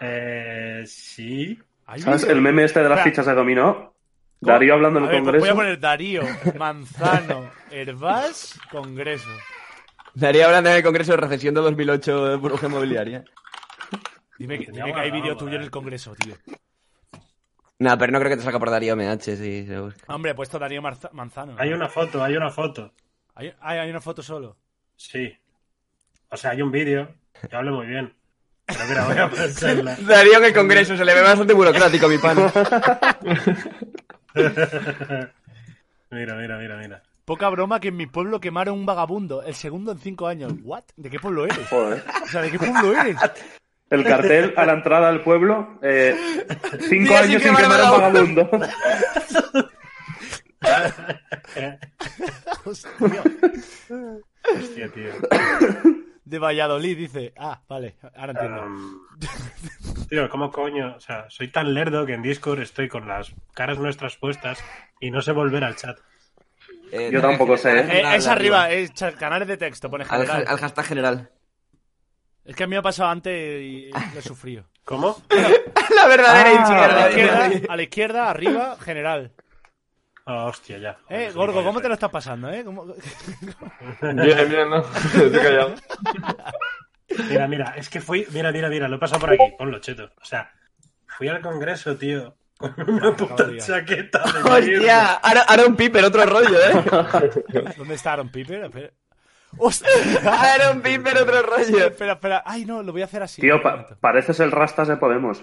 [SPEAKER 5] Eh, sí.
[SPEAKER 1] ¿Hay
[SPEAKER 10] ¿Sabes
[SPEAKER 1] vídeo?
[SPEAKER 10] el meme este de las
[SPEAKER 1] Espera.
[SPEAKER 10] fichas de dominó?
[SPEAKER 1] ¿Cómo?
[SPEAKER 10] Darío hablando en
[SPEAKER 1] A ver,
[SPEAKER 10] el
[SPEAKER 1] pues Voy a
[SPEAKER 10] Congreso.
[SPEAKER 1] poner Darío, Manzano, Herbás, Congreso.
[SPEAKER 6] Daría hablando en el Congreso de Recesión de 2008 de eh, burbuja inmobiliaria.
[SPEAKER 1] Dime, que-
[SPEAKER 5] Tenía
[SPEAKER 1] dime que hay
[SPEAKER 5] guardado,
[SPEAKER 1] vídeo tuyo en
[SPEAKER 5] eh.
[SPEAKER 1] el Congreso, tío.
[SPEAKER 6] Nah, pero no creo que te saca por Darío MH, sí. se busca.
[SPEAKER 1] Hombre, he puesto Darío Marza- Manzano.
[SPEAKER 5] Hay una foto, hay una foto.
[SPEAKER 1] Hay, hay- hay una foto solo.
[SPEAKER 5] Sí. O sea, hay un vídeo. Yo hablo muy bien. Pero mira, voy a pasarla.
[SPEAKER 6] Darío en el Congreso, se le ve bastante burocrático, mi pan.
[SPEAKER 5] Mira, mira, mira, mira.
[SPEAKER 1] Poca broma que en mi pueblo quemaron un vagabundo, el segundo en cinco años. ¿What? ¿De qué pueblo eres?
[SPEAKER 10] Joder.
[SPEAKER 1] O sea, ¿de qué pueblo eres?
[SPEAKER 10] El cartel a la entrada del pueblo. eh, cinco
[SPEAKER 6] Día sin
[SPEAKER 10] años sin
[SPEAKER 6] quemar
[SPEAKER 10] quemar a un
[SPEAKER 6] vagabundo.
[SPEAKER 10] vagabundo.
[SPEAKER 1] Hostia.
[SPEAKER 5] Hostia, tío.
[SPEAKER 1] De Valladolid, dice. Ah, vale, ahora entiendo.
[SPEAKER 5] Um, tío, ¿cómo coño? O sea, soy tan lerdo que en Discord estoy con las caras nuestras puestas y no sé volver al chat.
[SPEAKER 6] Eh,
[SPEAKER 10] Yo tampoco sé, eh.
[SPEAKER 1] Eh, es arriba, es cha- canales de texto, pone
[SPEAKER 6] Al,
[SPEAKER 1] general.
[SPEAKER 6] al hashtag general.
[SPEAKER 1] Es que a mí me ha pasado antes y lo he sufrido.
[SPEAKER 5] ¿Cómo?
[SPEAKER 6] La verdadera
[SPEAKER 1] A la
[SPEAKER 6] izquierda.
[SPEAKER 1] izquierda, a la izquierda, arriba, general.
[SPEAKER 5] Ah, hostia, ya.
[SPEAKER 1] Eh,
[SPEAKER 5] Joder,
[SPEAKER 1] Gorgo,
[SPEAKER 5] sí,
[SPEAKER 1] ¿cómo
[SPEAKER 5] ya
[SPEAKER 1] te
[SPEAKER 5] sé.
[SPEAKER 1] lo estás pasando, eh? ¿Cómo-
[SPEAKER 2] Bien, bien, ¿no? Estoy callado.
[SPEAKER 5] Mira, mira, es que fui. Mira, mira, mira, lo he pasado por aquí. Ponlo, cheto. O sea, fui al congreso, tío, con una puta
[SPEAKER 1] Cabrón.
[SPEAKER 5] chaqueta. De
[SPEAKER 6] Hostia, ahora, ahora un piper, otro rollo, eh.
[SPEAKER 1] ¿Dónde está Aaron Piper? Espera. ¡Hostia!
[SPEAKER 6] Ahora un piper, otro rollo.
[SPEAKER 1] Espera, espera. Ay, no, lo voy a hacer así.
[SPEAKER 10] Tío,
[SPEAKER 1] Un
[SPEAKER 10] pa-
[SPEAKER 1] momento.
[SPEAKER 10] pareces el Rastas de Podemos.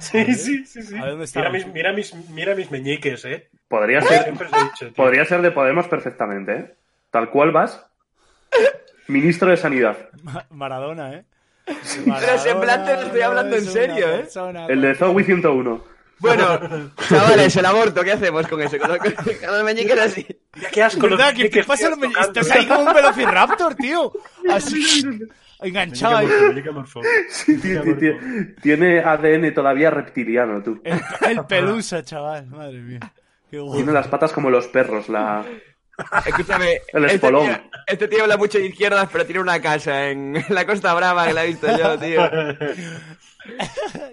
[SPEAKER 5] Sí, sí, sí, sí.
[SPEAKER 1] A ver, ¿dónde está?
[SPEAKER 5] Mira mis, mira, mis, mira mis meñiques, eh.
[SPEAKER 10] Podría ser,
[SPEAKER 5] Siempre os he dicho, tío.
[SPEAKER 10] podría ser de Podemos perfectamente, ¿eh? Tal cual vas. Ministro de Sanidad.
[SPEAKER 1] Ma- Maradona, ¿eh?
[SPEAKER 6] Pero semblante le estoy hablando en
[SPEAKER 1] es
[SPEAKER 6] serio,
[SPEAKER 1] una
[SPEAKER 6] ¿eh?
[SPEAKER 1] persona-
[SPEAKER 10] El de Zoe 101.
[SPEAKER 6] Bueno, chavales, el aborto, ¿qué hacemos con eso? Con, con, con los meñiques así.
[SPEAKER 5] Qué asco. los
[SPEAKER 1] ¿Verdad? ¿Qué, qué
[SPEAKER 5] meñiques,
[SPEAKER 1] pasa?
[SPEAKER 5] tío,
[SPEAKER 1] Los meñiques?
[SPEAKER 5] tocando.
[SPEAKER 1] Estás ahí como un velociraptor, tío. Así. Enganchado ahí.
[SPEAKER 5] Meñique morfo, meñique
[SPEAKER 10] Tío,
[SPEAKER 5] morfo.
[SPEAKER 10] tío, tío, Tiene ADN todavía reptiliano, tú.
[SPEAKER 1] El, el pelusa, chaval. Madre mía. Qué
[SPEAKER 10] Tiene
[SPEAKER 1] guapo.
[SPEAKER 10] las patas como los perros, la...
[SPEAKER 6] Escúchame,
[SPEAKER 10] El
[SPEAKER 6] este
[SPEAKER 10] espolón.
[SPEAKER 6] tío, este tío habla mucho de izquierdas, pero tiene una casa en la Costa Brava que la he visto yo, tío.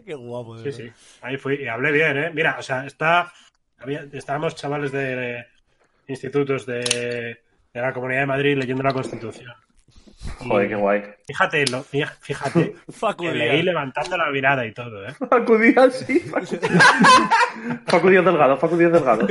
[SPEAKER 1] Qué guapo. de
[SPEAKER 5] Sí,
[SPEAKER 1] verdad.
[SPEAKER 5] sí. Ahí fui y hablé bien, ¿eh? Mira, o sea, está, había, estábamos chavales de, de institutos de, de la Comunidad de Madrid leyendo la Constitución.
[SPEAKER 10] Joder, qué guay.
[SPEAKER 5] Fíjate, lo, fija- fíjate, que
[SPEAKER 1] Facudía.
[SPEAKER 5] leí levantando la mirada y todo, ¿eh?
[SPEAKER 10] Facu Díaz, sí. Facu Facu Díaz Delgado, Facu Díaz Delgado.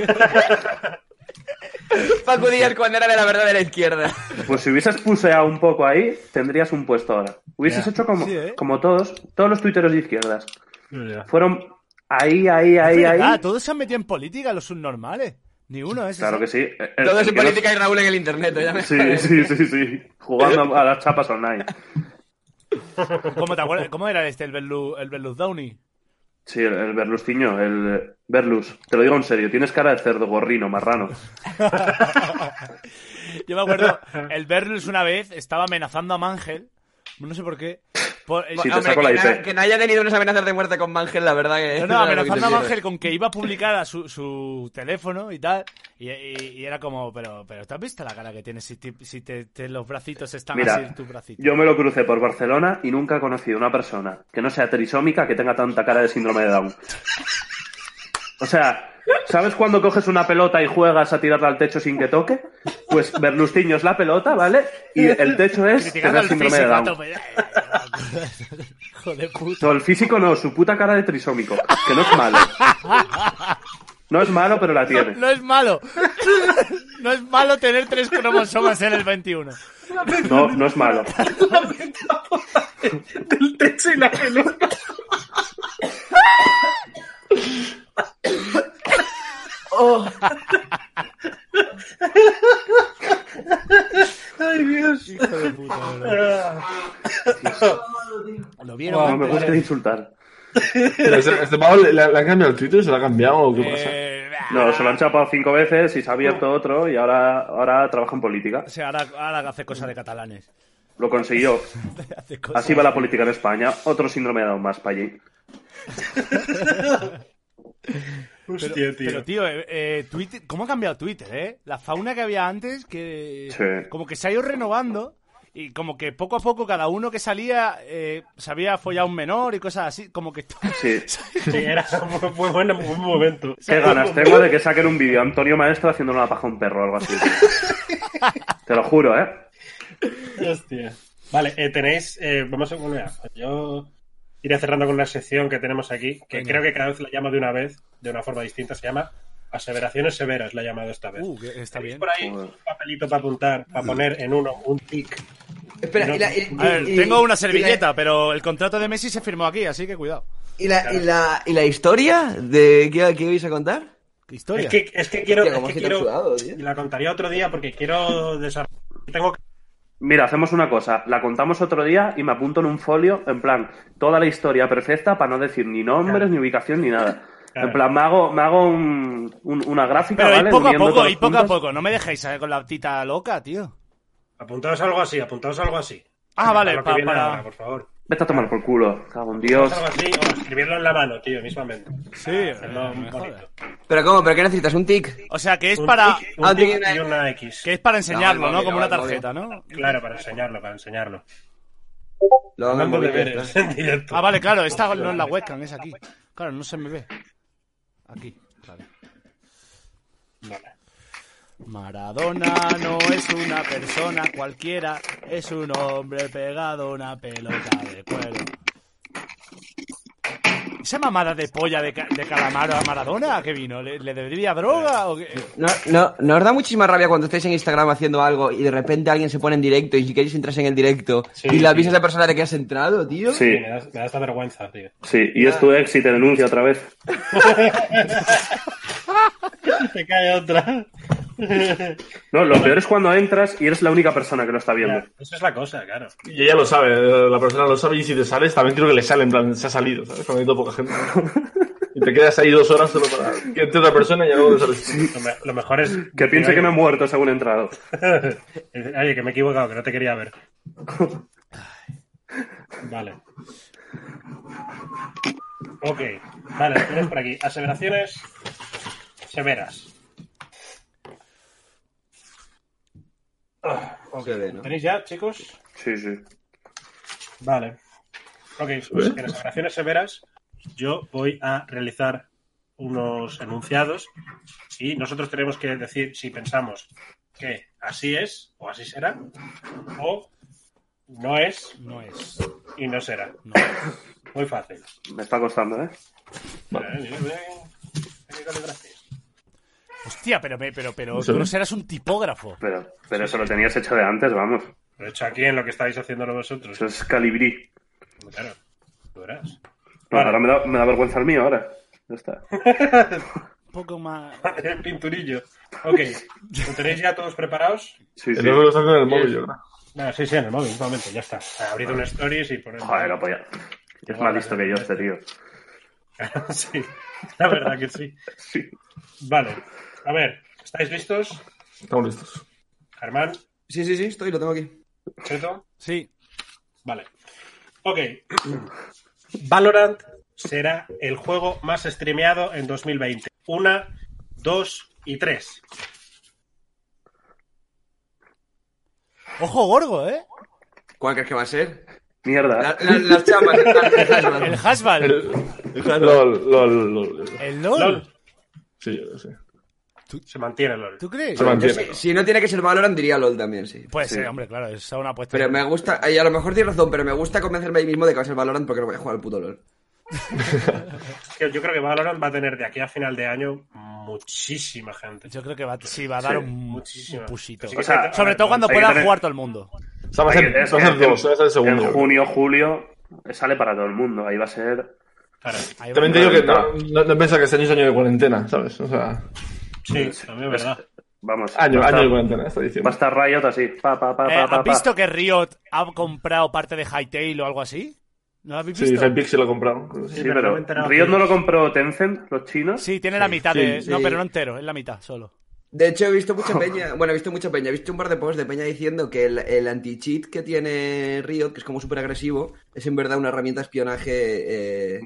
[SPEAKER 6] Paco Díaz cuando era de la verdad de la izquierda.
[SPEAKER 10] Pues si hubieses puseado un poco ahí, tendrías un puesto ahora. Hubieses
[SPEAKER 5] Ya.
[SPEAKER 10] hecho como,
[SPEAKER 1] Sí, ¿eh?
[SPEAKER 10] como todos, todos los tuiteros de izquierdas.
[SPEAKER 5] Ya.
[SPEAKER 10] Fueron ahí, ahí, ahí,
[SPEAKER 1] Es
[SPEAKER 10] ahí.
[SPEAKER 1] verdad, todos se han metido en política, los subnormales. Ni uno, ¿eh?
[SPEAKER 10] Claro que sí. El- el-
[SPEAKER 6] Todo
[SPEAKER 10] el
[SPEAKER 6] es en
[SPEAKER 10] que no-
[SPEAKER 6] política y Raúl en el internet, ya me
[SPEAKER 10] Sí, sí, sí, sí. Jugando a las chapas online.
[SPEAKER 1] ¿Cómo, te acuerdas? ¿Cómo era este, el Berlu, el Berlusconi?
[SPEAKER 10] Sí, el, el Berlustiño, el Berlus. Te lo digo en serio, tienes cara de cerdo gorrino, marrano.
[SPEAKER 1] Yo me acuerdo, el Berlus una vez estaba amenazando a Mangel, no sé por qué. por-
[SPEAKER 6] Hombre, que, na- que no haya tenido unas amenazas de muerte con Mangel, la verdad que.
[SPEAKER 1] No, no,
[SPEAKER 6] Este era lo que
[SPEAKER 1] amenazando a
[SPEAKER 6] te
[SPEAKER 1] Ángel con que iba a publicar a su, su teléfono y tal. Y, y- y era como, pero, pero ¿te has visto la cara que tienes si, te- si te- te- los bracitos están así
[SPEAKER 10] Mira,
[SPEAKER 1] en tus bracitos?
[SPEAKER 10] yo me lo crucé por Barcelona y nunca he conocido una persona que no sea trisómica que tenga tanta cara de síndrome de Down. O sea, ¿sabes cuando coges una pelota y juegas a tirarla al techo sin que toque? Pues Berlustiño es la pelota, ¿vale? Y el techo es
[SPEAKER 1] Criticando
[SPEAKER 10] tener
[SPEAKER 1] al
[SPEAKER 10] síndrome de
[SPEAKER 1] físico a
[SPEAKER 10] Down.
[SPEAKER 1] tope. Hijo de puta.
[SPEAKER 10] No, el físico no, su puta cara de trisómico, que no es malo. No es malo, pero la tiene.
[SPEAKER 1] No es malo. No es malo tener tres cromosomas en el 21.
[SPEAKER 10] No, no es malo.
[SPEAKER 5] Del techo y la pelota.
[SPEAKER 6] Oh.
[SPEAKER 5] Ay, Dios.
[SPEAKER 1] Hijo de puta, Lo vieron.
[SPEAKER 10] No me gusta insultar.
[SPEAKER 2] Pero ¿Este, este pavo le, le- le han cambiado el Twitter? ¿Se lo ha cambiado o qué
[SPEAKER 6] Eh.
[SPEAKER 2] pasa?
[SPEAKER 1] Eh,
[SPEAKER 10] No, se lo han chapado cinco veces y se ha abierto
[SPEAKER 1] Oh.
[SPEAKER 10] otro y ahora, ahora trabaja en política.
[SPEAKER 1] O sea, ahora, ahora hace cosas de catalanes.
[SPEAKER 10] Lo consiguió.
[SPEAKER 1] Hace cosas.
[SPEAKER 10] Así va la política en España. Otro síndrome de Down más para allí.
[SPEAKER 1] Pero,
[SPEAKER 5] Hostia, tío.
[SPEAKER 1] pero, tío, eh, eh, Twitter- ¿cómo ha cambiado Twitter, eh? La fauna que había antes, que
[SPEAKER 10] Sí.
[SPEAKER 1] como que se ha ido renovando y como que poco a poco cada uno que salía eh, se había follado un menor y cosas así, como que...
[SPEAKER 10] Sí.
[SPEAKER 5] Sí, era muy, muy bueno, muy buen momento.
[SPEAKER 10] Qué ganas tengo de que saquen un vídeo a Antonio Maestro haciendo una paja a un perro o algo así. Te lo juro, ¿eh?
[SPEAKER 5] Hostia. Vale, eh, tenéis. eh, vamos a volver. Yo iré cerrando con una sección que tenemos aquí, que
[SPEAKER 1] Venga.
[SPEAKER 5] creo que cada vez la llamo de una vez, de una forma distinta. Se llama Aseveraciones Severas, la he llamado esta vez.
[SPEAKER 1] Uh, que está bien.
[SPEAKER 5] Por ahí un papelito para apuntar,
[SPEAKER 6] Mm.
[SPEAKER 5] para poner en uno un tic.
[SPEAKER 6] Espera,
[SPEAKER 5] No.
[SPEAKER 6] y la- y-
[SPEAKER 1] A ver,
[SPEAKER 6] y- y-
[SPEAKER 1] tengo una
[SPEAKER 6] y la-
[SPEAKER 1] servilleta, pero el contrato de Messi se firmó aquí, así que cuidado.
[SPEAKER 6] ¿Y la, y la, y la historia de qué, qué ibais a contar?
[SPEAKER 1] ¿Qué
[SPEAKER 5] Es
[SPEAKER 1] historia?
[SPEAKER 5] que, es que quiero.
[SPEAKER 6] Hostia,
[SPEAKER 5] es
[SPEAKER 6] cómo
[SPEAKER 5] que
[SPEAKER 6] se te
[SPEAKER 5] quiero-
[SPEAKER 6] ha sudado, tío.
[SPEAKER 5] la contaría otro día porque quiero desarrollar. Tengo que-
[SPEAKER 10] Mira, hacemos una cosa. La contamos otro día y me apunto en un folio, en plan, toda la historia perfecta para no decir ni nombres, ni ubicación, ni nada. En plan, me hago, me hago un- un- una gráfica,
[SPEAKER 1] Pero
[SPEAKER 10] ¿vale?
[SPEAKER 1] y poco a
[SPEAKER 10] Uniendo
[SPEAKER 1] poco,
[SPEAKER 10] todos
[SPEAKER 1] y poco a
[SPEAKER 10] juntos.
[SPEAKER 1] poco, no me dejéis eh, con la tita loca, tío.
[SPEAKER 5] Apuntaos algo así, apuntaos algo así.
[SPEAKER 1] Ah, vale,
[SPEAKER 5] lo que
[SPEAKER 1] pa-
[SPEAKER 5] viene
[SPEAKER 1] para-
[SPEAKER 5] ahora, por favor.
[SPEAKER 10] Vete a tomar por culo, cago en
[SPEAKER 5] Apuntaos
[SPEAKER 10] Dios.
[SPEAKER 5] algo así o escribirlo en la mano, tío, mismamente.
[SPEAKER 1] Sí, eh,
[SPEAKER 5] Hacerlo
[SPEAKER 1] me
[SPEAKER 5] bonito.
[SPEAKER 1] jode.
[SPEAKER 6] ¿Pero cómo? ¿Pero qué necesitas? ¿Un tic?
[SPEAKER 1] O sea, que es
[SPEAKER 5] Un
[SPEAKER 1] para...
[SPEAKER 5] tic,
[SPEAKER 6] Ah,
[SPEAKER 5] un
[SPEAKER 6] tiene
[SPEAKER 5] tic
[SPEAKER 6] una-
[SPEAKER 5] y una X.
[SPEAKER 1] Que es para enseñarlo,
[SPEAKER 6] No,
[SPEAKER 1] ¿no?
[SPEAKER 6] vale,
[SPEAKER 1] Como una
[SPEAKER 6] vale, vale.
[SPEAKER 1] tarjeta, ¿no?
[SPEAKER 5] Claro, para enseñarlo, para enseñarlo.
[SPEAKER 6] Lo hago en
[SPEAKER 5] Hablando de
[SPEAKER 6] móvil,
[SPEAKER 5] deberes
[SPEAKER 6] ya
[SPEAKER 5] en directo.
[SPEAKER 1] Ah, vale, claro, esta no es la webcam, es aquí. Claro, no se me ve. Aquí, claro.
[SPEAKER 5] Vale.
[SPEAKER 1] Maradona no es una persona cualquiera, es un hombre pegado a una pelota de cuero. ¿Esa mamada de polla de, ca- de calamaro a Maradona que vino? ¿Le, le debería droga o qué?
[SPEAKER 6] No, no, ¿no os da muchísima rabia cuando estáis en Instagram haciendo algo y de repente alguien se pone en directo y si queréis entrar en el directo
[SPEAKER 5] Sí,
[SPEAKER 6] y la
[SPEAKER 5] sí.
[SPEAKER 6] avisas a la persona de que has entrado, tío?
[SPEAKER 10] Sí,
[SPEAKER 5] Me da, me da esta vergüenza, tío.
[SPEAKER 10] sí. Y es tu ex y te denuncia otra vez.
[SPEAKER 5] Te cae otra.
[SPEAKER 10] No, lo peor es cuando entras y eres la única persona que lo está viendo.
[SPEAKER 5] Esa es la cosa, claro.
[SPEAKER 2] Y ella lo sabe, eh, la persona lo sabe y si te sales, también creo que le sale, en plan, se ha salido, ¿sabes? Cuando hay tan poca gente. Y te quedas ahí dos horas solo para que entre otra persona y ya luego te sales. tú.
[SPEAKER 5] Lo, me- lo mejor es.
[SPEAKER 10] Que piense que me he muerto según he entrado.
[SPEAKER 5] Oye, que me he equivocado, que no te quería ver. Vale. Ok. Vale, las tienes por aquí. Aseveraciones severas. Ah, ok.
[SPEAKER 6] Se ve, ¿no?
[SPEAKER 5] ¿Lo ¿Tenéis ya, chicos?
[SPEAKER 10] Sí, sí.
[SPEAKER 5] Vale. Ok, pues en las operaciones severas yo voy a realizar unos enunciados y nosotros tenemos que decir si pensamos que así es o así será o no es
[SPEAKER 1] No es.
[SPEAKER 5] y no será. Muy fácil.
[SPEAKER 10] Me está costando, ¿eh?
[SPEAKER 1] Hostia, pero, me- pero, pero,
[SPEAKER 2] ¿Sí?
[SPEAKER 1] tú no serás un tipógrafo.
[SPEAKER 10] Pero, pero eso lo tenías hecho de antes, vamos.
[SPEAKER 5] Lo he hecho aquí en lo que estáis haciéndolo vosotros.
[SPEAKER 10] Eso es calibrí.
[SPEAKER 5] Claro, lo verás.
[SPEAKER 10] No, ahora me da, me da vergüenza el mío, ahora. Ya está.
[SPEAKER 1] Un poco más...
[SPEAKER 5] El pinturillo. Ok, ¿lo tenéis ya todos preparados?
[SPEAKER 10] Sí,
[SPEAKER 2] El
[SPEAKER 10] sí.
[SPEAKER 2] negro lo saca en el móvil, yo creo.
[SPEAKER 5] No, sí, sí, en el móvil, un momento, ya está. Abrid un stories y poned...
[SPEAKER 10] Joder, apoya. Es más listo que yo este tío.
[SPEAKER 5] sí, la verdad que sí. Vale, a ver, ¿estáis listos?
[SPEAKER 2] Estamos listos.
[SPEAKER 5] Germán,
[SPEAKER 6] Sí, sí, sí, estoy, lo tengo aquí.
[SPEAKER 5] Cheto.
[SPEAKER 1] Sí.
[SPEAKER 5] Vale. Ok. Valorant será el juego más streameado en 2020. Una, dos y tres.
[SPEAKER 1] Ojo gorgo, ¿eh?
[SPEAKER 6] ¿Cuál crees que va a ser?
[SPEAKER 10] Mierda.
[SPEAKER 6] La- la- las chamas, el Hasbal.
[SPEAKER 1] El Hasbal. El,
[SPEAKER 2] LOL, LOL, LOL.
[SPEAKER 1] LOL.
[SPEAKER 5] LOL.
[SPEAKER 2] Sí, sí.
[SPEAKER 5] Se mantiene LOL.
[SPEAKER 1] ¿Tú crees?
[SPEAKER 2] Se mantiene.
[SPEAKER 6] Si, si no tiene que ser Valorant, diría LOL también, sí.
[SPEAKER 1] Pues sí,
[SPEAKER 6] Sí.
[SPEAKER 1] hombre, claro, es una apuesta.
[SPEAKER 6] Pero me gusta, y a lo mejor tienes razón, pero me gusta convencerme a mí mismo de que va a ser Valorant porque no voy a jugar al puto LOL.
[SPEAKER 5] Yo yo creo que Valorant va a tener de aquí a final de año muchísima gente.
[SPEAKER 1] Yo creo que va, sí, va a dar
[SPEAKER 5] Sí,
[SPEAKER 1] un,
[SPEAKER 5] muchísimo.
[SPEAKER 1] un pushito.
[SPEAKER 5] Así que O sea,
[SPEAKER 1] Sobre todo cuando
[SPEAKER 10] hay que
[SPEAKER 1] pueda
[SPEAKER 10] tener-
[SPEAKER 1] jugar todo el mundo.
[SPEAKER 2] O sea, va a
[SPEAKER 10] Hay
[SPEAKER 2] ser,
[SPEAKER 10] que- es
[SPEAKER 2] va a
[SPEAKER 10] que
[SPEAKER 2] ser dos, va a ser el
[SPEAKER 10] En
[SPEAKER 2] segundo.
[SPEAKER 10] junio, julio, sale para todo el mundo. Ahí va a ser.
[SPEAKER 5] Claro.
[SPEAKER 1] Ahí va.
[SPEAKER 2] También te digo que no, no, no piensa que este año es año de cuarentena, ¿sabes? O sea,
[SPEAKER 5] Sí, también es verdad.
[SPEAKER 10] Vamos.
[SPEAKER 2] año,
[SPEAKER 10] va a
[SPEAKER 2] año de
[SPEAKER 10] estar-
[SPEAKER 2] cuarentena, está diciendo.
[SPEAKER 10] Va a estar Riot así. Pa, pa, pa,
[SPEAKER 1] Eh,
[SPEAKER 10] pa, pa,
[SPEAKER 1] ¿Has
[SPEAKER 10] pa.
[SPEAKER 1] visto que Riot ha comprado parte de Hytale o algo así? ¿No lo habéis
[SPEAKER 2] Sí,
[SPEAKER 1] visto?
[SPEAKER 2] Hypixel lo ha comprado.
[SPEAKER 10] Sí,
[SPEAKER 5] pero
[SPEAKER 10] pero
[SPEAKER 5] me he enterado
[SPEAKER 10] Riot
[SPEAKER 5] que-
[SPEAKER 10] no lo compró Tencent, los chinos.
[SPEAKER 1] Sí, tiene la mitad
[SPEAKER 2] sí,
[SPEAKER 1] de. No,
[SPEAKER 6] sí.
[SPEAKER 1] pero no entero, es la mitad solo.
[SPEAKER 6] De hecho, he visto mucha peña, bueno, he visto mucha peña, he visto un par de posts de peña diciendo que el, el anti-cheat que tiene Riot, que es como súper agresivo, es en verdad una herramienta de espionaje eh,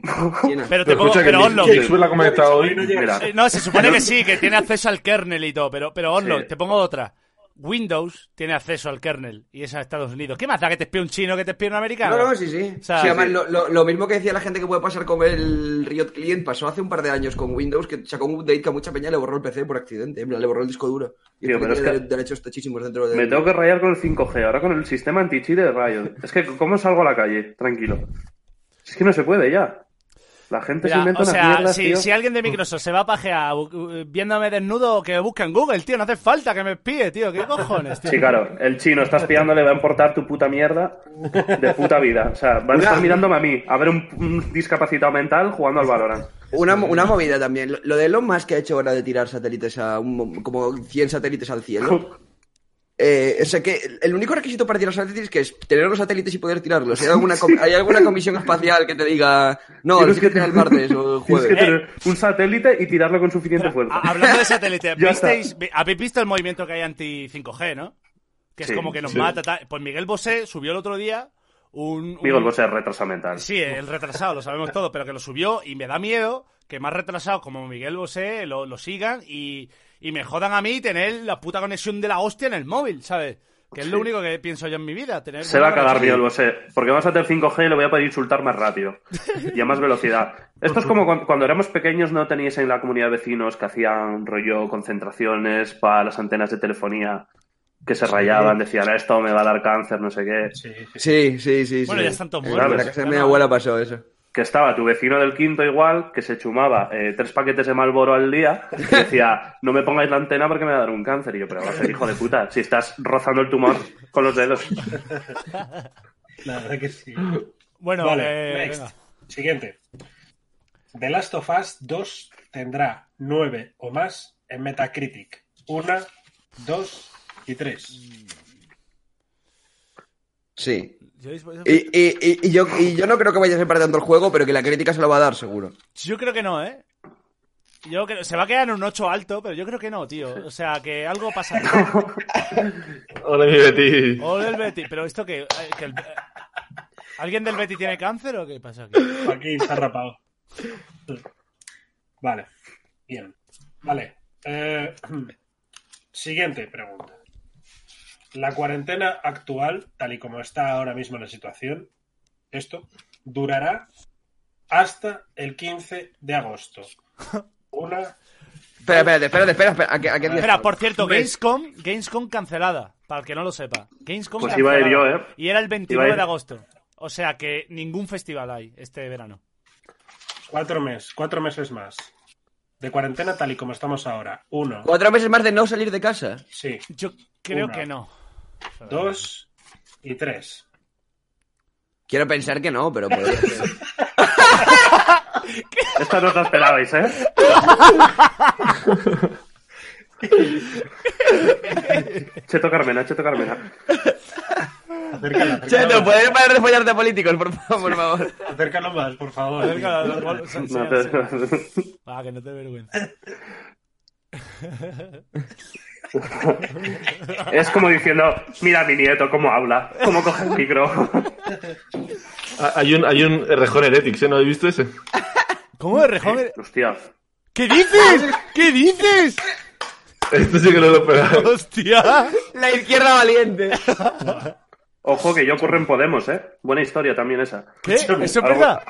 [SPEAKER 6] china.
[SPEAKER 1] Pero te pongo.
[SPEAKER 2] escucha
[SPEAKER 1] Pero
[SPEAKER 2] que
[SPEAKER 1] Onlock.
[SPEAKER 2] Nick Swift la ha comentado hoy.
[SPEAKER 10] Mira,
[SPEAKER 1] Eh, No, se supone que sí, que tiene acceso al kernel y todo, pero, pero Onlock,
[SPEAKER 10] Sí.
[SPEAKER 1] te pongo otra. Windows tiene acceso al kernel y es a Estados Unidos. ¿Qué más da que te espíe un chino que te espíe un americano?
[SPEAKER 6] No, no, sí, sí.
[SPEAKER 1] O sea,
[SPEAKER 6] Sí, además,
[SPEAKER 1] sí.
[SPEAKER 6] Lo, lo- lo mismo que decía la gente que puede pasar con el Riot Client, pasó hace un par de años con Windows, que sacó un update que a mucha peña le borró el PC por accidente, en plan, le borró el disco duro. Y
[SPEAKER 10] Tío,
[SPEAKER 6] el
[SPEAKER 10] pero
[SPEAKER 6] PC
[SPEAKER 10] es
[SPEAKER 6] tiene
[SPEAKER 10] que-
[SPEAKER 6] derechos tochísimos dentro de...
[SPEAKER 10] me tengo que rayar con el 5G, ahora con el sistema anti-cheat de Riot. Es que, ¿cómo salgo a la calle? Tranquilo. Es que no se puede ya. La gente
[SPEAKER 1] Mira,
[SPEAKER 10] se inventa
[SPEAKER 1] o
[SPEAKER 10] unas
[SPEAKER 1] sea,
[SPEAKER 10] mierdas,
[SPEAKER 1] si,
[SPEAKER 10] tío.
[SPEAKER 1] si alguien de Microsoft se va a pajear bu- bu- viéndome desnudo, que busque en Google, tío. No hace falta que me espíe, tío. ¿Qué cojones, tío?
[SPEAKER 10] Sí, claro, el chino está espiándole, va a importar tu puta mierda de puta vida. O sea, van a estar mirándome a mí, a ver un, un discapacitado mental jugando al Valorant.
[SPEAKER 6] Una, una movida también. Lo, lo de Elon Musk que ha hecho ahora de tirar satélites a un mo- como 100 satélites al cielo. Eh, o sea que el- el único requisito para tirar satélites que es tener los satélites y poder tirarlos. ¿Hay alguna, com- ¿hay alguna comisión espacial que te diga no,
[SPEAKER 10] Tienes
[SPEAKER 6] los que
[SPEAKER 10] que-
[SPEAKER 6] tirar el martes o el
[SPEAKER 10] Tienes
[SPEAKER 6] jueves?
[SPEAKER 10] que tener un satélite y tirarlo con suficiente fuerza.
[SPEAKER 1] Ha- Hablando de satélite,
[SPEAKER 10] Ya está.
[SPEAKER 1] ¿visteis- vi- ¿habéis visto el movimiento que hay anti-5G, no? Que es
[SPEAKER 10] Sí,
[SPEAKER 1] como que nos
[SPEAKER 10] sí.
[SPEAKER 1] mata. tal. Pues Miguel Bosé subió el otro día un. un-
[SPEAKER 10] Digo, el boss es retraso mental.
[SPEAKER 1] Sí, el retrasado, lo sabemos todo, pero que lo subió y me da miedo que más retrasados como Miguel Bosé lo, lo sigan y, y me jodan a mí tener la puta conexión de la hostia en el móvil, ¿sabes? Que es lo
[SPEAKER 10] Sí.
[SPEAKER 1] único que pienso yo en mi vida. Tener
[SPEAKER 10] Se va a cagar bien, lo sé. Porque vas a tener 5G y le voy a poder insultar más rápido. Y a más velocidad. Esto es como cuando, cuando éramos pequeños no teníais en la comunidad vecinos que hacían rollo concentraciones para las antenas de telefonía que se rayaban, decían esto me va a dar cáncer, no sé qué.
[SPEAKER 5] Sí,
[SPEAKER 6] Sí, sí, sí.
[SPEAKER 1] Bueno,
[SPEAKER 6] sí.
[SPEAKER 1] ya están todos
[SPEAKER 6] En
[SPEAKER 1] muertos,
[SPEAKER 6] la casa de
[SPEAKER 1] ya
[SPEAKER 6] mi
[SPEAKER 1] no.
[SPEAKER 6] abuela pasó eso.
[SPEAKER 10] Que estaba tu vecino del quinto igual, que se chumaba eh, tres paquetes de Malboro al día y decía, no me pongáis la antena porque me va a dar un cáncer. Y yo, pero va a ser hijo de puta, si estás rozando el tumor con los dedos.
[SPEAKER 5] La verdad que sí.
[SPEAKER 1] Bueno,
[SPEAKER 5] Vale,
[SPEAKER 1] eh,
[SPEAKER 5] next.
[SPEAKER 1] venga.
[SPEAKER 5] Siguiente. The Last of Us 2 tendrá 9 o más en Metacritic. 1, 2 y 3.
[SPEAKER 6] Sí.
[SPEAKER 1] ¿Yo- yo-
[SPEAKER 6] Y, y- y- y yo, y yo no creo que vaya a ser para tanto el juego, pero que la crítica se lo va a dar, seguro.
[SPEAKER 1] Yo creo que no, ¿eh? Yo creo, se va a quedar en un 8 alto, pero yo creo que no, tío. O sea, que algo pasa.
[SPEAKER 2] Hola, mi Betty.
[SPEAKER 1] O del Betty, pero esto que, eh, que el- eh, ¿Alguien del Betty tiene cáncer o qué pasa aquí?
[SPEAKER 5] Aquí está rapado. Vale. Bien. Vale. Eh, siguiente pregunta. La cuarentena actual, tal y como está ahora mismo la situación, esto durará hasta el 15 de agosto. Una,
[SPEAKER 6] Espera, espérate, espérate, espera, espera. ¿A qué, a qué día
[SPEAKER 1] Espera,
[SPEAKER 6] estamos?
[SPEAKER 1] por cierto, Gamescom, Gamescom cancelada, para el que no lo sepa. Gamescom
[SPEAKER 10] Pues iba a
[SPEAKER 1] cancelada.
[SPEAKER 10] ir yo, ¿eh?
[SPEAKER 1] Y era el 29
[SPEAKER 10] Iba a ir.
[SPEAKER 1] de agosto. O sea que ningún festival hay este verano.
[SPEAKER 5] Cuatro meses, cuatro meses más. De cuarentena tal y como estamos ahora. Uno,
[SPEAKER 6] Cuatro meses más de no salir de casa.
[SPEAKER 5] sí,
[SPEAKER 1] Yo creo
[SPEAKER 5] Una.
[SPEAKER 1] que no.
[SPEAKER 5] dos y tres.
[SPEAKER 6] Quiero pensar que no, pero podría ser.
[SPEAKER 10] Esta no os la esperabais, ¿eh? Cheto Carmena, Cheto Carmena.
[SPEAKER 5] Acércalo, acércalo.
[SPEAKER 6] Cheto, ¿podéis parar de follarte a políticos, por favor? Por favor?
[SPEAKER 5] Acércalo más, por favor.
[SPEAKER 1] Acércalo, acércalo, sí, sí,
[SPEAKER 10] No,
[SPEAKER 1] sí.
[SPEAKER 10] pero-
[SPEAKER 1] Va, que no te avergüences.
[SPEAKER 10] Es como diciendo, mira a mi nieto cómo habla, cómo coge el micro.
[SPEAKER 2] Ah, Hay un, hay un Rejón Heretics, ¿eh? ¿No habéis visto ese?
[SPEAKER 1] ¿Cómo es rejón?
[SPEAKER 10] Hostia.
[SPEAKER 1] ¿Qué dices? ¿Qué dices?
[SPEAKER 2] Esto sí que no lo esperaba.
[SPEAKER 1] ¡Hostia!
[SPEAKER 6] La izquierda valiente.
[SPEAKER 10] Ojo que yo curro en Podemos, ¿eh? Buena historia también esa.
[SPEAKER 1] ¿Qué? ¿Eso es
[SPEAKER 10] Algo-
[SPEAKER 1] verdad?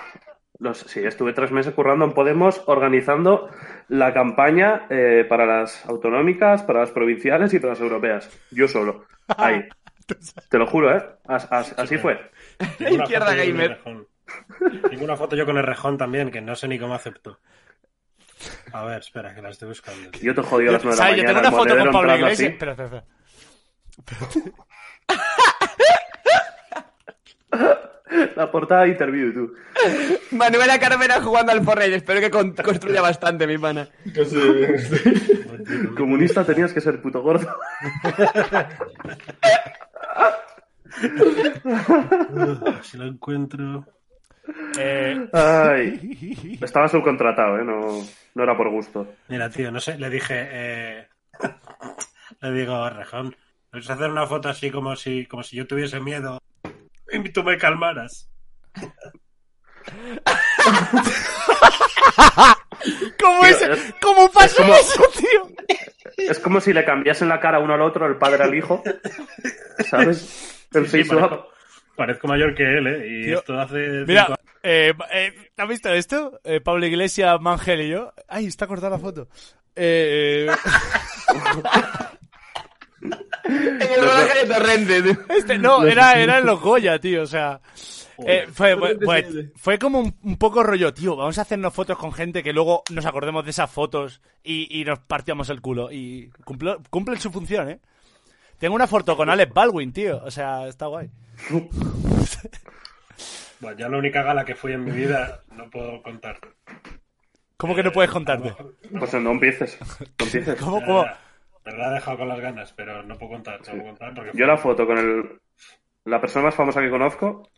[SPEAKER 10] Los- sí, estuve tres meses currando en Podemos organizando la campaña eh, para las autonómicas, para las provinciales y para las europeas. Yo solo. Ahí. Te lo juro, ¿eh? As- as- así fue.
[SPEAKER 5] Tengo una
[SPEAKER 6] Izquierda
[SPEAKER 5] foto yo con
[SPEAKER 6] gamer.
[SPEAKER 5] el rejón. Tengo una foto yo con el rejón también, que no sé ni cómo acepto. A ver, espera, que la estoy buscando. tío.
[SPEAKER 10] Yo te jodí a las nueve de la
[SPEAKER 1] ¿Sabes? Yo
[SPEAKER 10] mañana.
[SPEAKER 1] tengo una
[SPEAKER 10] el
[SPEAKER 1] foto
[SPEAKER 10] monedero
[SPEAKER 1] con Pablo
[SPEAKER 10] entrando así.
[SPEAKER 1] Iglesias. Espera, espera, espera.
[SPEAKER 10] La portada de interview, tú.
[SPEAKER 6] Manuela Carmena jugando al Fortnite. Espero que con- construya bastante, mi pana.
[SPEAKER 10] Comunista tenías que ser puto gordo.
[SPEAKER 5] Uf, si lo encuentro.
[SPEAKER 1] Eh,
[SPEAKER 10] Ay. Estaba subcontratado, ¿eh? No, no era por gusto.
[SPEAKER 5] Mira, tío, no sé, le dije. eh, Le digo, rejón, ¿puedes hacer una foto así como si, como si yo tuviese miedo y tú me calmaras?
[SPEAKER 1] ¿Cómo,
[SPEAKER 10] Tío,
[SPEAKER 1] es,
[SPEAKER 10] es-
[SPEAKER 1] ¿Cómo
[SPEAKER 10] es
[SPEAKER 1] pasó
[SPEAKER 10] como-
[SPEAKER 1] eso, tío?
[SPEAKER 10] Es como si le cambiasen la cara uno al otro, el padre al hijo. ¿Sabes? El
[SPEAKER 5] Sí,
[SPEAKER 10] face swap.
[SPEAKER 5] parezco, parezco mayor que él, ¿eh? Y
[SPEAKER 1] Tío,
[SPEAKER 5] esto hace. cinco
[SPEAKER 1] Mira, eh, eh, ¿has visto esto? Eh, Pablo Iglesias, Mangel y yo. Ay, está cortada la foto. Eh,
[SPEAKER 6] En el rodaje de Torrente, tío.
[SPEAKER 1] este, no, era, era en los Goya, tío. O sea, eh, fue, fue, fue- fue como un, un poco rollo, tío. Vamos a hacernos fotos con gente que luego nos acordemos de esas fotos y, y nos partíamos el culo. Y cumplo- cumplen su función, ¿eh? Tengo una foto con Alex Baldwin, tío. O sea, está guay.
[SPEAKER 5] Bueno, yo la única gala que fui en mi vida no puedo contar.
[SPEAKER 1] ¿Cómo que no puedes contarte?
[SPEAKER 10] Pues no empieces. No empieces.
[SPEAKER 1] ¿Cómo, cómo?
[SPEAKER 5] Me la he dejado con las ganas, pero no puedo contar, no puedo contar porque
[SPEAKER 10] Yo la foto con el. La persona más famosa que conozco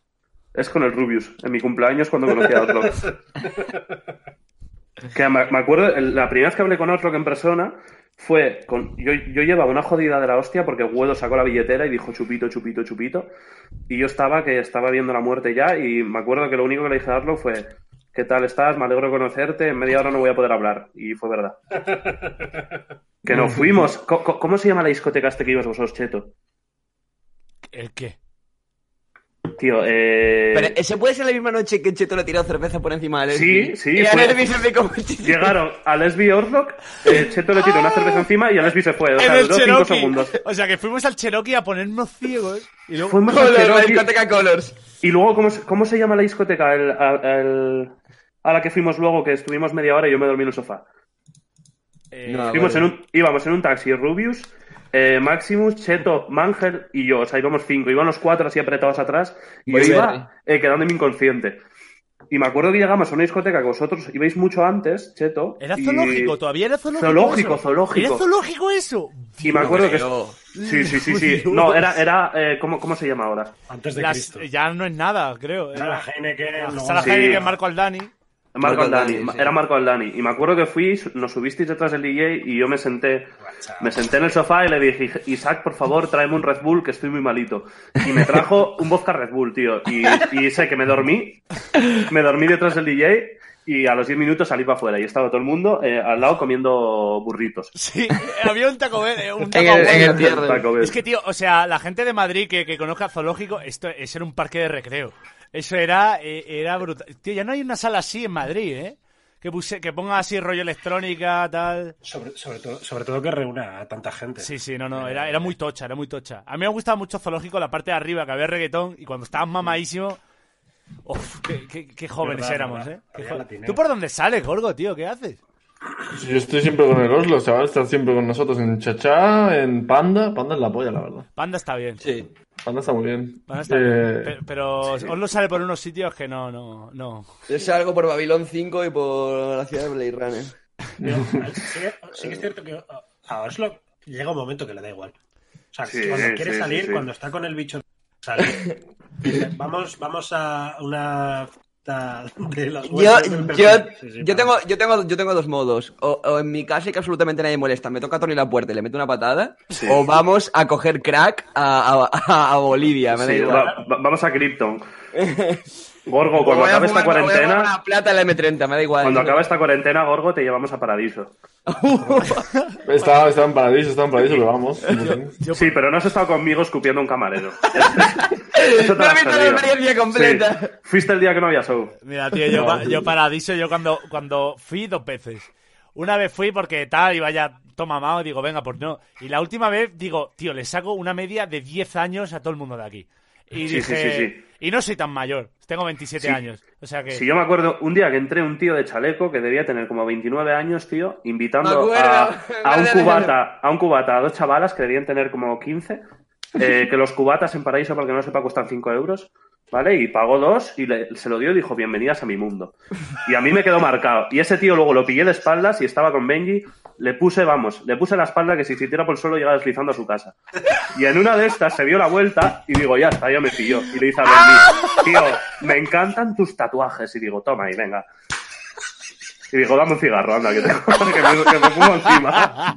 [SPEAKER 10] es con el Rubius. En mi cumpleaños cuando conocí a Outlook. Que me, me acuerdo, el- la primera vez que hablé con Outlook en persona fue con. Yo, yo llevaba una jodida de la hostia porque Guedo sacó la billetera y dijo chupito, chupito, chupito. Y yo estaba que estaba viendo la muerte ya y me acuerdo que lo único que le dije a Outlook fue. ¿Qué tal estás? Me alegro de conocerte. En media hora no voy a poder hablar. Y fue verdad. Que nos fuimos. Co- co- ¿Cómo, se llama la discoteca este que ibas vosotros, Cheto?
[SPEAKER 1] ¿El qué?
[SPEAKER 10] Tío, eh...
[SPEAKER 6] Pero, ¿Ese puede ser la misma noche que Cheto le tiró cerveza por encima de
[SPEAKER 10] Sí,
[SPEAKER 6] Leslie?
[SPEAKER 10] sí,
[SPEAKER 6] Y a
[SPEAKER 10] fue-
[SPEAKER 6] Leslie se picó muchísimo.
[SPEAKER 10] Llegaron a Lesbi Orlock, eh, Cheto le tiró una cerveza encima y a Lesbi se fue. O
[SPEAKER 1] En
[SPEAKER 10] sea,
[SPEAKER 1] el
[SPEAKER 10] duró cinco
[SPEAKER 1] Cherokee.
[SPEAKER 10] segundos.
[SPEAKER 1] O sea, que fuimos al Cherokee a ponernos ciegos y luego...
[SPEAKER 10] Fuimos al
[SPEAKER 6] Colors, la
[SPEAKER 10] Cherokee.
[SPEAKER 6] discoteca Colors.
[SPEAKER 10] Y luego, ¿cómo, se- cómo se llama la discoteca? El- al- al- a la que fuimos luego, que estuvimos media hora y yo me dormí en el sofá.
[SPEAKER 6] No,
[SPEAKER 10] Fuimos
[SPEAKER 6] Ah, vale.
[SPEAKER 10] en un, íbamos en un taxi, Rubius, eh, Maximus, Cheto, Mangel y yo. O sea, íbamos cinco. Iban los cuatro así apretados atrás y
[SPEAKER 6] Muy
[SPEAKER 10] yo
[SPEAKER 6] bien.
[SPEAKER 10] iba eh, quedándome inconsciente. Y me acuerdo que llegamos a una discoteca que vosotros ibais mucho antes, Cheto.
[SPEAKER 1] Era
[SPEAKER 10] y-
[SPEAKER 1] zoológico, todavía era zoológico.
[SPEAKER 10] Zoológico,
[SPEAKER 1] eso?
[SPEAKER 10] zoológico.
[SPEAKER 1] ¿Era zoológico eso?
[SPEAKER 10] Y me acuerdo que...
[SPEAKER 6] Pero-
[SPEAKER 10] Sí, sí, sí, sí.
[SPEAKER 1] Dios.
[SPEAKER 10] No, era, era eh, ¿cómo, ¿cómo se llama ahora?
[SPEAKER 5] Antes de
[SPEAKER 1] Las-
[SPEAKER 5] Cristo.
[SPEAKER 1] ya no es nada, creo.
[SPEAKER 5] Sara
[SPEAKER 1] Era,
[SPEAKER 5] Heineken, luego-
[SPEAKER 1] Sara
[SPEAKER 10] Sí.
[SPEAKER 1] Heineken, Marco Aldani.
[SPEAKER 6] Marco
[SPEAKER 10] Marco, Aldani.
[SPEAKER 6] Aldani, sí.
[SPEAKER 10] Era Marco Aldani. Y me acuerdo que fui, su- nos subisteis detrás del DJ y yo me senté, me senté en el sofá y le dije, Isaac, por favor, tráeme un Red Bull que estoy muy malito. Y me trajo un vodka Red Bull, tío. Y, y sé que me dormí, me dormí detrás del DJ y a los 10 minutos salí para afuera y estaba todo el mundo eh, al lado comiendo burritos.
[SPEAKER 1] Sí, había un taco Bell, eh, un taco
[SPEAKER 6] En el, en el
[SPEAKER 1] Bell.
[SPEAKER 6] tierra.
[SPEAKER 10] Taco Bell.
[SPEAKER 1] Es que, tío, o sea, la gente de Madrid que, que conozca zoológico, esto, eso era un parque de recreo. Eso era, eh, era brutal. Tío, ya no hay una sala así en Madrid, ¿eh? Que, puse, que ponga así rollo electrónica, tal.
[SPEAKER 5] Sobre, sobre todo, sobre todo que reúna a tanta gente.
[SPEAKER 1] Sí, sí, no, no, era, era muy tocha, era muy tocha. A mí me gustaba mucho Zoológico, la parte de arriba, que había reggaetón, y cuando estabas mamadísimo... Uf, qué, qué- qué jóvenes
[SPEAKER 5] Verdad,
[SPEAKER 1] éramos,
[SPEAKER 5] verdad.
[SPEAKER 1] ¿eh? Qué
[SPEAKER 5] Había
[SPEAKER 1] jo-
[SPEAKER 5] latineo.
[SPEAKER 1] ¿Tú por dónde sales, Gorgo, tío? ¿Qué haces?
[SPEAKER 2] Yo estoy siempre con el Oslo, chaval. Está siempre con nosotros en Chachá, en Panda. Panda es la polla, la verdad.
[SPEAKER 1] Panda está bien.
[SPEAKER 6] Sí.
[SPEAKER 2] Panda está muy bien.
[SPEAKER 1] Panda está
[SPEAKER 2] Eh,
[SPEAKER 1] bien. Pe- Pero, os lo sale por unos sitios que no, no, no.
[SPEAKER 6] Yo salgo por Babilón 5 y por la ciudad de Blade Runner.
[SPEAKER 5] Pero, sí, que- sí que es cierto que a- a Oslo llega un momento que le da igual. O sea,
[SPEAKER 10] Sí,
[SPEAKER 5] cuando quiere
[SPEAKER 10] sí,
[SPEAKER 5] salir,
[SPEAKER 10] sí, sí.
[SPEAKER 5] cuando está con el bicho salir. vamos, vamos a una fiesta de las
[SPEAKER 6] Yo,
[SPEAKER 5] huelgas del PP.
[SPEAKER 6] yo,
[SPEAKER 5] Sí, sí,
[SPEAKER 6] yo, tengo, yo, tengo, yo tengo dos modos. O, o en mi casa y que absolutamente nadie molesta, me toca a Tony la puerta y le meto una patada. O vamos a coger crack a, a- a- a Bolivia. Me da
[SPEAKER 10] Sí,
[SPEAKER 6] igual.
[SPEAKER 10] va- va- vamos a Krypton. Gorgo, cuando
[SPEAKER 6] Voy a
[SPEAKER 10] acabe esta
[SPEAKER 6] fumar- me voy a fumar
[SPEAKER 10] cuarentena,
[SPEAKER 6] una plata al M30, me da igual.
[SPEAKER 10] cuando acabe esta cuarentena, Gorgo, te llevamos a Paradiso.
[SPEAKER 2] Está, está en paraíso, está en paraíso, pero vamos.
[SPEAKER 10] Sí, pero no has estado conmigo escupiendo a un camarero. Eso te lo has
[SPEAKER 6] visto la
[SPEAKER 10] perdido.
[SPEAKER 6] experiencia completa.
[SPEAKER 10] Sí. Fuiste el día que no había show.
[SPEAKER 1] Mira, tío, yo,
[SPEAKER 10] No.
[SPEAKER 1] pa- yo paradiso, yo cuando, cuando fui dos veces. Una vez fui porque tal, iba ya toma mao, y digo, venga, pues no. Y la última vez digo, tío, le saco una media de 10 años a todo el mundo de aquí. Y
[SPEAKER 10] Sí,
[SPEAKER 1] dije,
[SPEAKER 10] sí, sí, sí.
[SPEAKER 1] y no soy tan mayor, tengo 27
[SPEAKER 10] Sí.
[SPEAKER 1] años. O sea que.
[SPEAKER 10] Si yo me acuerdo, un día que entré un tío de chaleco que debía tener como 29 años, tío,
[SPEAKER 6] Me
[SPEAKER 10] invitando
[SPEAKER 6] acuerdo,
[SPEAKER 10] a,
[SPEAKER 6] me
[SPEAKER 10] a un
[SPEAKER 6] acuerdo.
[SPEAKER 10] cubata, a un cubata, a dos chavalas que debían tener como 15, eh, que los cubatas en Paraíso, para el que no sepa, cuestan 5 euros, ¿vale? Y pagó dos y le- se lo dio y dijo, bienvenidas a mi mundo. Y a mí me quedó marcado. Y ese tío luego lo pillé de espaldas y estaba con Benji, le puse, vamos, le puse la espalda que si se tirara por el suelo llegaba deslizando a su casa. Y en una de estas se dio la vuelta y digo, ya está, ya me pilló. Y le dice a Benji, tío, me encantan tus tatuajes. Y digo, toma y venga. Y digo, dame un cigarro, anda, que, te- que me, que me fumo encima.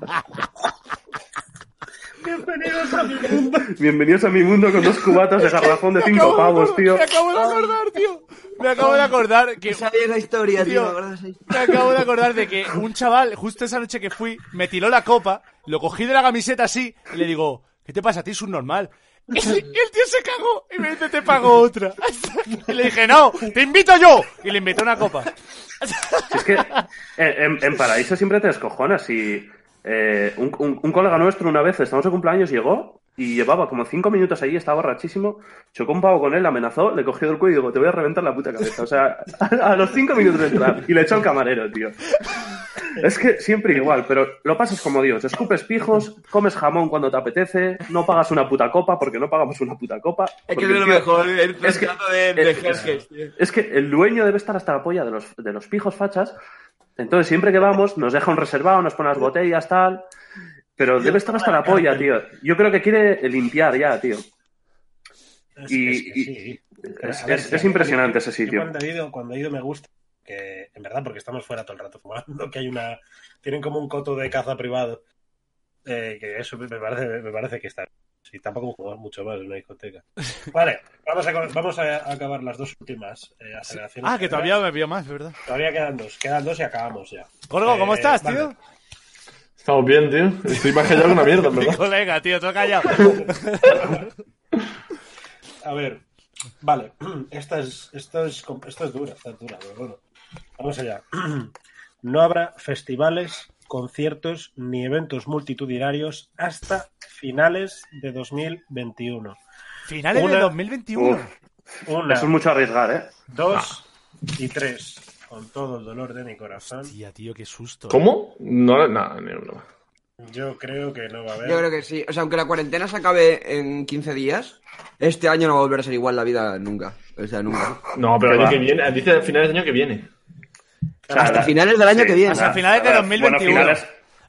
[SPEAKER 5] Bienvenidos a mi mundo.
[SPEAKER 10] Bienvenidos a mi mundo con dos cubatas de garrafón de
[SPEAKER 1] Me acabo
[SPEAKER 10] cinco
[SPEAKER 1] de
[SPEAKER 10] pavos,
[SPEAKER 1] acordar-
[SPEAKER 10] tío.
[SPEAKER 1] Me acabo de acordar, tío. Me acabo de acordar que.
[SPEAKER 6] sabía la historia, tío, me acuerdo
[SPEAKER 1] Me acabo de acordar de que un chaval, justo esa noche que fui, me tiró la copa, lo cogí de la camiseta así, y le digo, ¿qué te pasa a ti, subnormal? Y el y el tío se cagó y me dice, te pago otra. Y le dije, no, te invito yo. Y le invité una copa.
[SPEAKER 10] Si es que en, en- en Paraíso siempre te descojonas y eh, un, un- un colega nuestro una vez, estamos de cumpleaños, llegó y llevaba como cinco minutos allí, estaba borrachísimo, chocó un pavo con él, le amenazó, le cogió del cuello y digo, te voy a reventar la puta cabeza. O sea, a, a los cinco minutos de entrar y le echó al camarero, tío. Es que siempre igual, pero lo pasas como Dios. Escupes pijos, comes jamón cuando te apetece, no pagas una puta copa porque no pagamos una puta copa.
[SPEAKER 6] Es que
[SPEAKER 10] porque
[SPEAKER 6] es lo
[SPEAKER 10] el tío-
[SPEAKER 6] mejor, el pescado de, de
[SPEAKER 10] es-
[SPEAKER 6] jerjes, tío.
[SPEAKER 10] es que el dueño debe estar hasta la polla de los, de los pijos fachas. Entonces, siempre que vamos, nos deja un reservado, nos pone las botellas, tal. Pero debe estar hasta la polla, tío. Yo creo que quiere limpiar ya, tío. Y, y- es,
[SPEAKER 5] A ver,
[SPEAKER 10] es-
[SPEAKER 5] yo-
[SPEAKER 10] es impresionante ese
[SPEAKER 5] yo
[SPEAKER 10] sitio.
[SPEAKER 5] Cuando he ido, cuando he ido me gusta, que en verdad porque estamos fuera todo el rato fumando, que hay una, tienen como un coto de caza privado, eh, que eso me parece, me parece que está. bien. Sí, tampoco jugamos mucho más en una discoteca. Vale, vamos a, vamos a acabar las dos últimas eh, aceleraciones.
[SPEAKER 1] Ah, que todavía me vio más, ¿verdad?
[SPEAKER 5] Todavía quedan dos, quedan dos y acabamos ya.
[SPEAKER 1] Gorgo, ¿cómo
[SPEAKER 5] Eh,
[SPEAKER 1] estás,
[SPEAKER 5] vale.
[SPEAKER 1] tío?
[SPEAKER 2] Estamos bien, tío. Estoy más callado que una mierda, en
[SPEAKER 1] Mi
[SPEAKER 2] ¿verdad?
[SPEAKER 1] colega, tío, todo callado.
[SPEAKER 5] A ver, vale, esta es, esta es, com- esta es dura, esta es dura, pero bueno. Vamos allá. No habrá festivales, conciertos ni eventos multitudinarios hasta finales de 2021.
[SPEAKER 1] Finales de
[SPEAKER 5] Una-
[SPEAKER 1] 2021.
[SPEAKER 5] Una,
[SPEAKER 10] Eso es mucho arriesgar, ¿eh?
[SPEAKER 5] dos
[SPEAKER 1] Ah.
[SPEAKER 5] y tres, con todo el dolor de mi corazón.
[SPEAKER 1] Tía, tío, qué susto.
[SPEAKER 2] ¿Cómo? No, nada, ni broma.
[SPEAKER 5] Yo creo que no va a haber.
[SPEAKER 6] Yo creo que sí. O sea, aunque la cuarentena se acabe en 15 días, este año no va a volver a ser igual la vida nunca. O sea, nunca.
[SPEAKER 2] No, pero el año
[SPEAKER 6] va.
[SPEAKER 2] que viene, dice a finales del año que viene.
[SPEAKER 6] Hasta finales del año que viene.
[SPEAKER 1] Hasta finales de 2021.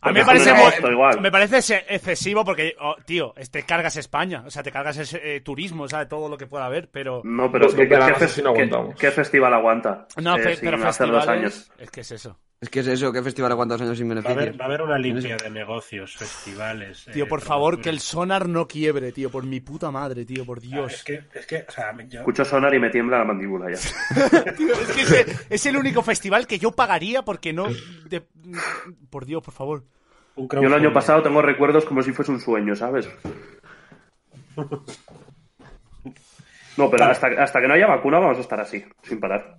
[SPEAKER 1] A mí me parece, muy- me parece ex- excesivo porque, oh, tío, te cargas España, o sea, te cargas ese, eh, turismo, o sea, todo lo que pueda haber, pero...
[SPEAKER 10] No, pero ¿qué, qué fes- qué- qué festival aguanta?
[SPEAKER 1] No,
[SPEAKER 10] Eh,
[SPEAKER 1] fe-
[SPEAKER 10] sin
[SPEAKER 1] pero
[SPEAKER 10] hacer dos
[SPEAKER 1] festivales...
[SPEAKER 10] años.
[SPEAKER 1] Es que es eso.
[SPEAKER 6] Es que es eso, ¿qué festival aguantas años sin
[SPEAKER 5] Va a
[SPEAKER 6] beneficios?
[SPEAKER 5] haber, va a haber una limpia de negocios, festivales.
[SPEAKER 1] Tío,
[SPEAKER 5] eh,
[SPEAKER 1] por favor,
[SPEAKER 6] mm.
[SPEAKER 1] que el sonar no quiebre, tío, por mi puta madre, tío, por Dios.
[SPEAKER 5] Es que, es que, o sea, yo-
[SPEAKER 10] Escucho sonar y me tiembla la mandíbula ya.
[SPEAKER 1] Tío, es, que ese- es el único festival que yo pagaría porque no... de- Por Dios, por favor.
[SPEAKER 5] un
[SPEAKER 10] Yo el
[SPEAKER 5] crowdfunding.
[SPEAKER 10] año pasado tengo recuerdos como si fuese un sueño, ¿sabes? No, pero hasta, hasta que no haya vacuna vamos a estar así, sin parar.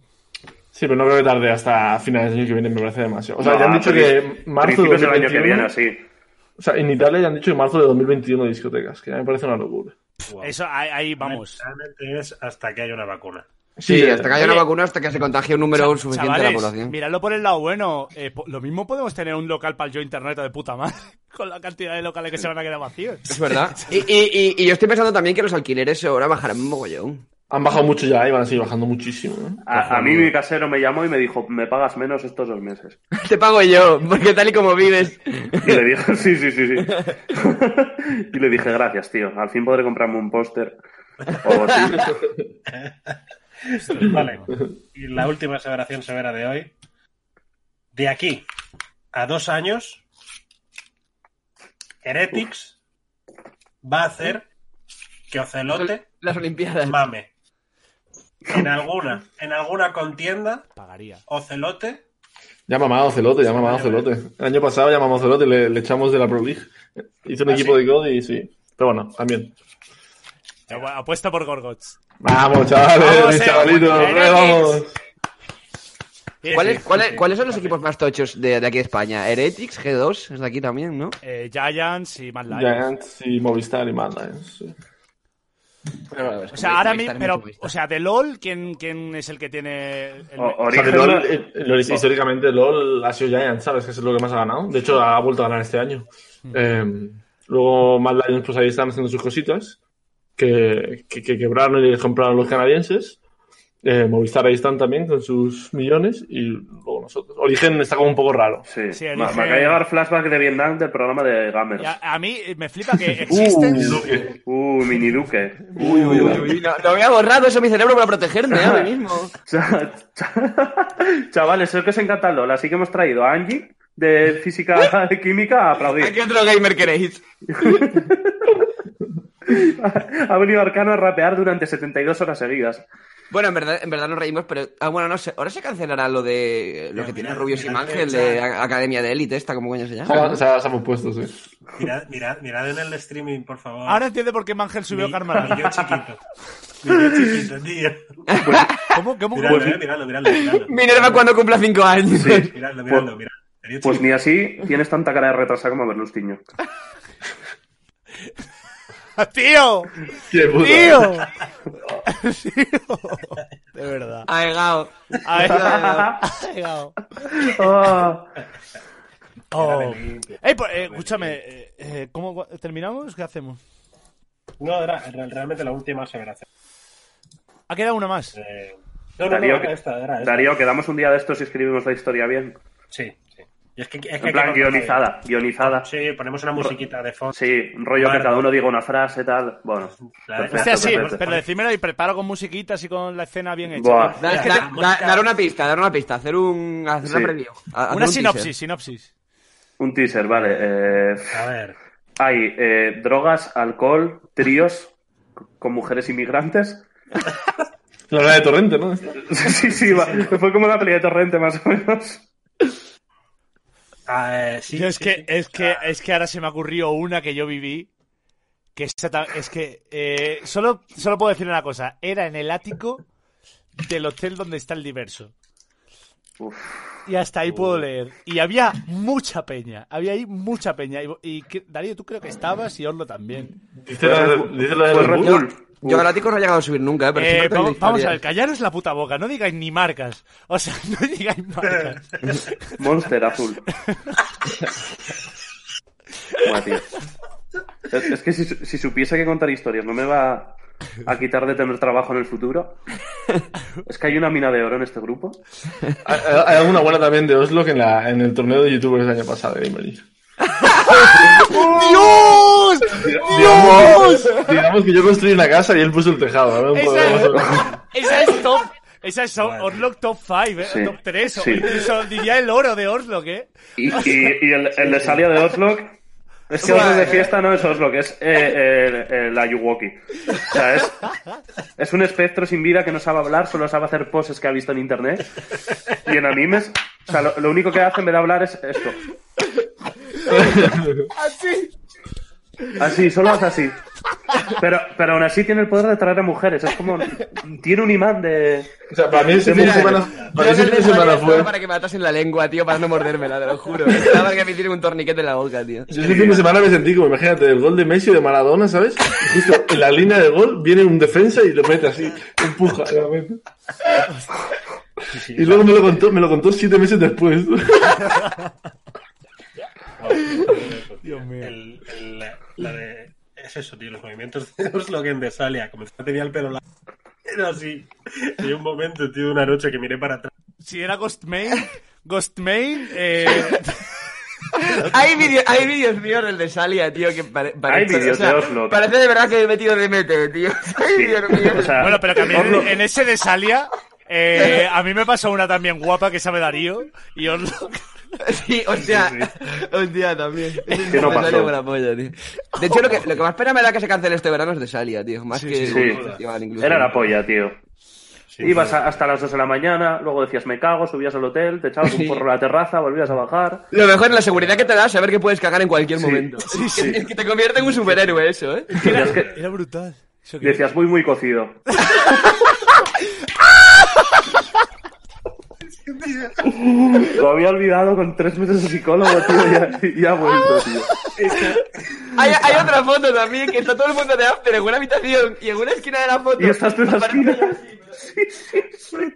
[SPEAKER 2] Sí, pero no creo que tarde hasta finales del año que viene, me parece demasiado. O sea,
[SPEAKER 10] No,
[SPEAKER 2] ya han dicho que
[SPEAKER 10] princip-
[SPEAKER 2] marzo de
[SPEAKER 10] principios del año que
[SPEAKER 2] 2021
[SPEAKER 10] viene, así.
[SPEAKER 2] O sea, en Italia ya han dicho que marzo de 2021 discotecas, que ya me parece una locura.
[SPEAKER 1] Eso, ahí, ahí vamos.
[SPEAKER 5] Realmente es hasta que haya una vacuna.
[SPEAKER 6] Sí,
[SPEAKER 2] Sí,
[SPEAKER 6] hasta que haya una
[SPEAKER 1] oye,
[SPEAKER 6] vacuna, hasta que se contagie un número
[SPEAKER 1] Cha-
[SPEAKER 6] suficiente de la
[SPEAKER 1] chavales,
[SPEAKER 6] población.
[SPEAKER 1] miradlo por el lado bueno. eh, po- lo mismo podemos tener un local para el yo internet de puta madre, con la cantidad de locales que se van a quedar vacíos.
[SPEAKER 6] Es verdad. Y, y- y- y yo estoy pensando también que los alquileres ahora bajarán un mogollón.
[SPEAKER 2] Han bajado mucho ya y van a seguir bajando muchísimo. ¿eh? ¿no?
[SPEAKER 10] A, a mí mi casero me llamó y me dijo, me pagas menos estos dos meses.
[SPEAKER 6] Te pago yo, porque tal y como vives.
[SPEAKER 10] Y le dije, sí, sí, sí, sí. y le dije, gracias, tío. Al fin podré comprarme un póster. o algo así.
[SPEAKER 5] Vale. Y la última aseveración severa de hoy. De aquí a dos años, Heretics va a hacer que Ocelote
[SPEAKER 6] las Olimpiadas
[SPEAKER 5] mame. En alguna, en alguna contienda,
[SPEAKER 1] pagaría.
[SPEAKER 5] Ocelote
[SPEAKER 2] Ya mamado celote, ya mamado celote. El año pasado ya mamado celote, le, le echamos de la Pro League. Hizo un
[SPEAKER 5] ¿Ah,
[SPEAKER 2] equipo
[SPEAKER 5] sí?
[SPEAKER 2] de God y sí. Pero bueno, también.
[SPEAKER 1] Apuesta por Gorgots.
[SPEAKER 2] Vamos, chavales,
[SPEAKER 1] Vamos, eh,
[SPEAKER 2] chavalitos,
[SPEAKER 1] Heretics.
[SPEAKER 2] vamos.
[SPEAKER 6] ¿Cuál es- cuál es- ¿Cuáles son los equipos más tochos de, de aquí de España? Heretics, G2, es de aquí también, ¿no?
[SPEAKER 1] Eh, Giants y Mad Lions.
[SPEAKER 2] Giants y Movistar y Mad Lions. sí.
[SPEAKER 1] O sea, ahora
[SPEAKER 6] Movistar,
[SPEAKER 1] mi- pero,
[SPEAKER 6] mucho
[SPEAKER 1] o sea, de LOL, ¿quién, quién es el que tiene el-
[SPEAKER 10] O-
[SPEAKER 2] O sea, que
[SPEAKER 10] Origen-
[SPEAKER 2] LOL, eh, LOL- históricamente LOL ha sido Giants, ¿sabes? Que es lo que más ha ganado. De hecho, ha vuelto a ganar este año. Eh, luego Mad Lions, pues ahí están haciendo sus cositas. Que, que, que quebraron y les compraron los canadienses. Eh, Movistar ahí están también con sus millones. Y luego nosotros. Origen está como un poco raro.
[SPEAKER 10] Sí,
[SPEAKER 1] Sí,
[SPEAKER 10] me,
[SPEAKER 1] elige-
[SPEAKER 10] me acaba de llegar flashback de Vietnam del programa de Gamers.
[SPEAKER 1] Y a, a mí me flipa que existen.
[SPEAKER 10] Uh, mini duque.
[SPEAKER 6] Uy, uy, uy, uy, no, lo había borrado eso en mi cerebro para protegerme ¿eh? ahora mismo.
[SPEAKER 10] Cha- cha- Chavales, es que os encanta el LOL, así que hemos traído a Angie de física y química a
[SPEAKER 6] ¿A
[SPEAKER 10] aplaudir.
[SPEAKER 6] qué otro gamer queréis?
[SPEAKER 10] Ha venido Arcano a rapear durante 72 horas seguidas.
[SPEAKER 6] Bueno, en verdad, en verdad nos reímos, pero. Ah, bueno, no sé. Ahora se cancelará lo de. Lo que tiene Rubius y Mangel de a- Academia de Élite, esta, ¿cómo coño se
[SPEAKER 2] Ah,
[SPEAKER 6] llama?
[SPEAKER 2] Se ha- se han puesto, sí.
[SPEAKER 5] Mirad, mirad, mirad en el streaming, por favor.
[SPEAKER 1] Ahora entiende por qué Mangel subió
[SPEAKER 5] Mi-
[SPEAKER 1] Karma.
[SPEAKER 5] mi yo chiquito. Mi yo chiquito, tío.
[SPEAKER 1] ¿Cómo? ¿Cómo?
[SPEAKER 5] Miradlo, eh, miradlo, miradlo, miradlo.
[SPEAKER 6] Minerva cuando cumpla 5 años.
[SPEAKER 10] Sí.
[SPEAKER 5] Miradlo, miradlo, miradlo. El yo
[SPEAKER 10] Pues
[SPEAKER 5] chiquito.
[SPEAKER 10] ni así tienes tanta cara de retrasada como Berlustiño.
[SPEAKER 1] ¡Tío!
[SPEAKER 2] Qué puta.
[SPEAKER 1] ¡Tío! ¡Tío! De verdad.
[SPEAKER 6] Ay, Gao.
[SPEAKER 1] Ay, ay, Gao. Oh. Ey, pues, eh, escúchame, eh, eh, ¿cómo gua- terminamos? ¿Qué hacemos?
[SPEAKER 5] No, era era realmente la última aseveración.
[SPEAKER 1] Ha quedado una más.
[SPEAKER 5] Eh, No, no, no,
[SPEAKER 10] Darío,
[SPEAKER 5] era esta, era esta.
[SPEAKER 10] Darío, quedamos un día de estos y escribimos la historia bien.
[SPEAKER 5] Sí, sí. Y es que, es que hay que
[SPEAKER 10] En plan,
[SPEAKER 5] contar bien.
[SPEAKER 10] guionizada, guionizada.
[SPEAKER 5] Sí, ponemos una musiquita de fondo.
[SPEAKER 10] Sí, un rollo
[SPEAKER 5] Vale.
[SPEAKER 10] que cada uno diga una frase, tal. Bueno.
[SPEAKER 5] La de-
[SPEAKER 10] perfecto,
[SPEAKER 1] Hostia, sí,
[SPEAKER 10] perfecto.
[SPEAKER 1] pero decímelo y preparo con musiquitas y con la escena bien hecha.
[SPEAKER 10] Buah.
[SPEAKER 6] Da- es que da- da- dar una pista, dar una pista, hacer un. Hacer
[SPEAKER 10] Sí.
[SPEAKER 6] una preview. a- hacer
[SPEAKER 1] Una
[SPEAKER 6] un
[SPEAKER 1] sinopsis,
[SPEAKER 6] teaser.
[SPEAKER 1] sinopsis.
[SPEAKER 10] Un teaser, vale. eh,
[SPEAKER 5] A ver.
[SPEAKER 10] Hay eh, drogas, alcohol, tríos con mujeres inmigrantes.
[SPEAKER 2] La hora de Torrente, ¿no?
[SPEAKER 10] Sí, sí, va. fue como una peli de torrente más o menos.
[SPEAKER 5] Ah, eh, sí,
[SPEAKER 1] Yo es
[SPEAKER 5] sí,
[SPEAKER 1] que,
[SPEAKER 5] sí. Ah.
[SPEAKER 1] es que, es que ahora se me ocurrió una que yo viví. Que esa ta- es que eh, solo, solo puedo decir una cosa. Era en el ático del hotel donde está el diverso. Y hasta ahí puedo leer. Y había mucha peña. Había ahí mucha peña. Y, y que- Darío, tú creo que estabas y Orlo también.
[SPEAKER 2] Dice la, dice la de
[SPEAKER 10] Fue
[SPEAKER 2] Red
[SPEAKER 10] Red
[SPEAKER 2] Bull.
[SPEAKER 10] Bull.
[SPEAKER 6] Yo al ático no he llegado a subir nunca, ¿eh? Pero
[SPEAKER 1] Eh,
[SPEAKER 6] siempre tengo
[SPEAKER 1] vamos, vamos a ver,
[SPEAKER 6] historias.
[SPEAKER 1] callaros la puta boca. No digáis ni marcas. O sea, no digáis marcas.
[SPEAKER 10] Monster azul. Buah, tío. Es, es que si, si supiese que contar historias no me va a quitar de tener trabajo en el futuro. Es que hay una mina de oro en este grupo.
[SPEAKER 2] Hay, hay alguna buena también de Oslo que en, la, en el torneo de youtubers del año pasado de Gamery.
[SPEAKER 1] ¡Dios!
[SPEAKER 2] Digamos, digamos que yo construí una casa y él puso el tejado. ahora no podemos-
[SPEAKER 1] Esa, esa es top. Esa es so- Orlok top 5,
[SPEAKER 10] Sí,
[SPEAKER 1] top 3.
[SPEAKER 10] sí.
[SPEAKER 1] Incluso diría el oro de Orlok, ¿eh?
[SPEAKER 10] Y, y- y el, el de Salia de Oslo. Es que Oslo de fiesta no es Oslo, que es eh, eh, eh, la Yuwoki. O sea, es, es un espectro sin vida que no sabe hablar, solo sabe hacer poses que ha visto en internet y en animes. O sea, lo, lo único que hace en vez de hablar es esto. Así. Así, solo hace así. Pero, pero aún así tiene el poder de atraer a mujeres. Es como. Tiene un imán de.
[SPEAKER 2] O sea, para mí ese fin de semana, para mí ese fin de semana
[SPEAKER 6] Estaba
[SPEAKER 2] fue.
[SPEAKER 6] para que me atasen la lengua, tío, para no mordérmela, te lo juro. eh. Estaba para que me hicieran un torniquete en la boca, tío.
[SPEAKER 2] Yo ese fin de semana me sentí como, imagínate, el gol de Messi o de Maradona, ¿sabes? Justo en la línea de gol viene un defensa y lo mete así, empuja. lo mete. Y luego me lo contó, me lo contó siete meses después.
[SPEAKER 1] Dios mío.
[SPEAKER 5] El- el- la- la de- Es eso, tío, los movimientos de Oslogan de Salia. Comenzó a tener el pelo largo. Era así. Y un momento, tío, una noche que miré para atrás.
[SPEAKER 1] Si era Ghostmail, Ghostmail, eh,
[SPEAKER 6] hay vídeos hay vídeos míos del de Salia, tío, que pare- parece...
[SPEAKER 10] vídeos de Oslo.
[SPEAKER 6] Parece de verdad que me he metido de mete, tío. Hay vídeos míos.
[SPEAKER 10] Ah.
[SPEAKER 1] bueno, pero que a mí en, en ese de Salia, eh, a mí me pasó una también guapa que sabe Darío. Y os lo-
[SPEAKER 6] Sí, hostia, hostia también.
[SPEAKER 1] Que no
[SPEAKER 6] Me sale
[SPEAKER 1] pasó.
[SPEAKER 6] buena polla, tío. De hecho, lo que, lo que más pena me da que se cancele este verano es de Salia, tío. Más que...
[SPEAKER 10] sí.
[SPEAKER 6] Festival, incluso.
[SPEAKER 10] Era la polla, tío. Ibas a- hasta las 2 de la mañana, luego decías me cago, subías al hotel, te echabas un porro a la terraza, volvías a bajar.
[SPEAKER 6] Lo mejor es la seguridad que te da saber que puedes cagar en cualquier momento.
[SPEAKER 10] sí, sí.
[SPEAKER 6] Es que te convierte en un superhéroe eso, ¿eh?
[SPEAKER 10] Decías, que-
[SPEAKER 1] Era brutal.
[SPEAKER 10] decías muy, muy cocido. Lo había olvidado con tres meses de psicólogo, tío, y ha- y ha vuelto, tío.
[SPEAKER 6] Hay, hay otra foto también que está todo el mundo de after en una habitación y en una esquina de la foto.
[SPEAKER 10] Y estás tú en la
[SPEAKER 6] aparece
[SPEAKER 10] esquina.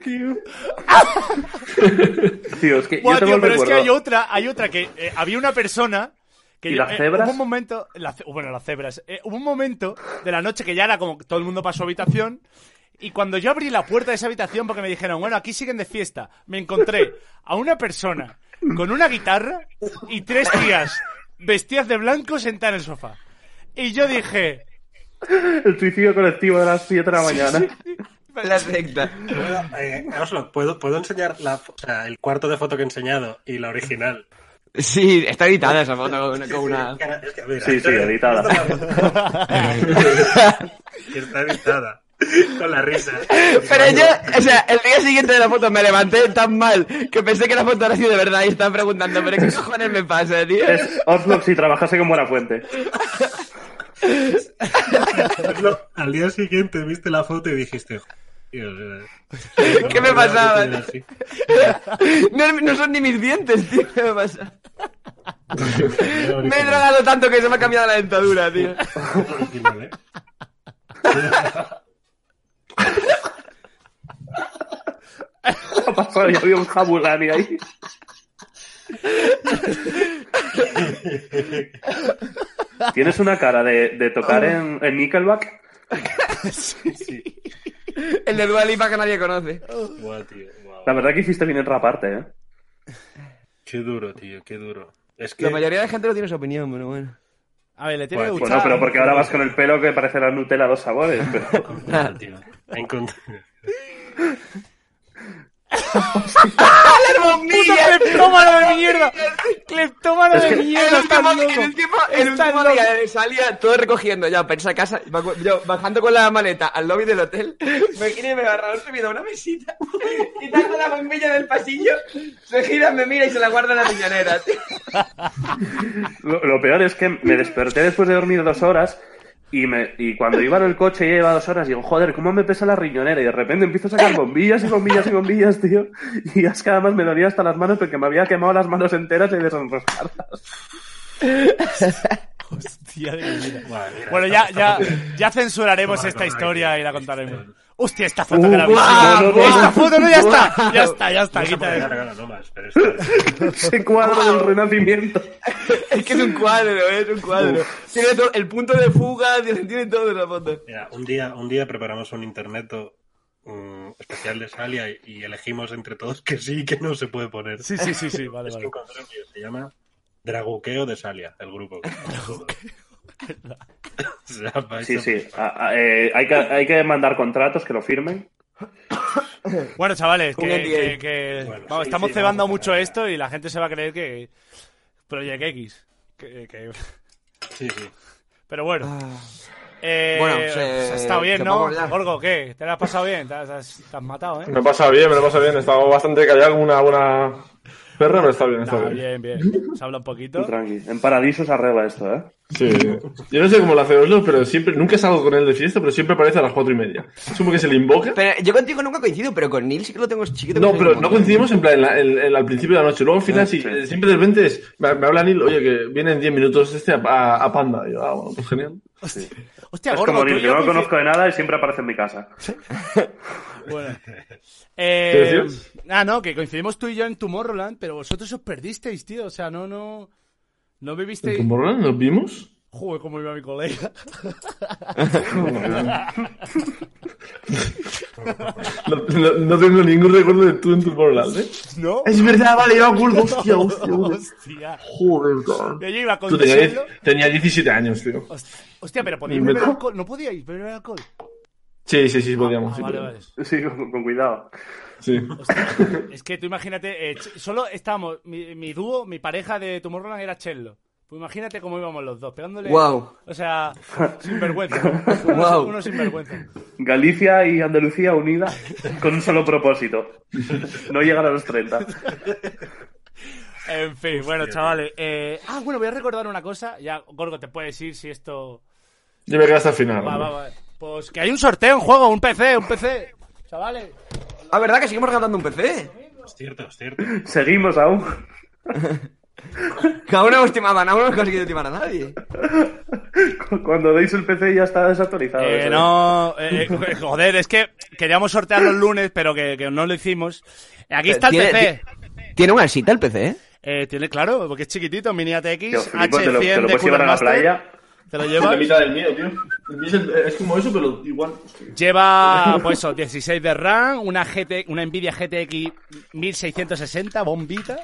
[SPEAKER 6] ella.
[SPEAKER 10] Tío, es que
[SPEAKER 1] Buah, tío,
[SPEAKER 10] yo tengo el
[SPEAKER 1] pero es que
[SPEAKER 10] recuerdo.
[SPEAKER 1] hay otra, hay otra que eh, había una persona que
[SPEAKER 10] ¿Y
[SPEAKER 1] yo-
[SPEAKER 10] las
[SPEAKER 1] eh,
[SPEAKER 10] cebras?
[SPEAKER 1] hubo un momento, la ce- bueno, las cebras, Eh, hubo un momento de la noche que ya era como que todo el mundo para su habitación y cuando yo abrí la puerta de esa habitación porque me dijeron, bueno, aquí siguen de fiesta, me encontré a una persona con una guitarra y tres tías vestidas de blanco sentadas en el sofá. Y yo dije,
[SPEAKER 10] El suicidio colectivo de las 7 de la mañana.
[SPEAKER 6] La secta.
[SPEAKER 5] Puedo, eh, Oslo, ¿puedo, puedo enseñar la, fo- o sea, el cuarto de foto que he enseñado y la original?
[SPEAKER 6] Sí, está editada esa foto con una... con una-
[SPEAKER 10] Sí, sí, editada.
[SPEAKER 5] Y está editada. Con la risa.
[SPEAKER 6] Pero yo, o sea, el día siguiente de la foto me levanté tan mal que pensé que la foto era así de verdad y estaba preguntando, pero ¿qué cojones me pasa, tío?
[SPEAKER 10] Es Oslo si trabajase con buena fuente.
[SPEAKER 5] Oslo, al día siguiente viste la foto y dijiste... "Tío, eh,
[SPEAKER 6] ¿Qué me pasaba?
[SPEAKER 5] era
[SPEAKER 6] tío?
[SPEAKER 5] así".
[SPEAKER 6] No, no son ni mis dientes, tío, ¿qué me pasa? Me he
[SPEAKER 5] original.
[SPEAKER 6] drogado tanto que se me ha cambiado la dentadura, tío.
[SPEAKER 5] Original, ¿eh?
[SPEAKER 10] Ha pasado, ya había un jabulani ahí. Tienes una cara de, de tocar en, en Nickelback.
[SPEAKER 6] El de Dua Lipa que nadie conoce.
[SPEAKER 5] Guau, tío, guau.
[SPEAKER 10] La verdad que hiciste bien en raparte, ¿eh?
[SPEAKER 5] Qué duro, tío, qué duro. Es que...
[SPEAKER 6] La mayoría de gente no tiene su opinión, pero bueno.
[SPEAKER 1] a ver, le tiene
[SPEAKER 10] Pues, Bueno,
[SPEAKER 1] que gustar.
[SPEAKER 10] pero porque ahora vas con el pelo que parece la Nutella dos sabores. pero-
[SPEAKER 5] Ah, tío. Ha encontrado-
[SPEAKER 6] ¡La bombilla!
[SPEAKER 1] ¡Puta cleptómano de mierda! ¡Cleptómano
[SPEAKER 10] Es
[SPEAKER 1] de
[SPEAKER 10] que-
[SPEAKER 1] mierda!
[SPEAKER 6] el último,
[SPEAKER 1] estás loco!
[SPEAKER 6] el último, el
[SPEAKER 1] Estás
[SPEAKER 6] último
[SPEAKER 1] loco.
[SPEAKER 6] día de salida, todo recogiendo ya para irse a casa, bajo- yo bajando con la maleta al lobby del hotel, me gira y me agarra subido a una mesita, quitando la bombilla del pasillo, se gira, me mira y se la guarda en la riñonera, tío.
[SPEAKER 10] Lo, lo peor es que me desperté después de dormir dos horas y, me, y cuando iba en el coche ya iba dos horas digo, joder, ¿cómo me pesa la riñonera? Y de repente empiezo a sacar bombillas y bombillas y bombillas, tío. Y es que además me dolía hasta las manos porque me había quemado las manos enteras y desenroscarlas.
[SPEAKER 1] Hostia de mi vida.
[SPEAKER 5] Guau, mira,
[SPEAKER 1] Bueno, ya,
[SPEAKER 5] estamos-
[SPEAKER 1] ya,
[SPEAKER 5] estamos-
[SPEAKER 1] ya censuraremos
[SPEAKER 5] Toma,
[SPEAKER 1] esta
[SPEAKER 5] toma,
[SPEAKER 1] historia y la contaremos. Hostia, esta
[SPEAKER 10] Uh,
[SPEAKER 1] foto que la vi.
[SPEAKER 10] guau, guau,
[SPEAKER 1] Esta foto no, ya está.
[SPEAKER 6] guau.
[SPEAKER 1] Ya está, ya está.
[SPEAKER 5] No se
[SPEAKER 1] Quita
[SPEAKER 5] puede
[SPEAKER 1] eso.
[SPEAKER 5] cargar, no más, pero está-
[SPEAKER 10] Ese cuadro del renacimiento.
[SPEAKER 6] Es que es un cuadro, ¿eh? es un cuadro. Tiene todo, el punto de fuga, tiene, tiene todo en la foto.
[SPEAKER 5] Mira, un día, un día preparamos un interneto mm, especial de Salia y, y elegimos entre todos que sí y que no se puede poner.
[SPEAKER 1] Sí, sí, sí, sí. Vale,
[SPEAKER 5] Es
[SPEAKER 1] vale.
[SPEAKER 5] que encontré un vídeo, se llama Draguqueo de Salia, el grupo. Se llama
[SPEAKER 10] Sí,
[SPEAKER 5] eso.
[SPEAKER 10] sí. A- a- eh, hay, que, hay que mandar contratos que lo firmen.
[SPEAKER 1] Bueno, chavales, que,
[SPEAKER 6] Un NDA.
[SPEAKER 1] que- que-
[SPEAKER 5] Bueno,
[SPEAKER 1] vamos,
[SPEAKER 5] sí,
[SPEAKER 1] estamos
[SPEAKER 5] sí,
[SPEAKER 1] cebando
[SPEAKER 5] vamos a
[SPEAKER 1] mucho
[SPEAKER 5] poner-
[SPEAKER 1] esto y la gente se va a creer que. Project X. Que, que-
[SPEAKER 5] Sí, sí.
[SPEAKER 1] Pero bueno. Eh,
[SPEAKER 6] Bueno, pues,
[SPEAKER 1] pues
[SPEAKER 6] eh,
[SPEAKER 1] ha estado bien,
[SPEAKER 6] que
[SPEAKER 1] ¿no?
[SPEAKER 6] vamos ya.
[SPEAKER 1] Gorgo, ¿qué? ¿Te la has pasado bien? ¿Te has, has- te has matado, eh?
[SPEAKER 2] Me pasa bien, me lo pasa bien. He estado bastante callado como una buena perra, pero está bien, está
[SPEAKER 1] Nah,
[SPEAKER 2] bien.
[SPEAKER 1] Ah, bien, bien. Se habla un poquito.
[SPEAKER 10] Tranqui. En Paradiso se arregla esto, ¿eh?
[SPEAKER 2] Sí. Yo no sé cómo lo hace Oslo, pero siempre, nunca salgo con él de fiesta, pero siempre aparece a las cuatro y media. Es como que se le invoca.
[SPEAKER 6] Pero yo contigo nunca coincido, pero con Neil sí que lo tengo chiquito.
[SPEAKER 2] No,
[SPEAKER 6] que
[SPEAKER 2] pero
[SPEAKER 6] soy
[SPEAKER 2] no
[SPEAKER 6] como-
[SPEAKER 2] coincidimos en plan en la- en- en- al principio de la noche. Luego al final, sí, eh, siempre de repente es, me, me habla Neil, oye, que viene en 10 minutos este a, a- a Panda. Y yo, ah, bueno, pues genial.
[SPEAKER 1] Hostia,
[SPEAKER 10] es
[SPEAKER 1] Gorgo,
[SPEAKER 10] como
[SPEAKER 1] tú
[SPEAKER 10] Neil,
[SPEAKER 1] y
[SPEAKER 10] yo
[SPEAKER 1] yo
[SPEAKER 10] no
[SPEAKER 1] coinci-
[SPEAKER 10] conozco de nada y siempre aparece en mi casa.
[SPEAKER 1] Bueno.
[SPEAKER 2] ¿Qué
[SPEAKER 1] Eh,
[SPEAKER 2] decías?
[SPEAKER 1] ah, no, que coincidimos tú y yo en Tomorrowland, pero vosotros os perdisteis, tío. O sea, no, no. No vivisteis.
[SPEAKER 2] ¿Con Borland nos vimos?
[SPEAKER 1] Joder, cómo iba mi colega.
[SPEAKER 2] No, no- no tengo ningún recuerdo de tú en tu Borderlands, ¿eh?
[SPEAKER 1] No.
[SPEAKER 2] Es verdad, vale, yo me acuerdo. Hostia,
[SPEAKER 1] No,
[SPEAKER 2] hostia, hostia.
[SPEAKER 1] hostia.
[SPEAKER 2] Joder, cabrón.
[SPEAKER 1] Yo iba con
[SPEAKER 2] Tú
[SPEAKER 1] mi
[SPEAKER 2] tenías,
[SPEAKER 1] sueldo.
[SPEAKER 2] tenías 17 años, tío.
[SPEAKER 1] Hostia, pero podíais
[SPEAKER 2] Ni me-
[SPEAKER 1] beber alcohol. No podíais beber alcohol. Ah,
[SPEAKER 2] Sí, sí, sí, podíamos. sí,
[SPEAKER 1] vale,
[SPEAKER 2] podíamos.
[SPEAKER 10] Sí, con, con cuidado.
[SPEAKER 2] Sí.
[SPEAKER 1] Es que tú imagínate, eh, ch- solo estábamos, mi, mi dúo, mi pareja de Tomorrowland era Chello. Pues imagínate cómo íbamos los dos, pegándole.
[SPEAKER 10] Guau.
[SPEAKER 1] O sea, sinvergüenza. vergüenza
[SPEAKER 10] Guau.
[SPEAKER 1] Uno, uno sinvergüenza.
[SPEAKER 10] Galicia y Andalucía unidas con un solo propósito. No llegar a los 30.
[SPEAKER 1] En fin, bueno, chavales. eh, ah, bueno, voy a recordar una cosa. Ya, Gorgo, te puedes ir si esto.
[SPEAKER 2] Yo me quedé hasta el final.
[SPEAKER 1] Va,
[SPEAKER 2] hombre.
[SPEAKER 1] va, va. Pues que hay un sorteo en juego, un PC, un PC. Chavales.
[SPEAKER 6] Ah, ¿verdad que seguimos regalando un PC?
[SPEAKER 5] Es cierto, es cierto.
[SPEAKER 10] Seguimos aún.
[SPEAKER 6] Que aún no hemos timado, a- aún no hemos conseguido timar a nadie.
[SPEAKER 10] Cuando deis el PC ya está desactualizado.
[SPEAKER 1] Eh,
[SPEAKER 10] eso, ¿eh?
[SPEAKER 1] no, eh, eh, joder, es que queríamos sortear los lunes, pero que, que no lo hicimos. Aquí está el
[SPEAKER 6] Tiene-
[SPEAKER 1] PC.
[SPEAKER 6] Tiene una cita el PC, ¿eh?
[SPEAKER 1] Eh, tiene, claro, porque es chiquitito, mini
[SPEAKER 10] Tío,
[SPEAKER 1] ATX,
[SPEAKER 10] flipo, te lo- te
[SPEAKER 1] H100
[SPEAKER 10] lo
[SPEAKER 1] de
[SPEAKER 10] puedes llevar a la
[SPEAKER 1] Cooler
[SPEAKER 10] playa.
[SPEAKER 1] Te lo
[SPEAKER 2] Es la
[SPEAKER 1] llevas.
[SPEAKER 2] mitad del mío, tío. El mío es, el- es como eso, pero igual.
[SPEAKER 1] Lleva, pues eso, 16 de RAM, una, GT, una Nvidia GTX 1660, bombita.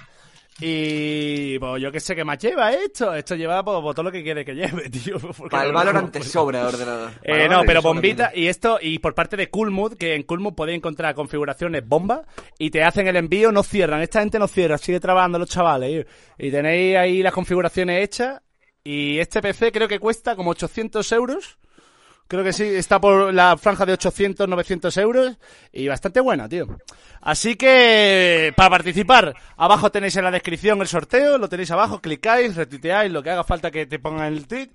[SPEAKER 1] Y pues yo qué sé qué más lleva esto. Esto lleva pues, pues, todo lo que quiere que lleve, tío. Pues, porque
[SPEAKER 6] Para el
[SPEAKER 1] no-
[SPEAKER 6] Valorant te sobra de ordenador.
[SPEAKER 1] Eh,
[SPEAKER 6] Valorant
[SPEAKER 1] no,
[SPEAKER 6] te
[SPEAKER 1] pero
[SPEAKER 6] sobra,
[SPEAKER 1] bombita
[SPEAKER 6] tío.
[SPEAKER 1] y esto, y por parte de Coolmood, que en Coolmood podéis encontrar configuraciones bomba y te hacen el envío, no cierran, esta gente no cierra, sigue trabajando los chavales. eh. Y, y tenéis ahí las configuraciones hechas y este PC creo que cuesta como 800 euros. Creo que sí, está por la franja de 800, 900 euros y bastante buena, tío. Así que, para participar, abajo tenéis en la descripción el sorteo, lo tenéis abajo, clicáis, retuiteáis, lo que haga falta que te pongan el tweet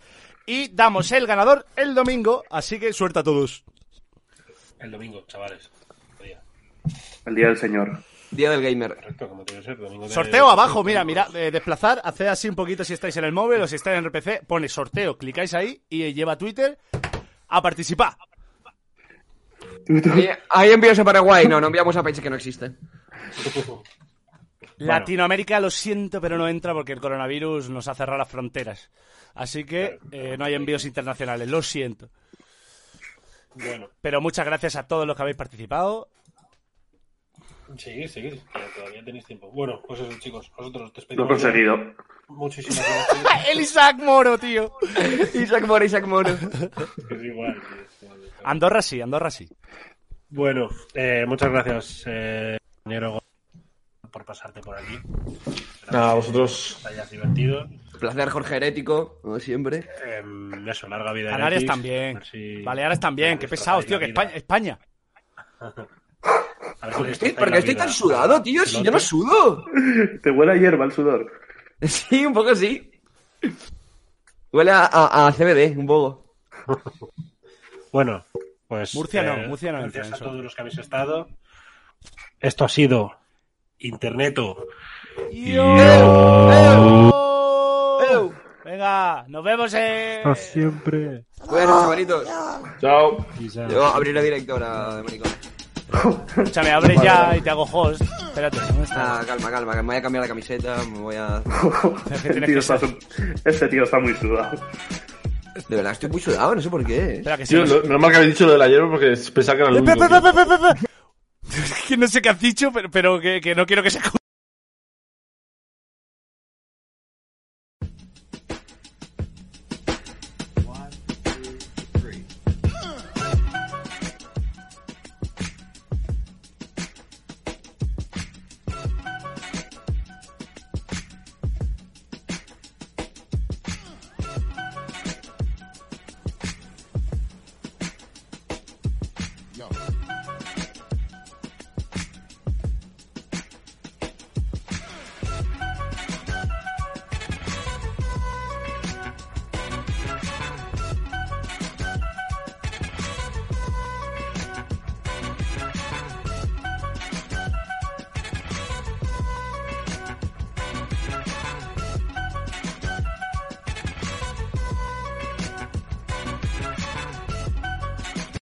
[SPEAKER 1] y damos el ganador el domingo, así que suerte a todos.
[SPEAKER 5] El domingo, chavales.
[SPEAKER 10] El día del señor.
[SPEAKER 6] Día del gamer.
[SPEAKER 5] Correcto, como tiene que ser. Domingo de-
[SPEAKER 1] Sorteo abajo, mira, mira, eh, desplazar, haced así un poquito si estáis en el móvil o si estáis en el PC, pone sorteo, clicáis ahí y eh, lleva a Twitter a participar.
[SPEAKER 6] Ahí- Ahí envíos a Paraguay. No, no enviamos a países que no existen.
[SPEAKER 1] Latinoamérica lo siento, pero no entra porque el coronavirus nos ha cerrado las fronteras. Así que eh, no hay envíos internacionales, lo siento.
[SPEAKER 5] Bueno,
[SPEAKER 1] Pero muchas gracias a todos los que habéis participado.
[SPEAKER 5] seguid, seguid. que Todavía tenéis tiempo. Bueno, pues eso, chicos. Nosotros os
[SPEAKER 10] Lo he
[SPEAKER 5] despedimos.
[SPEAKER 10] conseguido.
[SPEAKER 5] Muchísimas gracias.
[SPEAKER 1] El Isaac Moro, tío.
[SPEAKER 6] Isaac Moro, Isaac Moro.
[SPEAKER 5] Es igual.
[SPEAKER 1] Andorra sí, Andorra sí.
[SPEAKER 5] Bueno, eh, muchas gracias, eh, compañero, por pasarte por aquí.
[SPEAKER 2] Nada, vosotros.
[SPEAKER 5] Te hayas divertido.
[SPEAKER 6] Placer, Jorge Herético, como siempre.
[SPEAKER 5] Em, eso, larga vida. en
[SPEAKER 1] Canarias
[SPEAKER 5] X. A
[SPEAKER 1] también.
[SPEAKER 5] ver si-
[SPEAKER 1] Baleares también. Qué pesados, tío. Que España. España.
[SPEAKER 5] A ver si les
[SPEAKER 6] Estoy-
[SPEAKER 5] cortáis
[SPEAKER 6] porque
[SPEAKER 5] la
[SPEAKER 6] estoy
[SPEAKER 5] vida.
[SPEAKER 6] tan sudado, tío, si yo no sudo.
[SPEAKER 10] Te huele a hierba el sudor.
[SPEAKER 6] Sí, un poco sí. Huele a, a- a CBD, un poco.
[SPEAKER 5] Bueno, pues.
[SPEAKER 1] Murcia no,
[SPEAKER 5] eh,
[SPEAKER 1] Murcia no entra en
[SPEAKER 5] Gracias a
[SPEAKER 1] eso.
[SPEAKER 5] todos los que habéis estado. Esto ha sido Interneto.
[SPEAKER 1] ¡Eu! Venga, nos vemos eh. en.
[SPEAKER 5] Hasta siempre.
[SPEAKER 6] Bueno, chavalitos.
[SPEAKER 2] Chao.
[SPEAKER 6] Yo abrí la directora de maricón.
[SPEAKER 1] Escúchame, abres ya y te hago host. Espérate, ¿dónde está?
[SPEAKER 6] Ah, calma, calma, que me voy a cambiar la camiseta, me voy a...
[SPEAKER 10] Este tío, está, este tío está muy sudado.
[SPEAKER 6] De verdad, estoy muy sudado, no sé por qué. ¿eh?
[SPEAKER 1] Espera, que se
[SPEAKER 2] Tío,
[SPEAKER 1] nos-
[SPEAKER 2] no- normal que habéis dicho lo del ayer porque pensaba que era el
[SPEAKER 1] Espera,
[SPEAKER 2] único.
[SPEAKER 1] espera, espera, espera, espera. Es que no sé qué has dicho, pero, pero que, que no quiero que se escuche.